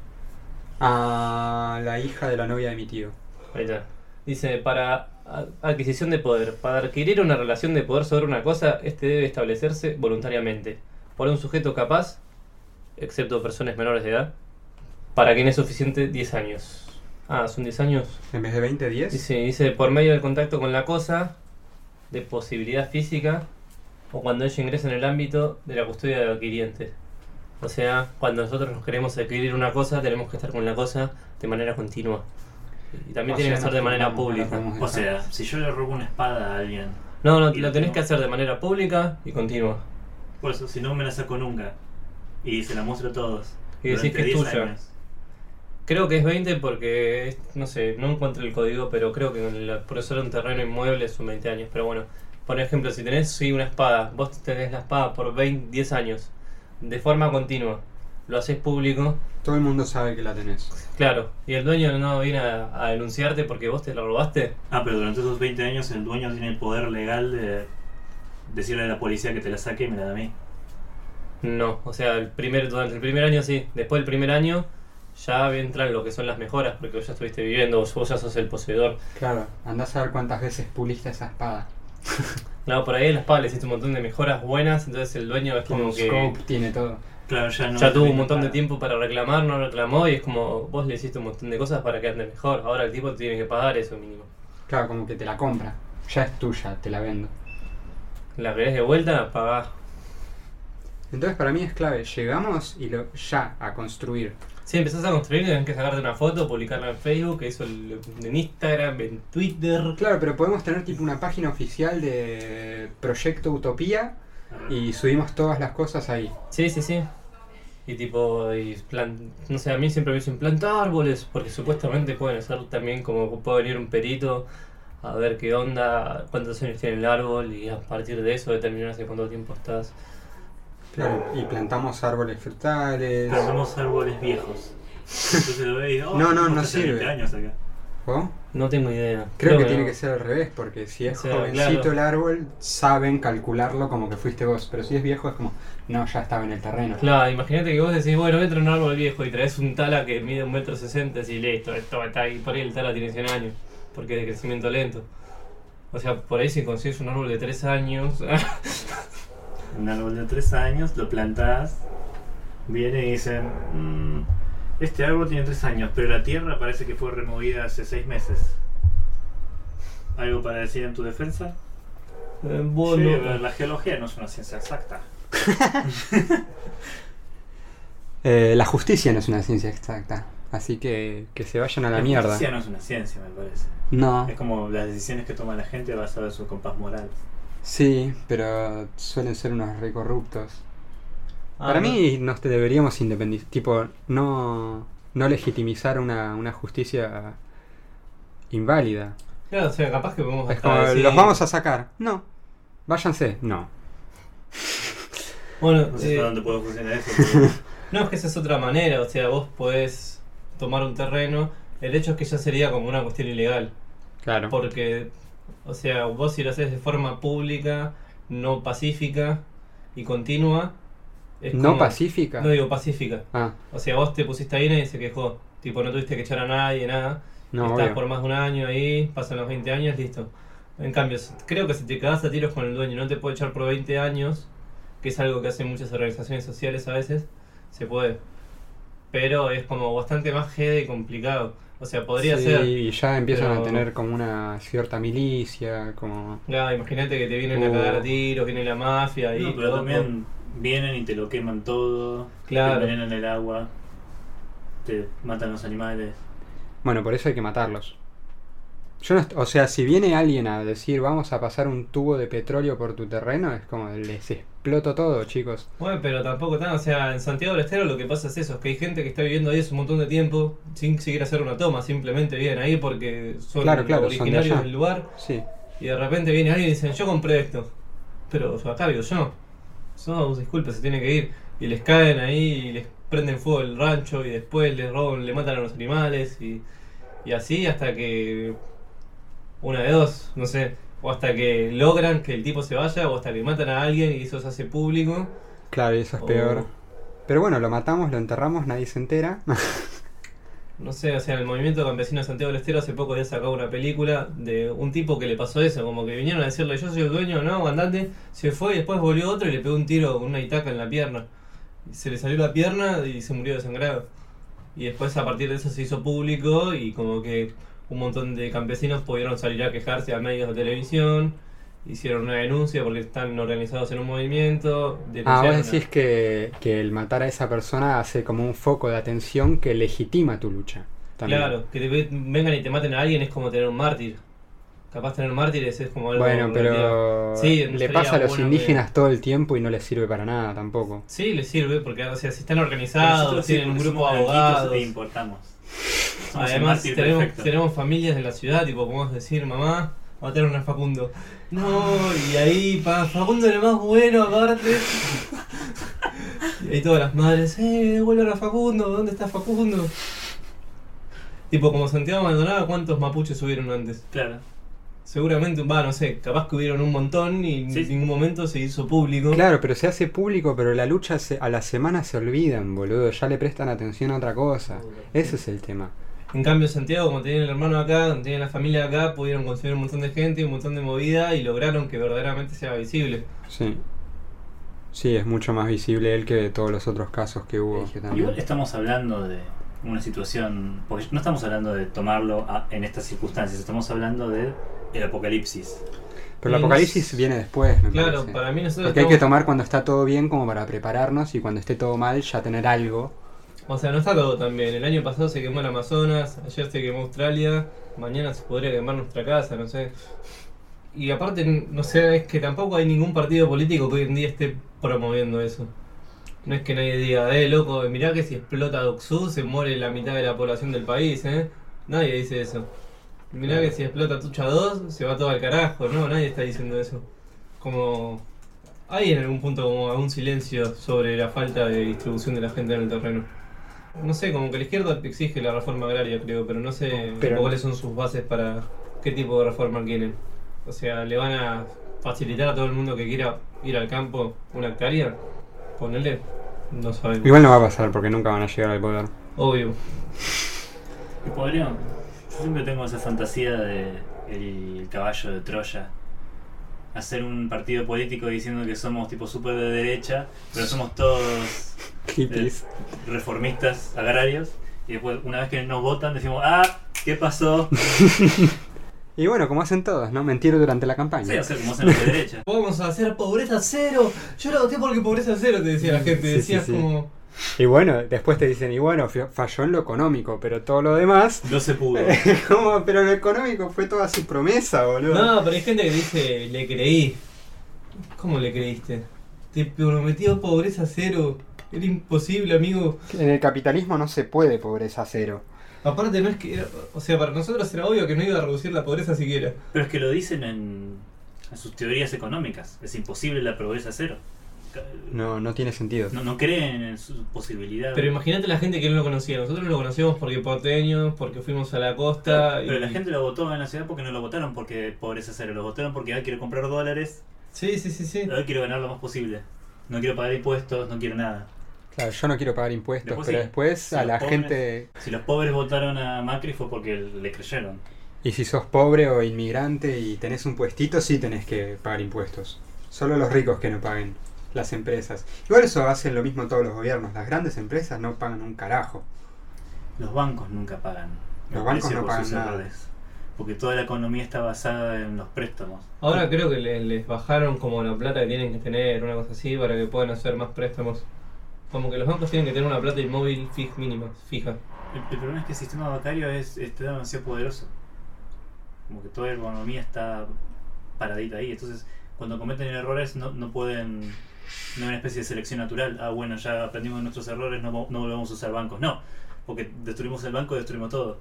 Speaker 4: A la hija de la novia de mi tío.
Speaker 2: Ahí está. Dice, para a- adquisición de poder, para adquirir una relación de poder sobre una cosa, este debe establecerse voluntariamente por un sujeto capaz, excepto personas menores de edad, para quien es suficiente 10 años. Ah, son 10 años.
Speaker 4: En vez de 20, 10.
Speaker 2: Dice, dice, por medio del contacto con la cosa, de posibilidad física, o cuando ella ingresa en el ámbito de la custodia del adquiriente. O sea, cuando nosotros nos queremos adquirir una cosa, tenemos que estar con la cosa de manera continua. Y también
Speaker 4: O
Speaker 2: tiene
Speaker 4: sea,
Speaker 2: que ser
Speaker 4: nos
Speaker 2: de manera
Speaker 4: formamos, nos
Speaker 2: pública.
Speaker 4: formamos.
Speaker 5: O sea, si yo le robo una espada a alguien,
Speaker 2: No, no,
Speaker 5: Y
Speaker 2: lo
Speaker 5: lo
Speaker 2: tenés
Speaker 5: tengo.
Speaker 2: que hacer de manera pública y continua.
Speaker 5: por eso, si no me la saco nunca y se la muestro a todos.
Speaker 2: Y decís
Speaker 5: durante
Speaker 2: que es
Speaker 5: 10
Speaker 2: tuya.
Speaker 5: años.
Speaker 2: Creo que es 20 porque, es- no sé, no encuentro el código, pero creo que en la- por eso era un terreno inmueble son 20 años. Pero bueno, por ejemplo, si tenés sí, una espada, vos tenés la espada por 20, 10 años, de forma continua, lo haces público,
Speaker 4: Todo el mundo sabe que la tenés.
Speaker 2: claro, y el dueño no viene a, a denunciarte porque vos te la robaste,
Speaker 5: Ah, pero durante esos 20 años el dueño tiene el poder legal de decirle a la policía que te la saque y me la da a mí.
Speaker 2: no. O sea, el primer, durante el primer año sí, después del primer año ya entran lo que son las mejoras porque vos ya estuviste viviendo, vos vos ya sos el poseedor.
Speaker 4: Claro, andás a ver cuántas veces puliste esa espada.
Speaker 2: Claro, por ahí en las palas hiciste un montón de mejoras buenas, entonces el dueño es
Speaker 4: Tiene
Speaker 2: como
Speaker 4: un
Speaker 2: que
Speaker 4: scope, tiene todo.
Speaker 5: Claro, ya no.
Speaker 2: ya tuvo un montón de tiempo para reclamar, no reclamó y es como vos le hiciste un montón de cosas para que ande mejor. Ahora el tipo te tiene que pagar eso mínimo.
Speaker 4: Claro, como que te la compra. Ya es tuya, te la vendo.
Speaker 2: La querés de vuelta, pagás.
Speaker 4: Entonces para mí es clave, llegamos y lo, ya a construir.
Speaker 2: Si empezás a construir, tenés que sacarte una foto, publicarla en Facebook, eso el- en Instagram, en Twitter.
Speaker 4: Claro, pero podemos tener tipo una página oficial de Proyecto Utopía y subimos todas las cosas ahí.
Speaker 2: Sí, sí, sí. Y tipo, y plan- no sé, a mí siempre me dicen plantar árboles, porque supuestamente pueden hacer también como puede venir un perito a ver qué onda, cuántos años tiene el árbol y a partir de eso determinar hace cuánto tiempo estás.
Speaker 4: Claro, y plantamos árboles frutales.
Speaker 2: [laughs]
Speaker 5: Pero somos árboles viejos. Entonces lo veis.
Speaker 4: No, no, no
Speaker 5: hace
Speaker 4: sirve.
Speaker 5: 20 años acá.
Speaker 4: viejo,
Speaker 2: No tengo idea.
Speaker 4: creo, que, tiene que ser al revés, porque si es
Speaker 2: O sea,
Speaker 4: jovencito
Speaker 2: claro.
Speaker 4: el árbol, saben calcularlo como que fuiste vos, pero si es viejo es como, no, ya estaba en el terreno.
Speaker 2: Claro, imagínate que vos decís, bueno, voy a traer un árbol viejo y traes un tala que mide un metro sesenta y listo, esto está ahí, por ahí el tala tiene 100 años, porque es de crecimiento lento. O sea, por ahí si consigues un árbol de 3 años, [laughs]
Speaker 5: Un árbol de 3 años, lo plantás, viene y dicen, "Mm, este árbol tiene 3 años, pero la tierra parece que fue removida hace 6 meses. ¿Algo para decir en tu defensa?
Speaker 2: eh, vos
Speaker 5: Sí,
Speaker 2: no-
Speaker 5: pero la geología no es una ciencia exacta.
Speaker 4: Eh, la justicia no es una ciencia exacta, así que que se vayan a la, mierda.
Speaker 5: ciencia no es una ciencia, me parece.
Speaker 4: No,
Speaker 5: Es como las decisiones que toma la gente basadas en su compás moral.
Speaker 4: sí, pero suelen ser unos recorruptos.
Speaker 2: Ah,
Speaker 4: Para
Speaker 2: no.
Speaker 4: mí nos te- deberíamos independizar, tipo, no, no legitimizar una, una justicia inválida.
Speaker 2: Claro, o sea, capaz que podemos
Speaker 4: Es
Speaker 2: hasta
Speaker 4: como,
Speaker 2: decir-
Speaker 4: los vamos a sacar. No, váyanse. No.
Speaker 2: Bueno,
Speaker 5: No sé
Speaker 2: eh,
Speaker 5: hasta dónde puede
Speaker 2: [laughs]
Speaker 5: funcionar eso. pero-
Speaker 2: No, es que esa es otra manera, o sea, vos podés tomar un terreno, el hecho es que ya sería como una cuestión ilegal,
Speaker 4: Claro.
Speaker 2: porque, o sea, vos si lo haces de forma pública, no pacífica y continua, es
Speaker 4: no
Speaker 2: como-
Speaker 4: pacífica.
Speaker 2: No digo pacífica,
Speaker 4: Ah,
Speaker 2: o sea, vos te pusiste ahí y se quejó, tipo, no tuviste que echar a nadie, nada,
Speaker 4: no,
Speaker 2: estás
Speaker 4: obvio.
Speaker 2: por más de un año ahí, pasan los 20 años, listo. En cambio, si- creo que si te cagás a tiros con el dueño, no te puede echar por 20 años, que es algo que hacen muchas organizaciones sociales a veces, se puede. Pero es como bastante más jede y complicado. O sea, podría
Speaker 4: Sí,
Speaker 2: ser.
Speaker 4: Y ya empiezan
Speaker 2: pero-
Speaker 4: a tener como una cierta milicia, como...
Speaker 2: Ya, imagínate que te vienen a
Speaker 4: Uh.
Speaker 2: cagar a tiros, viene la mafia y.
Speaker 5: No, pero
Speaker 2: todo.
Speaker 5: también vienen y te lo queman todo,
Speaker 2: Claro.
Speaker 5: te envenenan el agua, te matan los animales.
Speaker 4: Bueno, por eso hay que matarlos. Yo no est- o sea, si viene alguien a decir vamos a pasar un tubo de petróleo por tu terreno, es como les exploto todo, chicos.
Speaker 2: Bueno, pero tampoco tan. O sea, en Santiago del Estero lo que pasa es eso: es que hay gente que está viviendo ahí hace un montón de tiempo sin siquiera hacer una toma, simplemente viven ahí porque son
Speaker 4: Claro, claro, son de
Speaker 2: originarios
Speaker 4: allá.
Speaker 2: del lugar.
Speaker 4: Sí.
Speaker 2: Y de repente viene alguien y dicen, yo compré esto. Pero acá vivo yo. No, disculpe, se tiene que ir. Y les caen ahí y les prenden fuego el rancho y después les roban, le matan a los animales y, y así hasta que una de dos, no sé. O hasta que logran que el tipo se vaya o hasta que matan a alguien y eso se hace público.
Speaker 4: Claro, y eso es
Speaker 2: O-
Speaker 4: peor. Pero bueno, lo matamos, lo enterramos, nadie
Speaker 2: [laughs]
Speaker 4: se entera.
Speaker 2: No sé, o sea, el movimiento campesino de Santiago del Estero hace poco había sacado una película de un tipo que le pasó eso, como que vinieron a decirle yo soy el dueño, no, andate, se fue y después volvió otro y le pegó un tiro, una itaca en la pierna. Y se le salió la pierna y se murió desangrado. Y después a partir de eso se hizo público y como que un montón de campesinos pudieron salir a quejarse a medios de televisión, hicieron una denuncia porque están organizados en un movimiento.
Speaker 4: Ah,
Speaker 2: denunciaron a-
Speaker 4: vos decís que, que el matar a esa persona hace como un foco de atención que legitima tu lucha. También.
Speaker 2: Claro, que te ve- vengan y te maten a alguien es como tener un mártir. Capaz tener mártires es como algo.
Speaker 4: Bueno,
Speaker 2: relativo.
Speaker 4: pero
Speaker 2: Sí, no
Speaker 4: le
Speaker 2: estaría
Speaker 4: pasa a los
Speaker 2: bueno
Speaker 4: indígenas todo el tiempo y no les sirve para nada tampoco.
Speaker 2: Sí, les sirve, porque o sea, si están
Speaker 5: Nosotros
Speaker 2: organizados,
Speaker 5: sí,
Speaker 2: tienen un
Speaker 5: porque
Speaker 2: grupo
Speaker 5: somos
Speaker 2: de
Speaker 5: blanquitos
Speaker 2: abogados.
Speaker 5: E importamos. Somos el
Speaker 2: Además,
Speaker 5: mártir
Speaker 2: tenemos,
Speaker 5: perfecto.
Speaker 2: tenemos familias en la ciudad, tipo, podemos decir, mamá, va a tener una Facundo. No, y ahí, pa, Facundo era más bueno, aparte. y ahí todas las madres, eh, devuelvan a Facundo, ¿dónde está Facundo? Tipo, como Santiago Maldonado, ¿cuántos mapuches subieron antes?
Speaker 5: Claro.
Speaker 2: Seguramente, va, no sé, capaz que hubieron un montón y
Speaker 5: Sí.
Speaker 2: en ningún momento se hizo público.
Speaker 4: Claro, pero se hace público, pero la lucha se- a la semana se olvidan, boludo. Ya le prestan atención a otra cosa. Ese es el tema.
Speaker 2: En cambio, Santiago, como tenían el hermano acá, como tenían la familia acá, pudieron conseguir un montón de gente, un montón de movida y lograron que verdaderamente sea visible.
Speaker 4: Sí. Sí, es mucho más visible él que todos los otros casos que hubo. que también-
Speaker 5: Igual estamos hablando de una situación. Porque no estamos hablando de tomarlo a- en estas circunstancias, estamos hablando de el apocalipsis.
Speaker 4: Pero el apocalipsis viene después, me
Speaker 2: Claro,
Speaker 4: parece.
Speaker 2: para mí nosotros
Speaker 4: Porque hay que
Speaker 2: estamos-
Speaker 4: tomar cuando está todo bien como para prepararnos y cuando esté todo mal ya tener algo.
Speaker 2: O sea, no está todo tan bien. El año pasado se quemó el Amazonas, ayer se quemó Australia, mañana se podría quemar nuestra casa, no sé. Y aparte, no sé, es que tampoco hay ningún partido político que hoy en día esté promoviendo eso. No es que nadie diga, eh, loco, mirá que si explota Doxú se muere la mitad de la población del país, eh. Nadie dice eso. Mirá que si explota Tucha 2 se va todo al carajo, no, nadie está diciendo eso. Como... Hay en algún punto como algún silencio sobre la falta de distribución de la gente en el terreno. No sé, como que la izquierda exige la reforma agraria, creo, pero no sé
Speaker 4: Pero-
Speaker 2: cuáles son sus bases para qué tipo de reforma quieren. O sea, ¿le van a facilitar a todo el mundo que quiera ir al campo una hectárea? Ponerle, no sabemos.
Speaker 4: Igual no va a pasar porque nunca van a llegar al poder.
Speaker 2: Obvio.
Speaker 5: Y podrían. Yo siempre tengo esa fantasía de el caballo de Troya. Hacer un partido político diciendo que somos tipo súper de derecha, pero somos todos
Speaker 4: Hippies.
Speaker 5: reformistas agrarios. Y después, una vez que nos votan, decimos, ah, ¿qué pasó?
Speaker 4: Y bueno, como hacen todos, ¿no? Mentir durante la campaña.
Speaker 5: Sí, o sea, como hacen los de derecha.
Speaker 2: Vamos a hacer pobreza cero. Yo la voté porque pobreza cero, te decía la gente.
Speaker 4: Sí, sí,
Speaker 2: Decías
Speaker 4: sí.
Speaker 2: como.
Speaker 4: Y bueno, después te dicen, y bueno, fi- falló en lo económico, pero todo lo demás. [laughs]
Speaker 5: No se pudo.
Speaker 4: ¿Cómo? Pero lo económico fue toda su promesa, boludo.
Speaker 2: No, pero hay gente que dice, le creí. ¿Cómo le creíste? Te prometió pobreza cero. Era imposible, amigo.
Speaker 4: En el capitalismo no se puede pobreza cero.
Speaker 2: Aparte, no es que. era- o sea, para nosotros era obvio que no iba a reducir la pobreza siquiera.
Speaker 5: [laughs] Pero es que lo dicen en, en sus teorías económicas. Es imposible la pobreza cero. Ca-
Speaker 4: No, no tiene sentido.
Speaker 5: No, no creen en su posibilidad.
Speaker 2: Pero imagínate la gente que no lo conocía. Nosotros lo conocíamos porque porteños, porque fuimos a la costa.
Speaker 5: Pero
Speaker 2: y-
Speaker 5: la gente lo votó en la ciudad porque no lo votaron porque pobreza cero, lo votaron porque ah, quiero comprar dólares,
Speaker 2: Sí, sí, sí, sí.
Speaker 5: ah, quiero ganar lo más posible. No quiero pagar impuestos, no quiero nada.
Speaker 4: Claro, yo no quiero pagar impuestos,
Speaker 5: Después
Speaker 4: pero
Speaker 5: sí.
Speaker 4: después
Speaker 5: Si
Speaker 4: a
Speaker 5: los
Speaker 4: la
Speaker 5: pobres-
Speaker 4: gente.
Speaker 5: Si los pobres votaron a Macri fue porque le creyeron.
Speaker 4: Y si sos pobre o inmigrante y tenés un puestito, sí tenés que pagar impuestos. Solo los ricos que no paguen. Las empresas. Igual eso hacen lo mismo todos los gobiernos. Las grandes empresas no pagan un carajo.
Speaker 5: Los bancos nunca pagan.
Speaker 4: Los
Speaker 5: el
Speaker 4: bancos
Speaker 5: precio
Speaker 4: no
Speaker 5: por sus
Speaker 4: pagan nada.
Speaker 5: errores. Porque toda la economía está basada en los préstamos.
Speaker 2: Ahora creo que les, les bajaron como la plata que tienen que tener, una cosa así, para que puedan hacer más préstamos. Como que los bancos tienen que tener una plata inmóvil fija mínima, fija.
Speaker 5: El, el problema es que el sistema bancario es, está demasiado poderoso. Como que toda la economía está paradita ahí. Entonces, cuando cometen errores, no, no pueden. No hay una especie de selección natural. Ah, bueno, ya aprendimos de nuestros errores, no, vo- no volvemos a usar bancos. No, porque destruimos el banco, destruimos todo.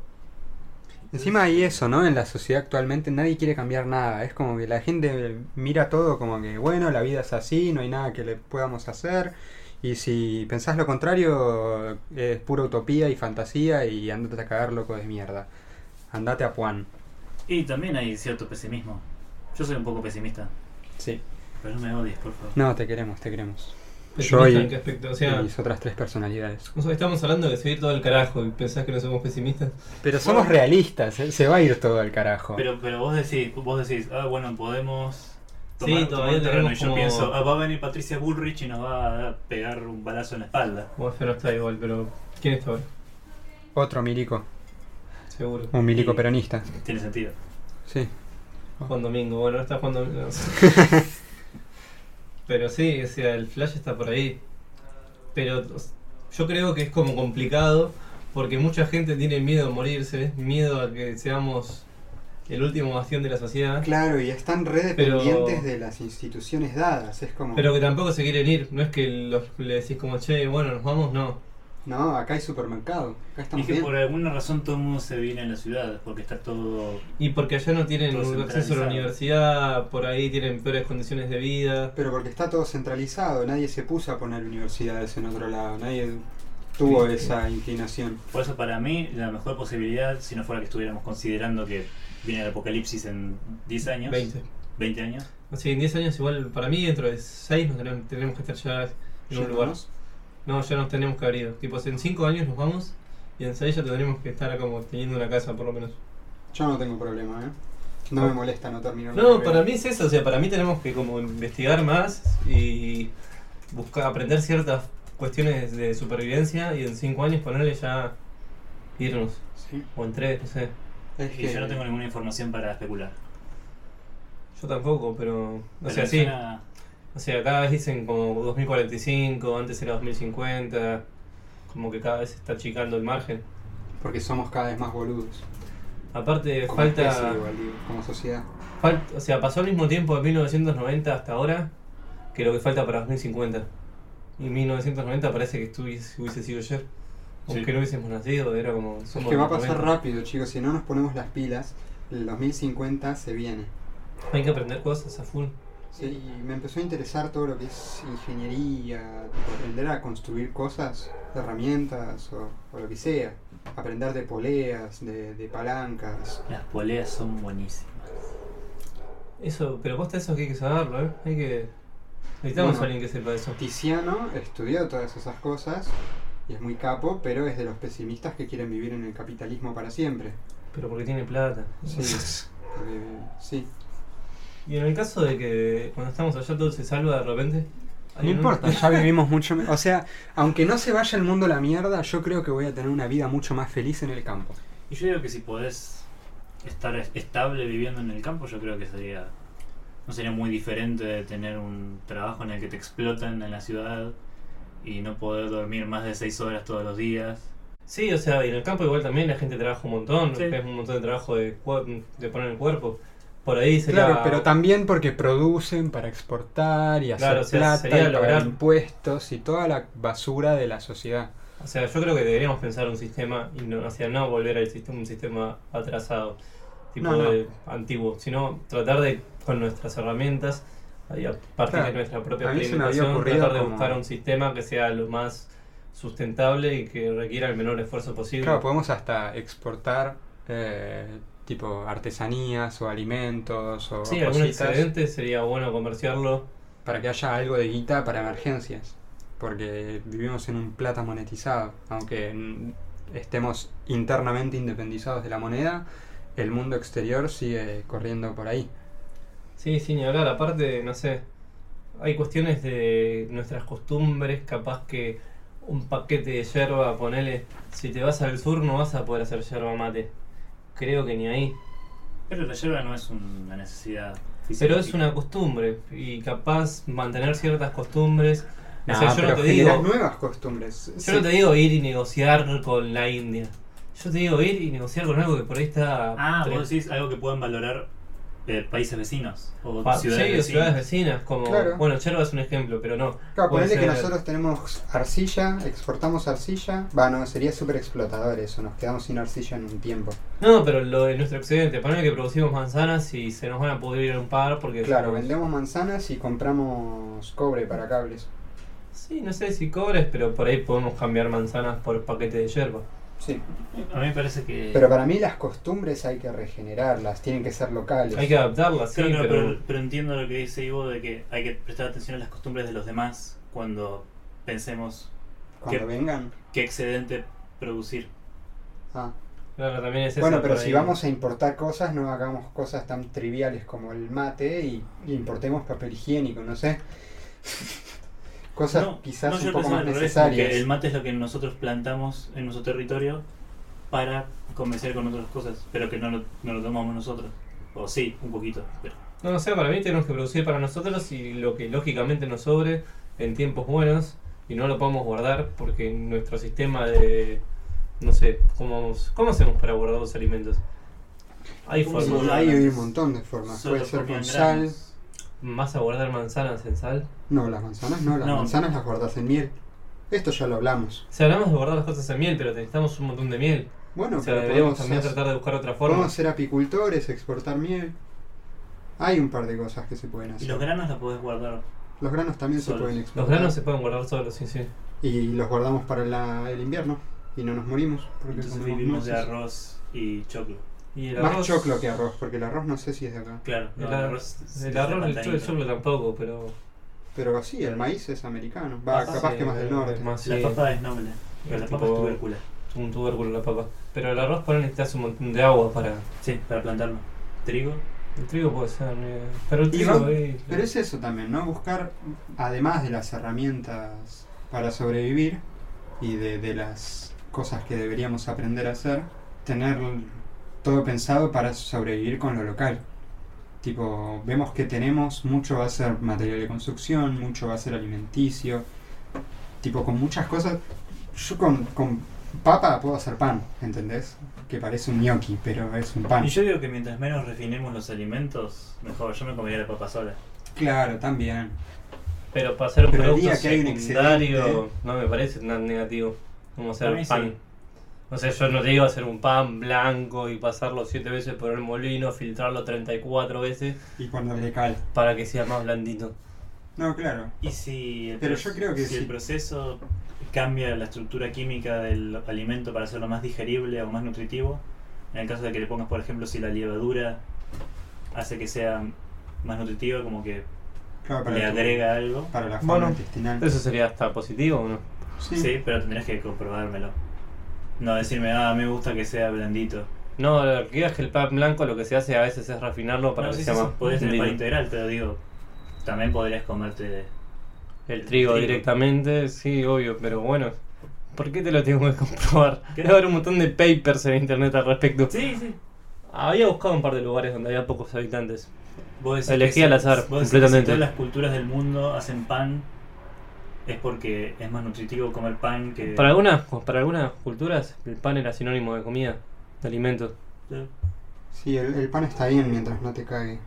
Speaker 4: Encima hay eso, ¿no? En la sociedad actualmente nadie quiere cambiar nada. Es como que la gente mira todo como que, bueno, la vida es así, no hay nada que le podamos hacer. Y si pensás lo contrario, es pura utopía y fantasía y andate a cagar loco de mierda. Andate a Puan.
Speaker 5: Y también hay cierto pesimismo. Yo soy un poco pesimista,
Speaker 4: Sí.
Speaker 5: pero no me odies, por favor.
Speaker 4: No, te queremos, te queremos.
Speaker 2: Pesimista
Speaker 4: Yo y-
Speaker 2: en qué aspecto, o sea,
Speaker 4: Y mis otras tres personalidades.
Speaker 2: o sea, estamos hablando de seguir todo el carajo y pensás que no somos pesimistas.
Speaker 4: Pero somos realistas, ¿eh? se va a ir todo al carajo.
Speaker 5: Pero, pero vos decís, vos decís, ah, bueno, podemos.
Speaker 2: Sí,
Speaker 5: Tomar, tomar
Speaker 2: todavía
Speaker 5: el terreno. Y
Speaker 2: tenemos
Speaker 5: yo
Speaker 2: como-
Speaker 5: pienso, ah, va a venir Patricia Bullrich y nos va a pegar un balazo en la espalda.
Speaker 2: Bueno, Feo no está igual, pero ¿quién está ahora?
Speaker 4: Otro milico,
Speaker 2: Seguro.
Speaker 4: un milico
Speaker 5: Y-
Speaker 4: peronista.
Speaker 5: Tiene sentido.
Speaker 4: Sí.
Speaker 2: Juan Domingo, bueno, no está Juan Domingo. no. pero sí, o sea, el flash está por ahí. Pero o s- yo creo que es como complicado porque mucha gente tiene miedo a morirse, miedo a que seamos el último bastión de la sociedad.
Speaker 4: Ah, Claro, y están
Speaker 2: redependientes Pero-
Speaker 4: de las instituciones dadas. Es como.
Speaker 2: Pero que tampoco se quieren ir, no es que los- le decís como, che, bueno, nos vamos, no.
Speaker 4: No, acá hay supermercado. Acá
Speaker 5: Y
Speaker 4: estamos
Speaker 5: que
Speaker 4: bien.
Speaker 5: por alguna razón todo el mundo se viene a la ciudad, porque está todo.
Speaker 2: Y porque allá no tienen acceso a
Speaker 5: Todo
Speaker 2: la
Speaker 5: centralizado.
Speaker 2: universidad, por ahí tienen peores condiciones de vida.
Speaker 4: Pero porque está todo centralizado. Nadie se puso a poner universidades en otro lado. Nadie tuvo esa inclinación.
Speaker 5: Por eso, para mí, la mejor posibilidad, si no fuera que estuviéramos considerando que viene el apocalipsis en 10 años,
Speaker 2: 20.
Speaker 5: 20 años,
Speaker 2: Así que en 10 años igual, para mí dentro de 6 nos tenemos, tenemos que estar ya en un lugar.
Speaker 4: Yéndonos.
Speaker 2: No, ya nos tenemos que haber ido. Tipo, en 5 años nos vamos y en 6 ya tendremos que estar como teniendo una casa por lo menos.
Speaker 4: Yo no tengo problema, ¿eh? No me molesta no terminar. la
Speaker 2: No,
Speaker 4: carrera.
Speaker 2: para mí es eso, o sea, para mí tenemos que como investigar más y buscar, aprender ciertas cuestiones de supervivencia y en 5 años ponerle ya irnos.
Speaker 4: Sí.
Speaker 2: O en 3, no sé.
Speaker 4: Es
Speaker 5: y
Speaker 4: que
Speaker 5: yo no tengo ninguna información para especular.
Speaker 2: Yo tampoco, pero... O
Speaker 5: Pero
Speaker 2: sea,
Speaker 5: me
Speaker 2: sí.
Speaker 5: suena-
Speaker 2: O sea, cada vez dicen como 2045, antes era 2050, como que cada vez se está achicando el margen.
Speaker 4: Porque somos cada vez más boludos.
Speaker 2: Aparte,
Speaker 4: Como
Speaker 2: falta,
Speaker 4: especie, igual, digo, como sociedad.
Speaker 2: fal- O sea, pasó el mismo tiempo de 1990 hasta ahora que lo que falta para 2050. Y 1990 parece que estuviese- hubiese sido ayer. Aunque
Speaker 5: Sí.
Speaker 2: no hubiésemos nacido, era como.
Speaker 4: Es
Speaker 2: somos
Speaker 4: que va a
Speaker 2: los
Speaker 4: pasar
Speaker 2: 90.
Speaker 4: rápido, chicos. Si no nos ponemos las pilas, el 2050 se viene.
Speaker 2: Hay que aprender cosas a full.
Speaker 4: Sí, y me empezó a interesar todo lo que es ingeniería, tipo, aprender a construir cosas, herramientas o, o lo que sea. Aprender de poleas, de, de palancas.
Speaker 5: Las poleas son buenísimas.
Speaker 2: Eso, pero posta eso que hay que saberlo, ¿eh? Hay que... Necesitamos
Speaker 4: Bueno.
Speaker 2: a alguien que sepa eso.
Speaker 4: Tiziano estudió todas esas cosas y es muy capo, pero es de los pesimistas que quieren vivir en el capitalismo para siempre.
Speaker 2: Pero porque tiene plata.
Speaker 4: Sí, porque- sí.
Speaker 2: Y en el caso de que cuando estamos allá todo se salva de repente...
Speaker 4: No
Speaker 2: ¿alguien-
Speaker 4: importa, ya vivimos mucho me- O sea, aunque no se vaya el mundo a la mierda, yo creo que voy a tener una vida mucho más feliz en el campo.
Speaker 5: Y yo digo que si podés estar es- estable viviendo en el campo, yo creo que sería. No sería muy diferente de tener un trabajo en el que te explotan en la ciudad y no poder dormir más de 6 horas todos los días.
Speaker 2: Sí, o sea, y en el campo igual también la gente trabaja un montón,
Speaker 5: Sí.
Speaker 2: es un montón de trabajo de, cuer- de poner el cuerpo. Por ahí sería...
Speaker 4: Claro, pero también porque producen para exportar y hacer
Speaker 2: Claro, o sea,
Speaker 4: plata
Speaker 2: sería
Speaker 4: y pagar
Speaker 2: lograr-
Speaker 4: impuestos y toda la basura de la sociedad.
Speaker 2: O sea, yo creo que deberíamos pensar un sistema, y no, o sea, no volver al sistema, un sistema atrasado, tipo
Speaker 4: No, no.
Speaker 2: de- antiguo, sino tratar de, con nuestras herramientas, y a partir
Speaker 4: Claro.
Speaker 2: de nuestra propia
Speaker 4: A mí se me había
Speaker 2: experimentación,
Speaker 4: ocurrido
Speaker 2: tratar de
Speaker 4: como-
Speaker 2: buscar un sistema que sea lo más sustentable y que requiera el menor esfuerzo posible.
Speaker 4: Claro, podemos hasta exportar eh, tipo artesanías o alimentos o
Speaker 2: sí, algún
Speaker 4: cositas
Speaker 2: excedente sería bueno comerciarlo.
Speaker 4: para que haya algo de guita para emergencias. Porque vivimos en un plata monetizado. Aunque mm, estemos internamente independizados de la moneda, el mundo exterior sigue corriendo por ahí.
Speaker 2: Sí, sin hablar, aparte, no sé, hay cuestiones de nuestras costumbres, capaz que un paquete de yerba, ponele, si te vas al sur no vas a poder hacer yerba mate. Creo que ni ahí.
Speaker 5: Pero la yerba no es una necesidad física.
Speaker 2: Pero es una costumbre y capaz mantener ciertas costumbres. O sea,
Speaker 4: Nah,
Speaker 2: yo no
Speaker 4: pero
Speaker 2: te
Speaker 4: generas
Speaker 2: digo,
Speaker 4: nuevas costumbres.
Speaker 2: yo no te digo ir y negociar con la India. Yo te digo ir y negociar con algo que por ahí está
Speaker 5: Ah,
Speaker 2: tres-
Speaker 5: vos decís algo que puedan valorar eh, países vecinos o
Speaker 2: pa- sí, o
Speaker 5: ciudades vecinas.
Speaker 2: ciudades vecinas, como
Speaker 4: Claro.
Speaker 2: bueno, yerba es un ejemplo, pero no.
Speaker 4: Claro,
Speaker 2: Puede
Speaker 4: ponele que
Speaker 2: ser-
Speaker 4: nosotros tenemos arcilla, exportamos arcilla. Bueno, sería súper explotador eso, nos quedamos sin arcilla en un tiempo.
Speaker 2: No, pero lo de nuestro excedente, ponele que producimos manzanas y se nos van a pudrir un par porque...
Speaker 4: Claro,
Speaker 2: somos-
Speaker 4: vendemos manzanas y compramos cobre para cables.
Speaker 2: Sí, no sé si cobres, pero por ahí podemos cambiar manzanas por paquete de yerba.
Speaker 4: Sí.
Speaker 5: A mí me parece que.
Speaker 4: Pero para mí las costumbres hay que regenerarlas, tienen que ser locales.
Speaker 2: Hay que adaptarlas, sí,
Speaker 5: Claro, claro,
Speaker 2: pero...
Speaker 5: pero... pero entiendo lo que dice Ivo de que hay que prestar atención a las costumbres de los demás cuando pensemos
Speaker 4: Cuando
Speaker 5: que-
Speaker 4: vengan.
Speaker 5: qué excedente producir.
Speaker 4: Ah.
Speaker 2: Claro, también es eso.
Speaker 4: Bueno, pero
Speaker 2: por
Speaker 4: si
Speaker 2: ahí.
Speaker 4: vamos a importar cosas, no hagamos cosas tan triviales como el mate y, y importemos papel higiénico, no sé. [laughs] Cosas quizás
Speaker 5: yo
Speaker 4: un poco más
Speaker 5: pensaba al revés, como que
Speaker 4: necesarias.
Speaker 5: el mate es lo que nosotros plantamos en nuestro territorio para comerciar con otras cosas, pero que no lo, no lo tomamos nosotros. O sí, un poquito. Pero
Speaker 2: No, o sea, para mí tenemos que producir para nosotros y lo que lógicamente nos sobre en tiempos buenos y no lo podemos guardar porque nuestro sistema de... No sé, ¿cómo, vamos- cómo hacemos para guardar los alimentos? Hay
Speaker 5: ¿Cómo
Speaker 4: Sí,
Speaker 5: se
Speaker 2: formas
Speaker 5: guarda?
Speaker 4: hay un montón de formas.
Speaker 5: solo
Speaker 4: Puede ser
Speaker 5: comían
Speaker 4: con sal.
Speaker 5: granos.
Speaker 2: más a guardar manzanas en sal.
Speaker 4: No, las manzanas no, las
Speaker 5: No.
Speaker 4: manzanas las guardas en miel. Esto ya lo hablamos.
Speaker 2: Si hablamos de guardar las cosas en miel, pero necesitamos un montón de miel.
Speaker 4: Bueno,
Speaker 2: o sea,
Speaker 4: pero
Speaker 2: deberíamos
Speaker 4: podemos
Speaker 2: también
Speaker 4: hacer-
Speaker 2: tratar de buscar otra forma.
Speaker 4: Podemos ser apicultores, exportar miel. Hay un par de cosas que se pueden
Speaker 5: Y
Speaker 4: hacer.
Speaker 5: los granos los podés guardar.
Speaker 4: Los granos también se
Speaker 5: Solos.
Speaker 4: pueden
Speaker 2: Los
Speaker 4: exportar.
Speaker 2: granos se pueden guardar solos, sí, sí.
Speaker 4: Y los guardamos para la- el invierno y no nos morimos. Porque
Speaker 5: Entonces
Speaker 4: comemos
Speaker 5: vivimos de
Speaker 4: nueces.
Speaker 5: arroz y choclo.
Speaker 2: Y el
Speaker 4: Más
Speaker 2: arroz.
Speaker 4: choclo que arroz, porque el arroz no sé si es de acá.
Speaker 5: Claro, no,
Speaker 2: El arroz,
Speaker 5: arroz.
Speaker 2: el
Speaker 5: es
Speaker 2: arroz, el
Speaker 5: pantanito.
Speaker 2: choclo, el choclo tampoco, pero.
Speaker 4: Pero sí, el maíz es americano. Va,
Speaker 5: Ah,
Speaker 4: capaz
Speaker 2: sí,
Speaker 4: que más del
Speaker 2: es
Speaker 4: norte.
Speaker 2: más, sí,
Speaker 5: La papa es noble, pero
Speaker 2: Es
Speaker 5: la papa
Speaker 2: tipo-
Speaker 5: es tubércula.
Speaker 2: Un tubérculo la papa. Pero el arroz, por ahí necesitas un montón de agua para.
Speaker 5: Sí, para plantarlo. Trigo.
Speaker 2: El trigo puede ser. eh, Pero el
Speaker 4: Y
Speaker 2: trigo.
Speaker 4: no,
Speaker 2: eh,
Speaker 4: Pero es eso también, ¿no? Buscar, además de las herramientas para sobrevivir y de, de las cosas que deberíamos aprender a hacer, tener todo pensado para sobrevivir con lo local. Tipo, vemos que tenemos, mucho va a ser material de construcción, mucho va a ser alimenticio, tipo, con muchas cosas. Yo con, con papa puedo hacer pan, ¿entendés? Que parece un gnocchi, pero es un pan.
Speaker 5: Y yo digo que mientras menos refinemos los alimentos, mejor. Yo me comería la papa sola.
Speaker 4: Claro, también.
Speaker 2: pero para hacer un
Speaker 4: pero el
Speaker 2: producto
Speaker 4: día que hay un
Speaker 2: secundario,
Speaker 4: excedente-
Speaker 2: no me parece tan negativo. Como
Speaker 5: Para
Speaker 2: hacer
Speaker 5: mí sí.
Speaker 2: pan. No sé, yo no te digo hacer un pan blanco y pasarlo siete veces por el molino, filtrarlo 34 veces
Speaker 4: Y ponerle cal.
Speaker 2: para que sea más blandito.
Speaker 4: No, claro.
Speaker 5: Y si el,
Speaker 4: Pero
Speaker 5: proce-
Speaker 4: yo creo que
Speaker 5: si el
Speaker 4: sí.
Speaker 5: proceso cambia la estructura química del alimento para hacerlo más digerible o más nutritivo, en el caso de que le pongas, por ejemplo, si la levadura hace que sea más nutritiva, como que
Speaker 4: Claro,
Speaker 5: le
Speaker 4: tu-
Speaker 5: agrega algo.
Speaker 4: Para la
Speaker 2: Bueno.
Speaker 4: fauna intestinal.
Speaker 2: Eso sería hasta positivo, ¿o ¿no?
Speaker 4: Sí.
Speaker 5: Sí, pero tendrías que comprobármelo. No decirme, ah, me gusta que sea blandito.
Speaker 2: No, lo que digo es que el pan blanco lo que se hace a veces es refinarlo para
Speaker 5: no,
Speaker 2: que
Speaker 5: sí,
Speaker 2: sea
Speaker 5: sí,
Speaker 2: más
Speaker 5: sí, podés tener pan
Speaker 2: lindo.
Speaker 5: integral, pero digo, también podrías comerte.
Speaker 2: El trigo
Speaker 5: Trigo.
Speaker 2: directamente, sí, obvio, pero bueno, ¿por qué te lo tengo que [laughs] comprobar?
Speaker 5: ¿Qué?
Speaker 2: Debe haber un montón de papers en internet al respecto.
Speaker 5: Sí, sí.
Speaker 2: Había buscado un par de lugares donde había pocos habitantes.
Speaker 5: Vos decís
Speaker 2: Elegí
Speaker 5: que si-
Speaker 2: al azar,
Speaker 5: vos decís que
Speaker 2: completamente.
Speaker 5: si todas las culturas del mundo hacen pan, es porque es más nutritivo comer pan que.
Speaker 2: Para algunas, para algunas culturas, el pan era sinónimo de comida, de alimento.
Speaker 4: Sí, el, el pan está bien mientras no te cague.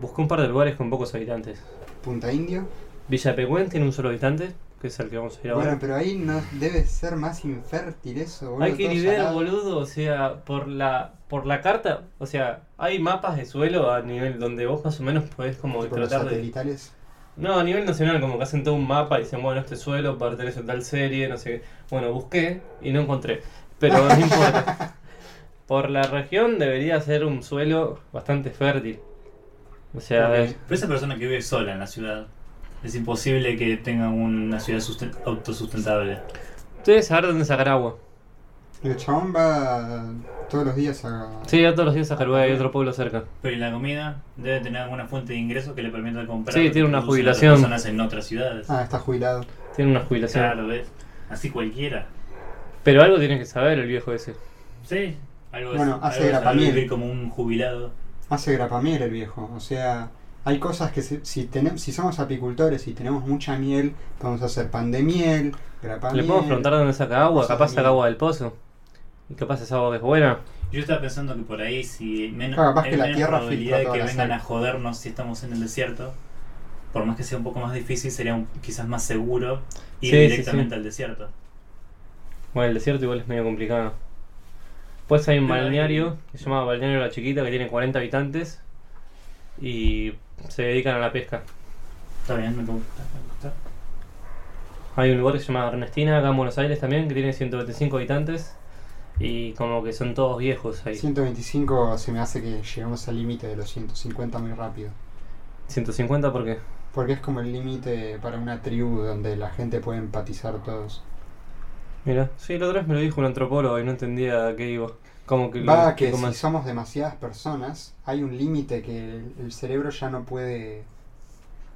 Speaker 2: Busqué un par de lugares con pocos habitantes.
Speaker 4: Punta Indio.
Speaker 2: Villa Pehuen tiene un solo habitante, que es el que vamos a ir ahora.
Speaker 4: Bueno, pero ahí no debe ser más infértil eso, boludo.
Speaker 2: Hay que
Speaker 4: todo
Speaker 2: nivelar,
Speaker 4: salado.
Speaker 2: boludo, o sea, por la por la carta, o sea, hay mapas de suelo a nivel donde vos más o menos podés como
Speaker 4: Tipo los
Speaker 2: tratar de...
Speaker 4: satelitales.
Speaker 2: No, a nivel nacional, como que hacen todo un mapa y dicen, bueno, este suelo pertenece a tal serie, no sé qué. Bueno, busqué y no encontré, pero no importa. Por la región debería ser un suelo bastante fértil. O sea,
Speaker 4: Ok.
Speaker 2: es-
Speaker 5: Pero esa persona que vive sola en la ciudad, es imposible que tenga una ciudad susten- autosustentable.
Speaker 2: ustedes saber dónde sacar agua.
Speaker 4: El chabón va todos los días a.
Speaker 2: Sí, yo todos los días a Jaruá hay otro pueblo cerca.
Speaker 5: Pero y la comida debe tener alguna fuente de ingreso que le permita comprar.
Speaker 2: Sí,
Speaker 5: lo que
Speaker 2: tiene una
Speaker 5: producen otras
Speaker 2: jubilación.
Speaker 5: personas en otras ciudades.
Speaker 4: Ah, está jubilado.
Speaker 2: Tiene una jubilación.
Speaker 5: Claro, ¿ves? Así cualquiera.
Speaker 2: Pero algo tiene que saber el viejo ese.
Speaker 5: Sí, algo de-
Speaker 4: Bueno, hace
Speaker 5: algo de saber
Speaker 4: grapamiel.
Speaker 5: vivir como un jubilado.
Speaker 4: Hace grapamiel el viejo. O sea, hay cosas que si, si, tenem- si somos apicultores y tenemos mucha miel, podemos hacer pan de miel, grapamiel.
Speaker 2: Le podemos preguntar dónde saca agua,
Speaker 4: Cosas
Speaker 2: capaz
Speaker 4: de
Speaker 2: saca
Speaker 4: mierda.
Speaker 2: agua del pozo. Y capaz esa agua que es buena.
Speaker 5: Yo estaba pensando que por ahí, si menos,
Speaker 4: Claro, capaz
Speaker 5: hay
Speaker 4: que la
Speaker 5: menos
Speaker 4: tierra filtra
Speaker 5: probabilidad de
Speaker 4: toda
Speaker 5: que
Speaker 4: la
Speaker 5: vengan
Speaker 4: sal.
Speaker 5: a jodernos si estamos en el desierto, por más que sea un poco más difícil, sería un- quizás más seguro
Speaker 2: Sí,
Speaker 5: ir
Speaker 2: sí,
Speaker 5: directamente
Speaker 2: sí.
Speaker 5: al desierto.
Speaker 2: Bueno, el desierto igual es medio complicado. Pues hay un
Speaker 5: Pero hay-
Speaker 2: balneario que se llama Balneario La Chiquita que tiene 40 habitantes y se dedican a la pesca.
Speaker 5: Está bien, me gusta, me gusta.
Speaker 2: Hay un lugar que se llama Ernestina, acá en Buenos Aires también, que tiene 125 habitantes y como que son todos viejos ahí.
Speaker 4: 125 se me hace que llegamos al límite de los 150 muy rápido.
Speaker 2: 150 porque
Speaker 4: Porque es como el límite para una tribu donde la gente puede empatizar todos.
Speaker 2: Mira, sí, la otra vez me lo dijo un antropólogo y no entendía a qué iba. Como que
Speaker 4: Va a que
Speaker 2: como-
Speaker 4: si somos demasiadas personas, hay un límite que el, el cerebro ya no puede.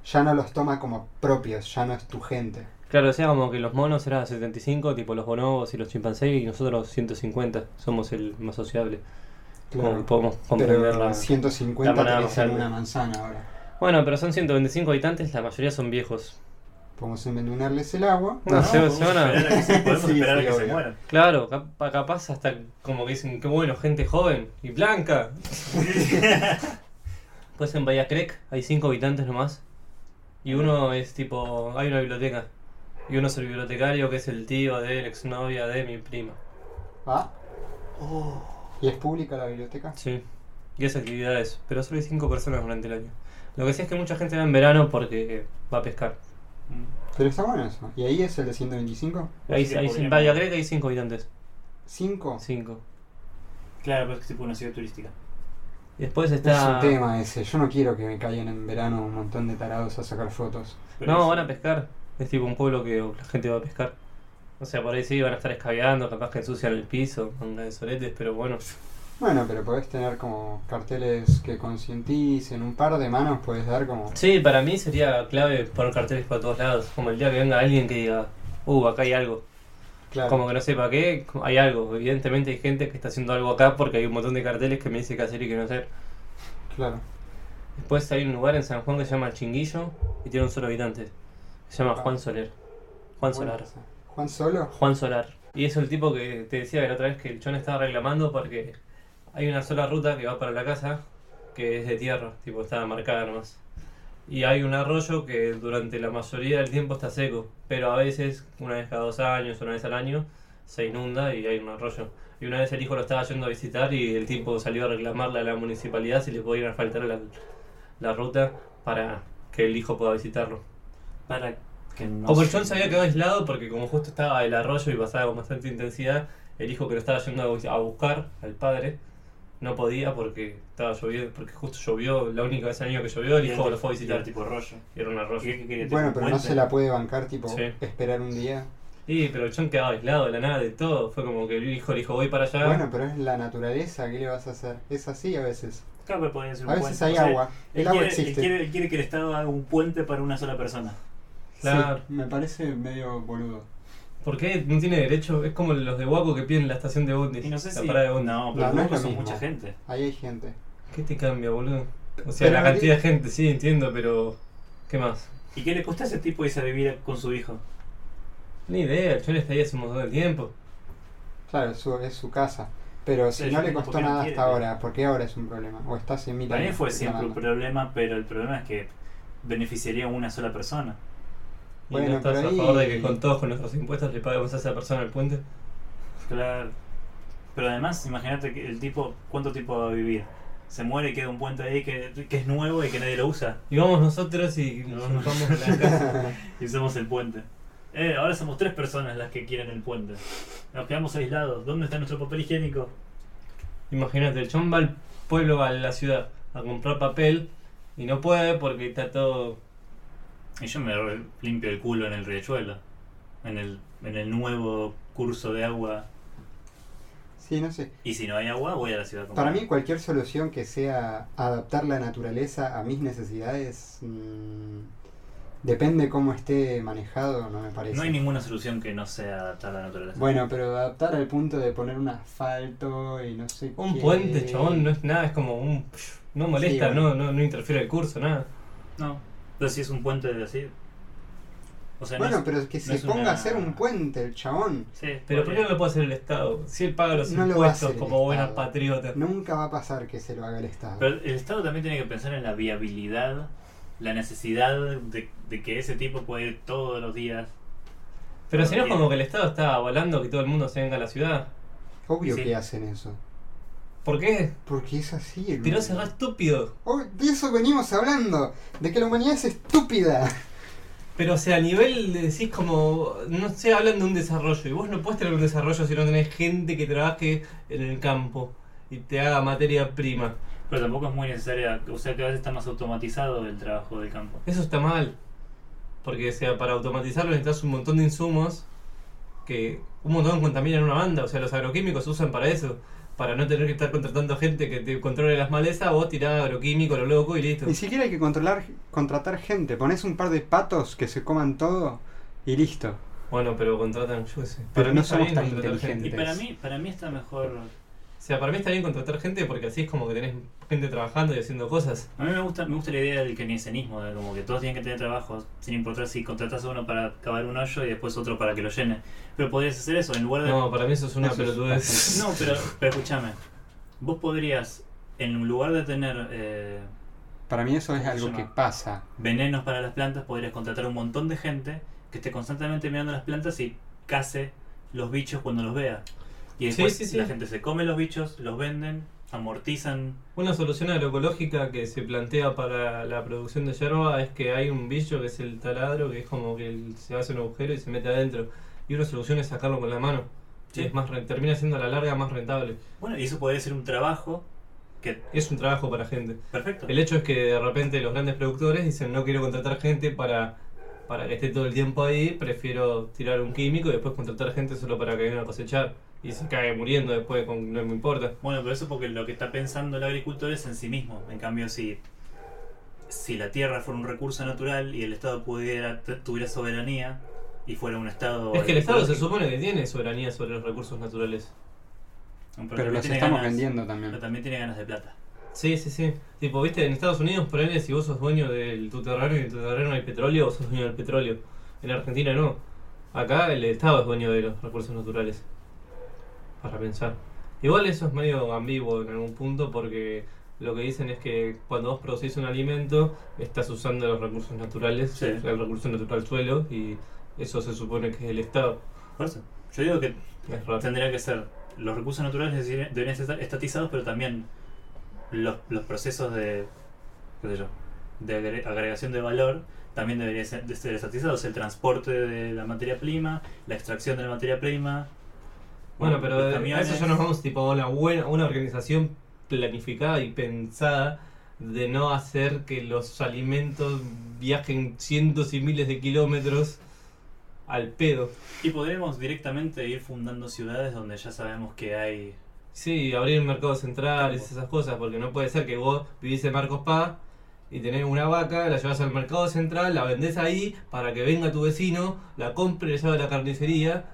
Speaker 4: Ya no los toma como propios, ya no es tu gente.
Speaker 2: Claro, o sea, como que los monos eran 75, tipo los bonobos y los chimpancés, y nosotros 150 somos el más sociable. Como podemos comprender
Speaker 4: Pero
Speaker 2: la-
Speaker 4: 150
Speaker 2: manada
Speaker 4: tenés
Speaker 2: más
Speaker 4: en
Speaker 2: grande.
Speaker 4: una manzana ahora.
Speaker 2: Bueno, pero son 125 habitantes, la mayoría son viejos.
Speaker 4: Podemos envenenarles el agua.
Speaker 2: No, se-
Speaker 5: podemos
Speaker 2: se van a-
Speaker 5: esperar a
Speaker 2: [laughs]
Speaker 5: que se- podemos
Speaker 4: Sí,
Speaker 5: esperar a
Speaker 4: sí,
Speaker 5: que se
Speaker 4: obvio.
Speaker 5: mueran.
Speaker 2: Claro, capa- capaz hasta como que dicen, qué bueno, gente joven y
Speaker 4: [laughs]
Speaker 2: blanca. Pues en Bahía Creek hay 5 habitantes nomás. Y uno es tipo, hay una biblioteca. Y uno es el bibliotecario que es el tío de la exnovia de mi prima.
Speaker 4: ¿Ah? ¿Y es pública la biblioteca?
Speaker 2: Sí, y esas actividades, pero solo hay cinco personas durante el año. Lo que sí es que mucha gente va en verano porque va a pescar.
Speaker 5: Mm.
Speaker 4: Pero está bueno eso. ¿Y ahí es el de 125?
Speaker 2: Ahí,
Speaker 5: Así que
Speaker 2: ahí en
Speaker 5: podríamos-
Speaker 2: Bahía Greca hay cinco habitantes.
Speaker 4: ¿5?
Speaker 2: Cinco.
Speaker 5: Claro, pero es que tipo una ciudad turística.
Speaker 2: Y Después
Speaker 4: Es
Speaker 2: está.
Speaker 4: un tema ese. Yo no quiero que me caigan en verano un montón de tarados a sacar fotos.
Speaker 5: Pero
Speaker 2: No,
Speaker 5: es-
Speaker 2: van a pescar. Es tipo un pueblo que la gente va a pescar. O sea, por ahí sí van a estar escabeando, capaz que ensucian el piso, manga de soletes, pero bueno.
Speaker 4: Bueno, pero podés tener como carteles que concienticen. Un par de manos podés dar como.
Speaker 2: Sí, para mí sería clave poner carteles para todos lados. Como el día que venga alguien que diga, uh, acá hay algo.
Speaker 4: Claro.
Speaker 2: Como que no sepa qué, hay algo. Evidentemente hay gente que está haciendo algo acá porque hay un montón de carteles que me dice qué hacer y qué no hacer.
Speaker 4: Claro.
Speaker 2: Después hay un lugar en San Juan que se llama El Chinguillo y tiene un solo habitante. Se llama Juan Soler. Juan
Speaker 4: Bueno,
Speaker 2: Solar.
Speaker 4: esa. ¿Juan solo?
Speaker 2: Juan Solar. Y es el tipo que te decía la otra vez que el chon estaba reclamando porque hay una sola ruta que va para la casa que es de tierra, tipo está marcada nomás. Y hay un arroyo que durante la mayoría del tiempo está seco, pero a veces, una vez cada dos años, una vez al año, se inunda y hay un arroyo. Y una vez el hijo lo estaba yendo a visitar y el tipo salió a reclamarle a la municipalidad si le podían asfaltar la, la ruta para que el hijo pueda visitarlo.
Speaker 5: Para que no.
Speaker 2: Como el
Speaker 5: se-
Speaker 2: John se había quedado aislado porque como justo estaba el arroyo y pasaba con bastante intensidad, el hijo que lo estaba yendo a bu- a buscar al padre no podía porque estaba lloviendo, porque justo llovió, la única vez al año que llovió, el
Speaker 5: Y
Speaker 2: hijo
Speaker 5: el-
Speaker 2: lo fue a
Speaker 5: y
Speaker 2: visitar
Speaker 5: el tipo rollo.
Speaker 2: y era un arroyo.
Speaker 5: ¿Qué- qué quería?
Speaker 4: Bueno,
Speaker 5: ¿Tipo
Speaker 4: pero no
Speaker 5: puente?
Speaker 4: se la puede bancar, tipo,
Speaker 2: Sí.
Speaker 4: esperar un día.
Speaker 2: Y pero el John quedaba aislado de la nada de todo, fue como que el hijo le dijo voy para
Speaker 5: Ah.
Speaker 2: allá.
Speaker 4: Bueno, pero es la naturaleza, ¿qué le vas a hacer? Es así a veces.
Speaker 5: Claro, pero podría ser un
Speaker 4: A veces
Speaker 5: puente.
Speaker 4: hay
Speaker 5: O sea,
Speaker 4: agua.
Speaker 5: Él
Speaker 4: El agua
Speaker 5: quiere, él
Speaker 4: existe.
Speaker 5: quiere- él quiere que el Estado haga un puente para una sola persona.
Speaker 4: Sí,
Speaker 2: Claro.
Speaker 4: me parece medio boludo.
Speaker 2: ¿Por qué no tiene derecho? Es como los de Waco que piden la estación de Bondi.
Speaker 5: Y no sé
Speaker 2: la
Speaker 5: si.
Speaker 2: parada de Bondi.
Speaker 5: No,
Speaker 4: No,
Speaker 5: pero
Speaker 4: no es
Speaker 5: tampoco
Speaker 4: lo
Speaker 5: son
Speaker 4: mismo.
Speaker 5: mucha gente.
Speaker 4: Ahí hay gente.
Speaker 2: ¿Qué te cambia, boludo? O sea,
Speaker 4: Pero
Speaker 2: la
Speaker 4: ahí-
Speaker 2: cantidad de gente, sí, entiendo, pero. ¿Qué más?
Speaker 5: ¿Y qué le cuesta a ese tipo irse a vivir con su hijo?
Speaker 2: Ni idea, el John está ahí hace un montón de tiempo.
Speaker 4: Claro, su- es su casa. Pero si
Speaker 5: Sí,
Speaker 4: no
Speaker 5: yo
Speaker 4: le
Speaker 5: digo,
Speaker 4: costó
Speaker 5: ¿por qué no
Speaker 4: nada
Speaker 5: quiere?
Speaker 4: hasta ahora, porque ahora es un problema. O estás en mitad.
Speaker 5: Para mí fue siempre un problema, pero el problema es que beneficiaría a una sola persona.
Speaker 2: ¿Y
Speaker 4: Bueno,
Speaker 2: no estás
Speaker 4: pero
Speaker 2: a favor de
Speaker 4: ahí-
Speaker 2: que con todos, con nuestros impuestos, le paguemos a esa persona el puente?
Speaker 5: Claro. Pero además, imagínate que el tipo, ¿cuánto tiempo va a vivir? Se muere y queda un puente ahí que, que es nuevo y que nadie lo usa.
Speaker 2: Y vamos nosotros y nos
Speaker 5: No.
Speaker 2: vamos
Speaker 4: [laughs]
Speaker 2: a la casa.
Speaker 5: [laughs] Y usamos el puente. Eh, ahora somos tres personas las que quieren el puente. Nos quedamos aislados. ¿Dónde está nuestro papel higiénico?
Speaker 2: Imagínate, el John va al pueblo, va a la ciudad a comprar papel y no puede porque está todo.
Speaker 5: Y yo me re- limpio el culo en el riachuelo. En el, en el nuevo curso de agua.
Speaker 4: Sí, no sé.
Speaker 5: Y si no hay agua, voy a la ciudad. a comprar.
Speaker 4: Para mí cualquier solución que sea adaptar la naturaleza a mis necesidades, mm, depende cómo esté manejado, no me parece.
Speaker 5: No hay ninguna solución que no sea adaptar a la naturaleza.
Speaker 4: Bueno, pero adaptar al punto de poner un asfalto y no sé
Speaker 2: Un
Speaker 4: qué.
Speaker 2: puente, chabón, no es nada, es como un. No molesta,
Speaker 4: Sí, bueno.
Speaker 2: no, no, no interfiere el curso, nada.
Speaker 5: No. Pero si es un puente de así. O sea,
Speaker 4: Bueno,
Speaker 5: no es-
Speaker 4: pero que se
Speaker 5: es
Speaker 4: ponga
Speaker 5: una-
Speaker 4: a hacer un puente el chabón.
Speaker 5: Sí,
Speaker 2: Pero ¿por qué
Speaker 5: podría.
Speaker 2: no lo puede hacer el Estado? Si él paga los
Speaker 4: No lo va a
Speaker 2: impuestos
Speaker 4: hacer el
Speaker 2: como buena
Speaker 4: Estado.
Speaker 2: patriota.
Speaker 4: Nunca va a pasar que se lo haga el Estado.
Speaker 5: Pero el Estado también tiene que pensar en la viabilidad, la necesidad de, de que ese tipo pueda ir todos los días.
Speaker 2: Pero si no es
Speaker 5: Bien.
Speaker 2: como que el Estado está avalando que todo el mundo se venga a la ciudad.
Speaker 4: Obvio
Speaker 5: sí.
Speaker 4: que hacen eso.
Speaker 2: ¿Por qué?
Speaker 4: Porque es así. el
Speaker 2: Tiró
Speaker 4: mundo.
Speaker 2: cerrado estúpido.
Speaker 4: Oh, de eso venimos hablando. De que la humanidad es estúpida.
Speaker 2: Pero o sea, a nivel de decís como, no sé, hablan de un desarrollo. Y vos no podés tener un desarrollo si no tenés gente que trabaje en el campo y te haga materia prima.
Speaker 5: Pero tampoco es muy necesaria, o sea que a veces está más automatizado el trabajo del campo.
Speaker 2: Eso está mal. Porque o sea, para automatizarlo necesitas un montón de insumos que un montón contaminan una banda. O sea, los agroquímicos se usan para eso. Para no tener que estar contratando gente que te controle las malezas, vos tirás agroquímico, lo loco y listo.
Speaker 4: Ni siquiera hay que controlar, contratar gente. Pones un par de patos que se coman todo y listo.
Speaker 2: Bueno, pero contratan, yo qué sé.
Speaker 4: Pero
Speaker 2: Para mí
Speaker 4: no
Speaker 2: está
Speaker 4: somos
Speaker 2: bien
Speaker 4: tan
Speaker 2: contratar gente.
Speaker 5: Y
Speaker 4: inteligentes.
Speaker 5: para mí, para mí está mejor.
Speaker 2: O sea, para mí está bien contratar gente porque así es como que tenés gente trabajando y haciendo cosas.
Speaker 5: A mí me gusta, me gusta la idea del keynesianismo, de como que todos tienen que tener trabajo, sin importar si contratas a uno para cavar un hoyo y después otro para que lo llene. Pero podrías hacer eso, en lugar de.
Speaker 2: No, para mí eso es una
Speaker 4: Eso es
Speaker 2: pelotudez.
Speaker 5: No, pero, pero escúchame. Vos podrías, en lugar de tener eh,
Speaker 4: Para mí eso es algo
Speaker 5: Yo no.
Speaker 4: que pasa.
Speaker 5: venenos para las plantas, podrías contratar un montón de gente que esté constantemente mirando las plantas y case los bichos cuando los vea. Y
Speaker 2: Sí,
Speaker 5: después
Speaker 2: sí, sí.
Speaker 5: la gente se come los bichos, los venden, amortizan.
Speaker 2: Una solución agroecológica que se plantea para la producción de yerba es que hay un bicho que es el taladro, que es como que el- se hace un agujero y se mete adentro. Y una solución es sacarlo con la mano.
Speaker 5: Sí.
Speaker 2: Es más, ren- termina siendo a la larga más rentable.
Speaker 5: Bueno, y eso podría ser un trabajo que...
Speaker 2: Es un trabajo para gente.
Speaker 5: Perfecto.
Speaker 2: El hecho es que de repente los grandes productores dicen no quiero contratar gente para, para que esté todo el tiempo ahí, prefiero tirar un químico y después contratar gente solo para que vengan a cosechar. Y se cae muriendo después, con, no me importa.
Speaker 5: Bueno, pero eso porque lo que está pensando el agricultor es en sí mismo. En cambio, si, si la tierra fuera un recurso natural y el Estado pudiera tuviera soberanía y fuera un Estado...
Speaker 2: Es que el Estado se
Speaker 5: ecológico,
Speaker 2: supone que tiene soberanía sobre los recursos naturales.
Speaker 4: Pero
Speaker 5: pero también
Speaker 4: los
Speaker 5: tiene
Speaker 4: estamos
Speaker 5: ganas-
Speaker 4: vendiendo
Speaker 5: Pero
Speaker 4: también.
Speaker 5: también tiene ganas de plata.
Speaker 2: Sí, sí, sí. Tipo, viste, en Estados Unidos, por ejemplo, si vos sos dueño de tu terreno y en tu terreno hay petróleo, vos sos dueño del petróleo. En Argentina no. Acá el Estado es dueño de los recursos naturales. Para pensar. Igual eso es medio ambiguo en algún punto porque lo que dicen es que cuando vos producís un alimento, estás usando los recursos naturales,
Speaker 5: Sí.
Speaker 2: el recurso natural suelo, y eso se supone que es el Estado.
Speaker 5: Por eso. Yo digo que
Speaker 2: Es raro.
Speaker 5: tendría que ser. Los recursos naturales deberían deberían estar estatizados, pero también los, los procesos de. qué sé yo. de agre- agregación de valor también deberían ser, de ser estatizados. El transporte de la materia prima, la extracción de la materia prima.
Speaker 2: Bueno, pero
Speaker 5: los
Speaker 2: de- a
Speaker 5: camiones.
Speaker 2: eso ya nos vamos tipo a una buena, una organización planificada y pensada de no hacer que los alimentos viajen cientos y miles de kilómetros al pedo.
Speaker 5: Y podremos directamente ir fundando ciudades donde ya sabemos que hay.
Speaker 2: Sí, abrir mercados centrales, esas cosas, porque no puede ser que vos vivís en Marcos Paz y tenés una vaca, la llevas al mercado central, la vendés ahí para que venga tu vecino, la compre, la lleve a la carnicería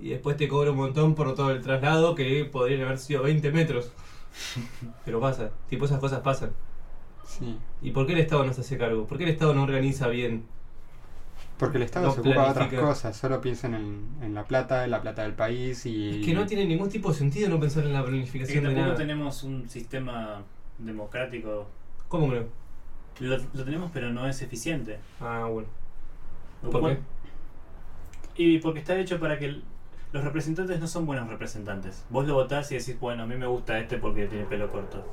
Speaker 2: y después te cobra un montón por todo el traslado que podrían haber sido 20
Speaker 4: [laughs]
Speaker 2: metros. Pero pasa, tipo esas cosas pasan.
Speaker 4: Sí.
Speaker 2: ¿Y por qué el Estado no se hace cargo? ¿Por qué el Estado no organiza bien?
Speaker 4: Porque el Estado
Speaker 2: No
Speaker 4: se ocupa de otras
Speaker 2: planifica.
Speaker 4: cosas, solo piensan en, en la plata, en la plata del país y...
Speaker 2: Es que no tiene ningún tipo de sentido no pensar en la
Speaker 5: Es que
Speaker 2: planificación de
Speaker 5: tampoco
Speaker 2: nada.
Speaker 5: tenemos un sistema democrático.
Speaker 2: ¿Cómo que no?
Speaker 5: Lo, lo tenemos, pero no es eficiente.
Speaker 2: Ah, bueno.
Speaker 5: Lo
Speaker 2: ¿Por
Speaker 5: cual-
Speaker 2: qué?
Speaker 5: Y porque está hecho para que el- los representantes no son buenos representantes. Vos lo votás y decís, bueno, a mí me gusta este porque tiene pelo corto.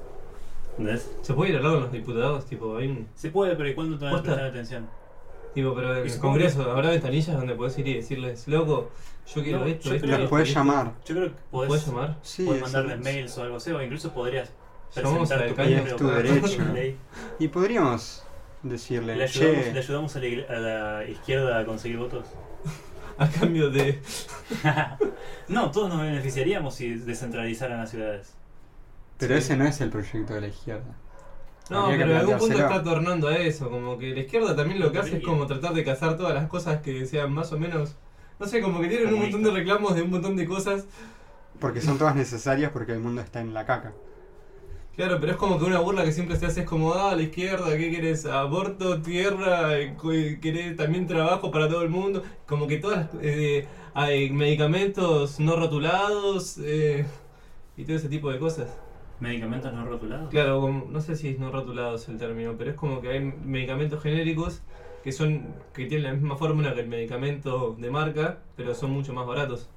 Speaker 5: ¿Entendés?
Speaker 2: ¿Se puede ir al lado de los diputados? Tipo, hay un...
Speaker 5: Se puede, pero ¿y cuándo te van a
Speaker 2: Posta.
Speaker 5: prestar atención?
Speaker 2: Tipo, pero en
Speaker 5: Y
Speaker 2: el
Speaker 5: supongo
Speaker 2: Congreso habrá ventanillas donde podés ir y decirles, loco, yo quiero
Speaker 5: No,
Speaker 2: esto,
Speaker 5: yo
Speaker 2: esto.
Speaker 5: creo-
Speaker 4: Los
Speaker 2: esto,
Speaker 4: puedes
Speaker 2: esto".
Speaker 4: llamar.
Speaker 5: Yo creo que podés,
Speaker 2: ¿Puedes llamar? [laughs]
Speaker 4: Sí,
Speaker 5: podés
Speaker 4: eso-
Speaker 5: mandarles mails o algo así, o incluso podrías
Speaker 2: Llamamos al
Speaker 5: presentar tu
Speaker 2: alcalde.
Speaker 4: Es
Speaker 5: propio
Speaker 4: tu
Speaker 5: proyecto de
Speaker 4: derecho.
Speaker 5: ley.
Speaker 4: Y podríamos decirle,
Speaker 5: Le ayudamos,
Speaker 4: che,
Speaker 5: le ayudamos a, la, igle- a la izquierda a conseguir votos.
Speaker 2: A cambio de...
Speaker 5: No, todos nos beneficiaríamos si descentralizaran las ciudades.
Speaker 4: pero
Speaker 2: Sí.
Speaker 4: ese no es el proyecto de la izquierda.
Speaker 2: No,
Speaker 4: Habría que
Speaker 2: pero en algún punto
Speaker 4: planteárselo.
Speaker 2: está tornando a eso. Como que la izquierda también lo que hace es
Speaker 5: Debería.
Speaker 2: como tratar de cazar todas las cosas que sean más o menos... No sé, como que tienen un
Speaker 5: Comunista.
Speaker 2: montón de reclamos de un montón de cosas.
Speaker 4: Porque son todas necesarias porque el mundo está en la caca.
Speaker 2: Claro, pero es como que una burla que siempre se hace es como, ah, la izquierda, ¿qué querés? Aborto, tierra, eh, cu- eh, querés también trabajo para todo el mundo. Como que todas las- eh, hay medicamentos no rotulados eh, y todo ese tipo de cosas.
Speaker 5: Medicamentos no rotulados.
Speaker 2: Claro, como- no sé si es no rotulados el término, pero es como que hay medicamentos genéricos que son que tienen la misma fórmula que el medicamento de marca, pero son mucho más baratos.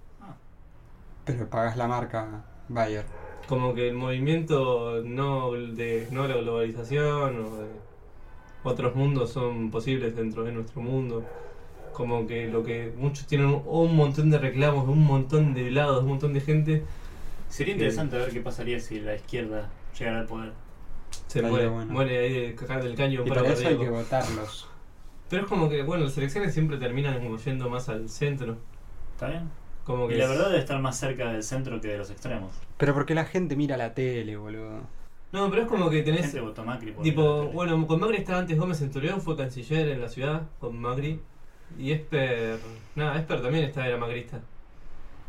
Speaker 4: Pero pagas la marca Bayer.
Speaker 2: Como que el movimiento no de no la globalización o de otros mundos son posibles dentro de nuestro mundo. Como que lo que muchos tienen un, un montón de reclamos, un montón de lados, un montón de gente
Speaker 5: Sería interesante ver qué pasaría si la izquierda llegara al poder.
Speaker 2: se
Speaker 4: Estaría
Speaker 2: muere,
Speaker 4: bueno.
Speaker 2: muere ahí de cagar del caño. un
Speaker 4: Y
Speaker 2: paro
Speaker 4: para eso hay
Speaker 2: cardíaco.
Speaker 4: que votarlos.
Speaker 2: Pero es como que, bueno, las elecciones siempre terminan como yendo más al centro.
Speaker 5: ¿Está bien?
Speaker 2: Como que
Speaker 5: Y la
Speaker 2: es-
Speaker 5: verdad debe estar más cerca del centro que de los extremos.
Speaker 4: Pero porque la gente mira la tele, boludo.
Speaker 2: No, pero es como que
Speaker 5: La
Speaker 2: tenés.
Speaker 5: gente votó Macri por la
Speaker 2: Tipo,
Speaker 5: tele.
Speaker 2: bueno, con Macri estaba antes Gómez Centurión, fue canciller en la ciudad con Macri. Y Esper. Nada, Esper también estaba, era macrista.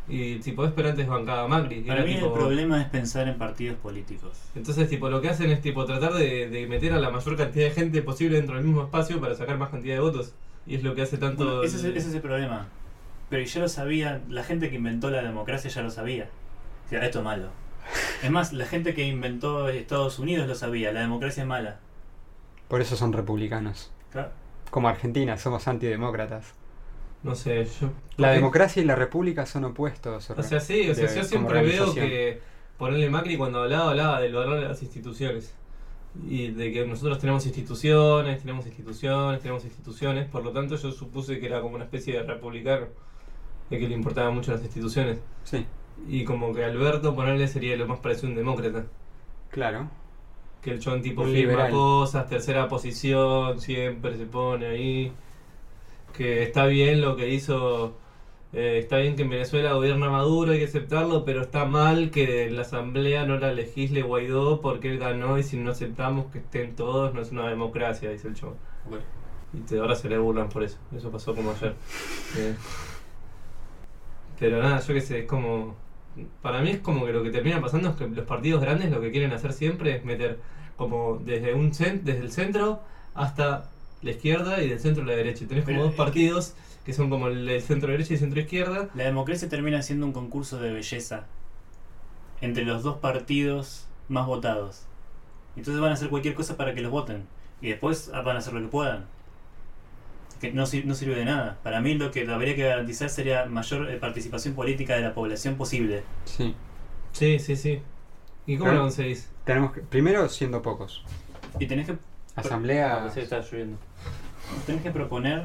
Speaker 2: Y tipo, Esper antes bancaba a Macri. y
Speaker 5: Para
Speaker 2: era
Speaker 5: mí el
Speaker 2: tipo-
Speaker 5: problema es pensar en partidos políticos.
Speaker 2: Entonces, tipo, lo que hacen es tipo tratar de, de meter a la mayor cantidad de gente posible dentro del mismo espacio para sacar más cantidad de votos. Y es lo que hace tanto.
Speaker 5: Bueno, ese, es el,
Speaker 2: el-
Speaker 5: ese es el problema. Pero ya lo sabía, la gente que inventó la democracia ya lo sabía. O sea, esto es malo. Es más, la gente que inventó Estados Unidos lo sabía, la democracia es mala.
Speaker 4: Por eso son republicanos.
Speaker 5: Claro.
Speaker 4: Como Argentina, somos antidemócratas.
Speaker 2: No sé, yo.
Speaker 4: La
Speaker 2: Porque-
Speaker 4: democracia y la república son opuestos.
Speaker 2: O sea, sí, o sea,
Speaker 4: de-
Speaker 2: yo
Speaker 4: como
Speaker 2: siempre veo
Speaker 4: organización.
Speaker 2: que ponerle Macri cuando hablaba, hablaba del valor de las instituciones. Y de que nosotros tenemos instituciones, tenemos instituciones, tenemos instituciones. Por lo tanto, yo supuse que era como una especie de republicano, de que le importaban mucho las instituciones.
Speaker 4: Sí,
Speaker 2: Y como que Alberto ponerle sería lo más parecido a un demócrata.
Speaker 4: claro.
Speaker 2: Que el chon tipo
Speaker 4: Un
Speaker 2: firma
Speaker 4: liberal.
Speaker 2: cosas, tercera posición, siempre se pone ahí. Que está bien lo que hizo. eh, está bien que en Venezuela gobierna Maduro, hay que aceptarlo, pero está mal que la asamblea no la legisle Guaidó porque él ganó y si no aceptamos que estén todos, no es una democracia, dice el chon. Y te- ahora se le burlan por eso. Eso pasó como ayer. Eh, Pero nada, yo qué sé, es como. Para mí es como que lo que termina pasando es que los partidos grandes lo que quieren hacer siempre es meter como desde un cen- desde el centro hasta la izquierda y del centro a la derecha. Y Tenés como
Speaker 5: Pero
Speaker 2: dos
Speaker 5: es que-
Speaker 2: partidos que son como el, centro derecha y centro izquierda.
Speaker 5: La democracia termina siendo un concurso de belleza entre los dos partidos más votados. Entonces van a hacer cualquier cosa para que los voten. Y después ah, van a hacer lo que puedan. que no, sir- no sirve de nada. Para mí lo que habría que garantizar sería mayor eh, participación política de la población posible.
Speaker 4: Sí.
Speaker 2: Sí, sí, sí. ¿Y cómo
Speaker 4: Claro.
Speaker 2: lo conseguís?
Speaker 4: Tenemos que, primero siendo pocos.
Speaker 5: Y tenés que,
Speaker 4: Asamblea.
Speaker 2: Sí, está lloviendo.
Speaker 5: tenés que proponer...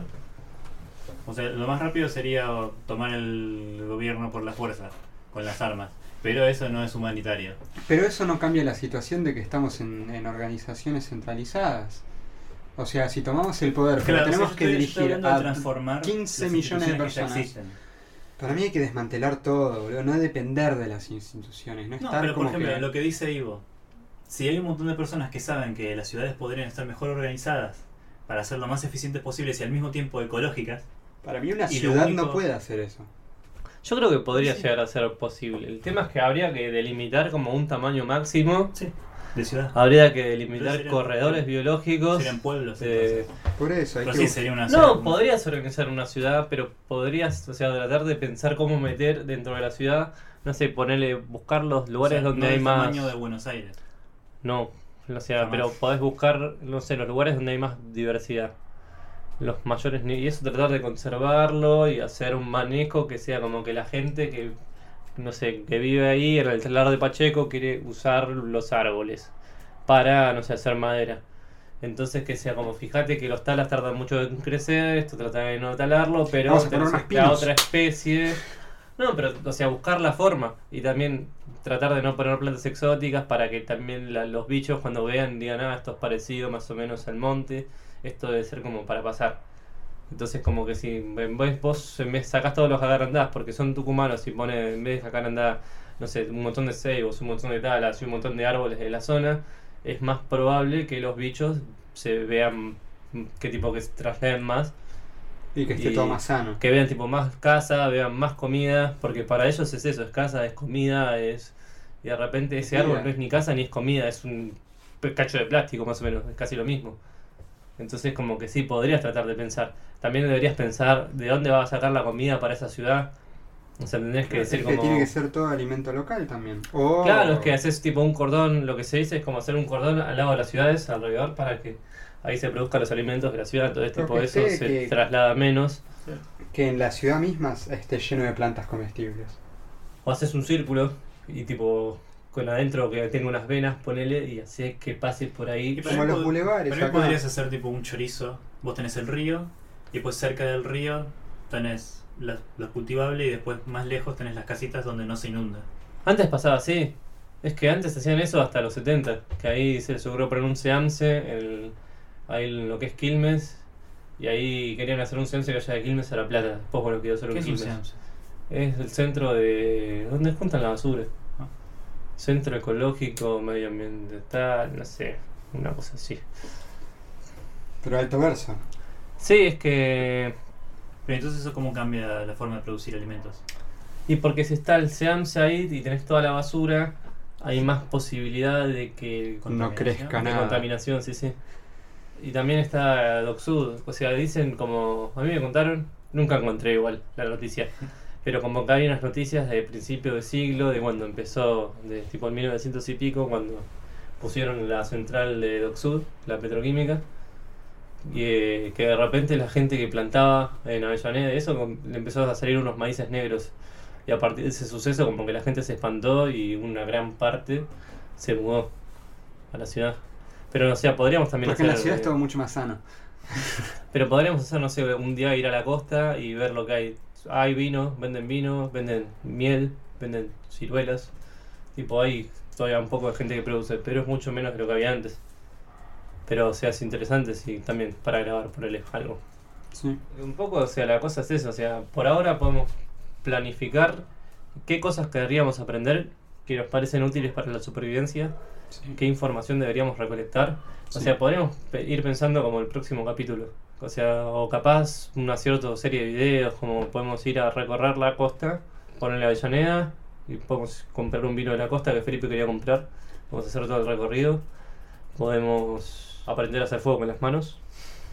Speaker 5: O sea, lo más rápido sería tomar el gobierno por la fuerza, con las armas. Pero eso no es humanitario.
Speaker 4: Pero eso no cambia la situación de que estamos en, en organizaciones centralizadas. O sea, si tomamos el poder, pero
Speaker 5: Claro,
Speaker 4: tenemos
Speaker 5: o sea, yo
Speaker 4: que
Speaker 5: estoy- yo estoy
Speaker 4: dirigir
Speaker 5: hablando de
Speaker 4: a
Speaker 5: transformar
Speaker 4: 15
Speaker 5: las
Speaker 4: millones de
Speaker 5: instituciones que ya
Speaker 4: personas.
Speaker 5: existen.
Speaker 4: Para mí hay que desmantelar todo, boludo. No depender de las instituciones. No
Speaker 5: No,
Speaker 4: estar
Speaker 5: pero por
Speaker 4: como
Speaker 5: ejemplo,
Speaker 4: que...
Speaker 5: lo que dice Ivo, si hay un montón de personas que saben que las ciudades podrían estar mejor organizadas para ser lo más eficientes posibles y al mismo tiempo ecológicas,
Speaker 4: Para mí una
Speaker 5: y lo
Speaker 4: ciudad no
Speaker 5: único-
Speaker 4: puede hacer eso.
Speaker 2: Yo creo que podría
Speaker 5: Sí.
Speaker 2: llegar a ser posible. El tema es que habría que delimitar como un tamaño máximo.
Speaker 5: de ciudad
Speaker 2: Habría que delimitar
Speaker 5: Pero serían-
Speaker 2: corredores biológicos.
Speaker 5: serían pueblos.
Speaker 2: eh,
Speaker 5: entonces.
Speaker 4: Por eso hay
Speaker 5: Pero
Speaker 4: que...
Speaker 5: sí,
Speaker 4: buscar-
Speaker 5: sería una
Speaker 2: no,
Speaker 5: ciudad-
Speaker 2: podrías organizar una ciudad, pero podrías, o sea, tratar de pensar cómo meter dentro de la ciudad, no sé, ponerle, buscar los
Speaker 5: o sea,
Speaker 2: lugares donde
Speaker 5: no
Speaker 2: hay
Speaker 5: el
Speaker 2: más...
Speaker 5: tamaño de Buenos Aires.
Speaker 2: No, o sea,
Speaker 5: Jamás.
Speaker 2: pero podés buscar, no sé, los lugares donde hay más diversidad. Los mayores ni- y eso tratar de conservarlo y hacer un manejo que sea como que la gente que no sé, que vive ahí en el telar de Pacheco quiere usar los árboles para, no sé, hacer madera. Entonces que sea como, fíjate que los talas tardan mucho en crecer, esto trata de no talarlo, pero
Speaker 4: Vamos a poner
Speaker 2: tenés
Speaker 4: unos
Speaker 2: esta
Speaker 4: pinos.
Speaker 2: otra especie. No, pero, o sea, buscar la forma y también tratar de no poner plantas exóticas para que también la- los bichos cuando vean digan, ah, esto es parecido más o menos al monte, esto debe ser como para pasar. Entonces como que si en vez- vos en vez sacás todos los jacarandás porque son tucumanos y pone en vez de jacarandá, no sé, un montón de ceibos, un montón de talas y un montón de árboles de la zona, es más probable que los bichos se vean, mm, qué tipo que se trasladen más
Speaker 4: Y que esté
Speaker 2: y-
Speaker 4: todo más sano.
Speaker 2: que vean tipo más casa, vean más comida, porque para ellos es eso, es casa, es comida, es y de repente ese
Speaker 4: Comida.
Speaker 2: árbol no es ni casa ni es comida, es un pe- cacho de plástico más o menos, es casi lo mismo. Entonces como que sí podrías tratar de pensar. También deberías pensar de dónde vas a sacar la comida para esa ciudad. O sea, tendrías que
Speaker 4: Es
Speaker 2: decir
Speaker 4: que
Speaker 2: como
Speaker 4: tiene que ser todo alimento local también. O-
Speaker 2: Claro, es que haces tipo un cordón, lo que se dice es como hacer un cordón al lado de las ciudades, alrededor, para que ahí se produzcan los alimentos de la ciudad, entonces
Speaker 4: Lo
Speaker 2: tipo
Speaker 4: que
Speaker 2: eso
Speaker 4: sé
Speaker 2: se
Speaker 4: que-
Speaker 2: traslada menos.
Speaker 4: que en la ciudad misma esté lleno de plantas comestibles.
Speaker 2: O haces un círculo y tipo con adentro que tenga unas venas, ponele y haces que pases por ahí.
Speaker 5: Y para
Speaker 4: Como
Speaker 5: mí
Speaker 4: los
Speaker 5: pod-
Speaker 4: bulevares
Speaker 5: Para mí
Speaker 4: acá.
Speaker 5: podrías hacer tipo un chorizo. Vos tenés el río y pues cerca del río tenés las- los cultivables y después más lejos tenés las casitas donde no se inunda.
Speaker 2: Antes pasaba así. Es que antes hacían eso hasta los 70, que ahí se les ocurrió poner un seance, el, ahí en lo que es Quilmes, y ahí querían hacer un seance que vaya de Quilmes a La Plata. Después, bueno, quedó solo
Speaker 5: ¿Qué es un
Speaker 2: Quilmes.
Speaker 5: seance?
Speaker 2: Es el centro de. ¿Dónde juntan la basura?
Speaker 5: Ah.
Speaker 2: Centro ecológico, medioambiental, no sé, una cosa así.
Speaker 4: Pero alto verso.
Speaker 2: Sí, es que.
Speaker 5: Pero entonces eso cómo cambia la forma de producir alimentos.
Speaker 2: Y porque si está el SEAMSA ahí y tenés toda la basura, hay más posibilidad de que.
Speaker 4: No
Speaker 5: Contaminación.
Speaker 4: crezca
Speaker 2: de
Speaker 4: nada.
Speaker 2: contaminación, sí, sí. Y también está DocSud. O sea, dicen como. A mí me contaron, nunca encontré igual la noticia. Pero como que hay unas noticias de principio de siglo, de cuando empezó, de tipo en 1900 y pico, cuando pusieron la central de DocSud, la petroquímica. Y eh, que de repente la gente que plantaba en Avellaneda y eso, com- le empezó a salir unos maíces negros. Y a partir de ese suceso, como que la gente se espantó y una gran parte se mudó a la ciudad. Pero, o sea, podríamos también
Speaker 4: Porque en la
Speaker 2: hacer,
Speaker 4: ciudad es
Speaker 2: eh,
Speaker 4: todo mucho más sano.
Speaker 2: pero podríamos hacer, no sé, un día ir a la costa y ver lo que hay. Hay vino, venden vino, venden miel, venden ciruelas. Tipo, hay todavía un poco de gente que produce, pero es mucho menos de lo que había antes. Pero, o sea, es interesante sí, también para grabar, ponerle algo.
Speaker 4: Sí.
Speaker 2: Un poco, o sea, la cosa es eso. O sea, por ahora podemos planificar qué cosas querríamos aprender que nos parecen útiles para la supervivencia
Speaker 4: sí.
Speaker 2: qué información deberíamos recolectar. O
Speaker 4: Sí.
Speaker 2: sea, podríamos pe- ir pensando como el próximo capítulo. O sea, o capaz una cierta serie de videos, como podemos ir a recorrer la costa, ponerle Avellaneda y podemos comprar un vino de la costa que Felipe quería comprar. Vamos a hacer todo el recorrido. Podemos aprender a hacer fuego con las manos.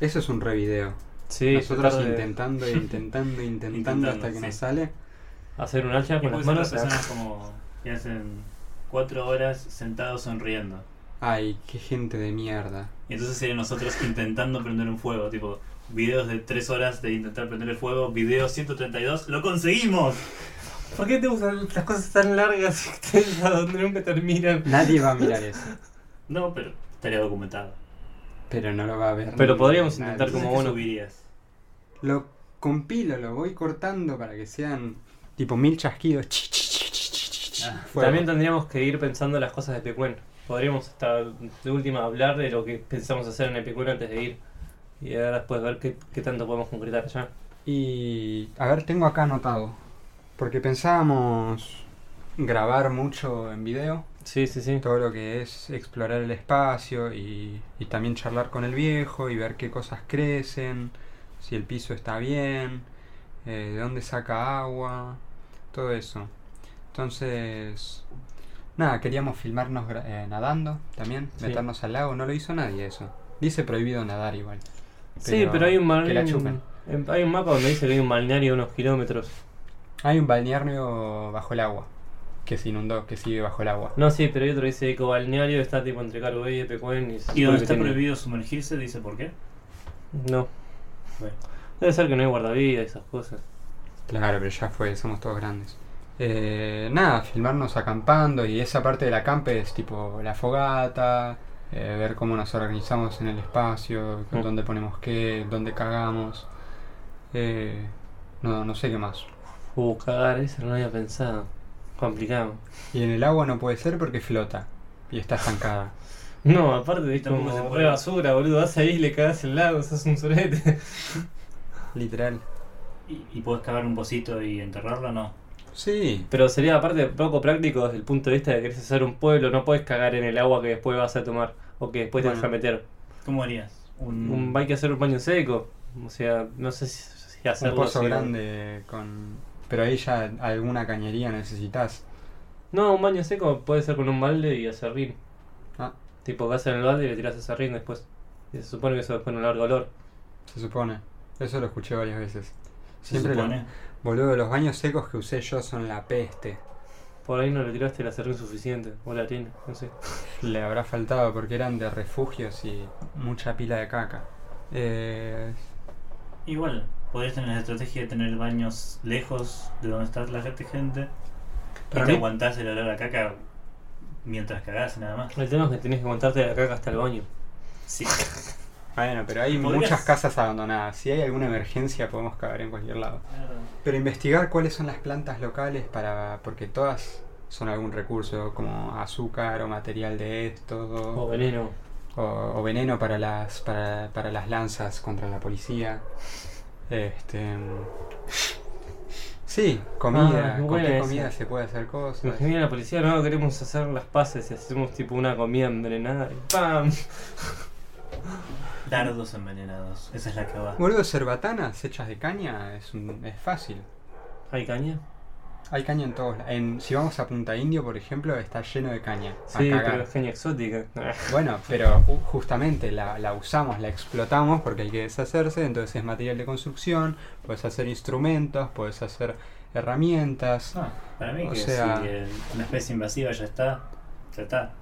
Speaker 4: Eso es un revideo.
Speaker 2: Sí,
Speaker 4: Nosotros
Speaker 2: tratar de
Speaker 6: [laughs]
Speaker 4: intentando, intentando, intentando hasta que
Speaker 5: sí.
Speaker 4: nos sale.
Speaker 2: hacer un hacha
Speaker 5: Y
Speaker 2: Ah, con
Speaker 5: puede
Speaker 2: las
Speaker 5: ser
Speaker 2: manos.
Speaker 5: personas como que hacen cuatro horas sentados sonriendo.
Speaker 6: Ay, qué gente de mierda.
Speaker 5: Y entonces sería nosotros intentando prender un fuego, tipo, videos de 3 horas de intentar prender el fuego, video 132, ¡lo conseguimos!
Speaker 2: ¿Por qué te gustan las cosas tan largas y [laughs] ustedes a donde nunca terminan?
Speaker 6: Nadie va
Speaker 4: [laughs]
Speaker 6: a mirar eso.
Speaker 5: No, pero estaría documentado.
Speaker 6: Pero no lo va a ver.
Speaker 2: Pero podríamos
Speaker 6: nadie.
Speaker 2: intentar como-
Speaker 5: ¿Cómo
Speaker 2: bueno.
Speaker 5: subirías?
Speaker 6: Lo compilo, lo voy cortando para que sean tipo mil chasquidos. Chi, chi, chi, chi, chi, chi, chi.
Speaker 5: Ah,
Speaker 6: Fuego.
Speaker 2: También tendríamos que ir pensando las cosas de Pecuen. Podríamos hasta de última hablar de lo que pensamos hacer en Epicuen antes de ir. Y ahora después ver qué, qué tanto podemos concretar ya.
Speaker 6: Y a ver, tengo acá anotado. Porque pensábamos grabar mucho en video.
Speaker 2: Sí, sí, sí.
Speaker 6: Todo lo que es explorar el espacio y, y también charlar con el viejo y ver qué cosas crecen, si el piso está bien, eh, de dónde saca agua, todo eso. Entonces, nada, queríamos filmarnos gra- eh, nadando también,
Speaker 2: Sí.
Speaker 6: meternos al lago, no lo hizo nadie eso. Dice prohibido nadar igual.
Speaker 2: sí, pero hay un
Speaker 6: Que la chupen.
Speaker 2: balneario. Hay un mapa donde dice que hay un balneario a unos kilómetros.
Speaker 6: Hay un balneario bajo el agua, que se inundó, que sigue bajo el agua.
Speaker 2: No, sí, pero hay otro que dice ecobalneario, está tipo entre Carubé y Pecuen. Y, se
Speaker 5: Y
Speaker 2: supone
Speaker 5: donde
Speaker 2: que
Speaker 5: está
Speaker 2: tiene-
Speaker 5: prohibido sumergirse, dice por qué.
Speaker 2: No.
Speaker 5: Bueno.
Speaker 2: Debe ser que no hay guardavidas y esas cosas.
Speaker 6: Claro, pero ya fue, somos todos grandes. Eh, nada, filmarnos acampando y esa parte del acampe es tipo la fogata, eh, ver cómo nos organizamos en el espacio,
Speaker 2: Mm.
Speaker 6: dónde ponemos qué, dónde cagamos. Eh, no, no sé qué más.
Speaker 2: Uh, cagar, eso no lo había pensado. Complicado.
Speaker 6: Y en el agua no puede ser porque flota y está estancada.
Speaker 2: [laughs] No, aparte de
Speaker 5: Tampoco
Speaker 2: como
Speaker 5: se puede.
Speaker 2: re basura, boludo. Vas ahí y le cagas el lago, sos un sorete. [laughs]
Speaker 6: Literal.
Speaker 5: Y, y podés cavar un pocito y enterrarlo, no.
Speaker 6: Sí,
Speaker 2: Pero sería aparte poco práctico desde el punto de vista de que querés hacer un pueblo, no puedes cagar en el agua que después vas a tomar o que después te
Speaker 6: Bueno. Mm.
Speaker 2: vas a meter.
Speaker 5: ¿Cómo harías? Un,
Speaker 2: Un- hay que hacer un baño seco. O sea, no sé si, si hacerlo
Speaker 6: un pozo
Speaker 2: así.
Speaker 6: grande con... Pero ahí ya alguna cañería necesitas.
Speaker 2: No, un baño seco puede ser con un balde y acerrín.
Speaker 6: Ah,
Speaker 2: Tipo, vas en el balde y le tiras acerrín después. Y se supone que eso después no largo olor.
Speaker 6: se supone. Eso lo escuché varias veces.
Speaker 5: se
Speaker 6: Siempre lo-
Speaker 5: supone.
Speaker 6: Boludo, los baños secos que usé yo son la peste.
Speaker 2: Por ahí no le tiraste el acerrín suficiente. O la tiene, no sé.
Speaker 6: Le habrá faltado porque eran de refugios y mucha pila de caca. Eh,
Speaker 5: Igual, podrías tener la estrategia de tener baños lejos de donde está la gente. gente
Speaker 6: Para
Speaker 5: y te
Speaker 6: mí-
Speaker 5: aguantás el olor a caca mientras cagás, nada más.
Speaker 2: El tema es que tenés que aguantarte la caca hasta el baño.
Speaker 5: Sí.
Speaker 6: bueno, pero hay
Speaker 5: ¿Podrías?
Speaker 6: muchas casas abandonadas. Si hay alguna emergencia podemos caber en cualquier lado. Pero investigar cuáles son las plantas locales para... porque todas son algún recurso como azúcar o material de
Speaker 2: O
Speaker 6: esto
Speaker 2: Oh, veneno.
Speaker 6: o, o veneno para las para, para las lanzas contra la policía. Este Sí, comida,
Speaker 2: Ah, muy
Speaker 6: con
Speaker 2: buena
Speaker 6: qué
Speaker 2: esa.
Speaker 6: comida se puede hacer
Speaker 2: Se
Speaker 6: cosas.
Speaker 2: imagina la policía, no, queremos hacer las paces y hacemos tipo una comida envenenada y ¡pam!
Speaker 5: Dardos envenenados. Esa es la que va.
Speaker 6: Boludo, cerbatanas hechas de caña es, un- es fácil.
Speaker 2: ¿Hay caña?
Speaker 6: Hay caña en todos la- en Si vamos a Punta Indio, por ejemplo, está lleno de caña. a
Speaker 2: Sí,
Speaker 6: cagar.
Speaker 2: pero es caña exótica.
Speaker 6: Bueno, pero ju- justamente la, la usamos, la explotamos porque hay que deshacerse, entonces es material de construcción, puedes hacer instrumentos, puedes hacer herramientas.
Speaker 5: No, Ah, para mí
Speaker 6: O
Speaker 5: que
Speaker 6: sea-
Speaker 5: si el- una especie invasiva ya está, ya está.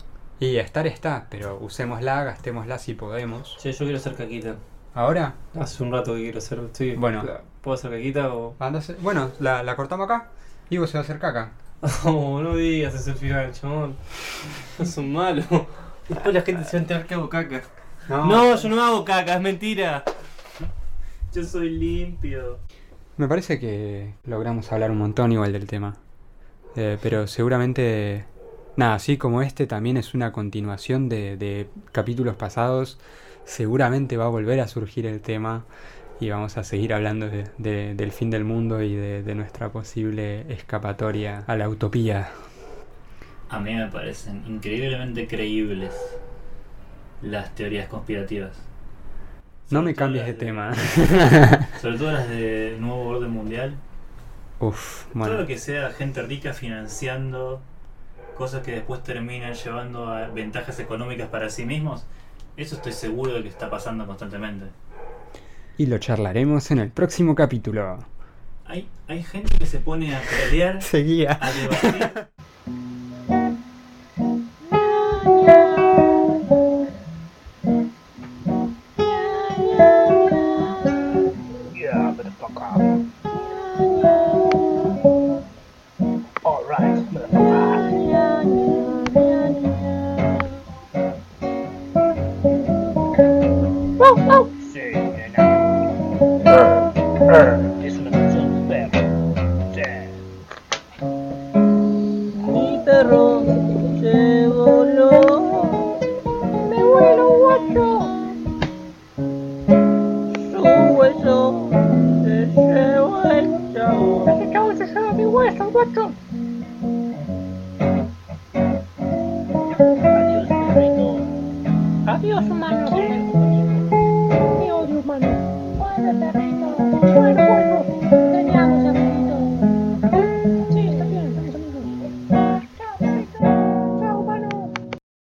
Speaker 6: Y estar está, pero usémosla, gastémosla si podemos.
Speaker 2: Che, yo quiero hacer caquita.
Speaker 6: Ahora,
Speaker 2: Hace un rato que quiero hacer. Estoy,
Speaker 6: Bueno.
Speaker 2: ¿Puedo hacer caquita o.? [laughs]
Speaker 6: andas- bueno, la, la cortamos acá y vos se va a hacer caca.
Speaker 2: Oh, no digas ese final, chabón. No son malos. Después la gente se va a enterar que hago caca. No, yo no hago caca, es mentira.
Speaker 5: Yo soy limpio.
Speaker 6: Me parece que logramos hablar un montón igual del tema. Eh, pero seguramente, nada, así como este también es una continuación de, de capítulos pasados, seguramente va a volver a surgir el tema y vamos a seguir hablando de- de- del fin del mundo y de, de nuestra posible escapatoria a la utopía.
Speaker 5: A mí me parecen increíblemente creíbles las teorías conspirativas.
Speaker 6: No
Speaker 5: Sobre
Speaker 6: me
Speaker 5: todo
Speaker 6: cambies
Speaker 5: las
Speaker 6: de tema.
Speaker 5: [laughs] Sobre todo las de Nuevo Orden Mundial.
Speaker 6: Uf,
Speaker 5: Todo lo
Speaker 6: bueno.
Speaker 5: que sea gente rica financiando cosas que después terminan llevando a ventajas económicas para sí mismos, eso estoy seguro de que está pasando constantemente.
Speaker 6: Y lo charlaremos en el próximo capítulo.
Speaker 5: Hay, hay gente que se pone a pelear,
Speaker 6: Seguía.
Speaker 5: a debatir.
Speaker 7: Sí, nena. Es una canción de perro. Sí.
Speaker 8: Mi perro se voló. Me vuelo guacho. Su hueso se llevó el chavo. Ese chavo se lleva mi hueso, guacho.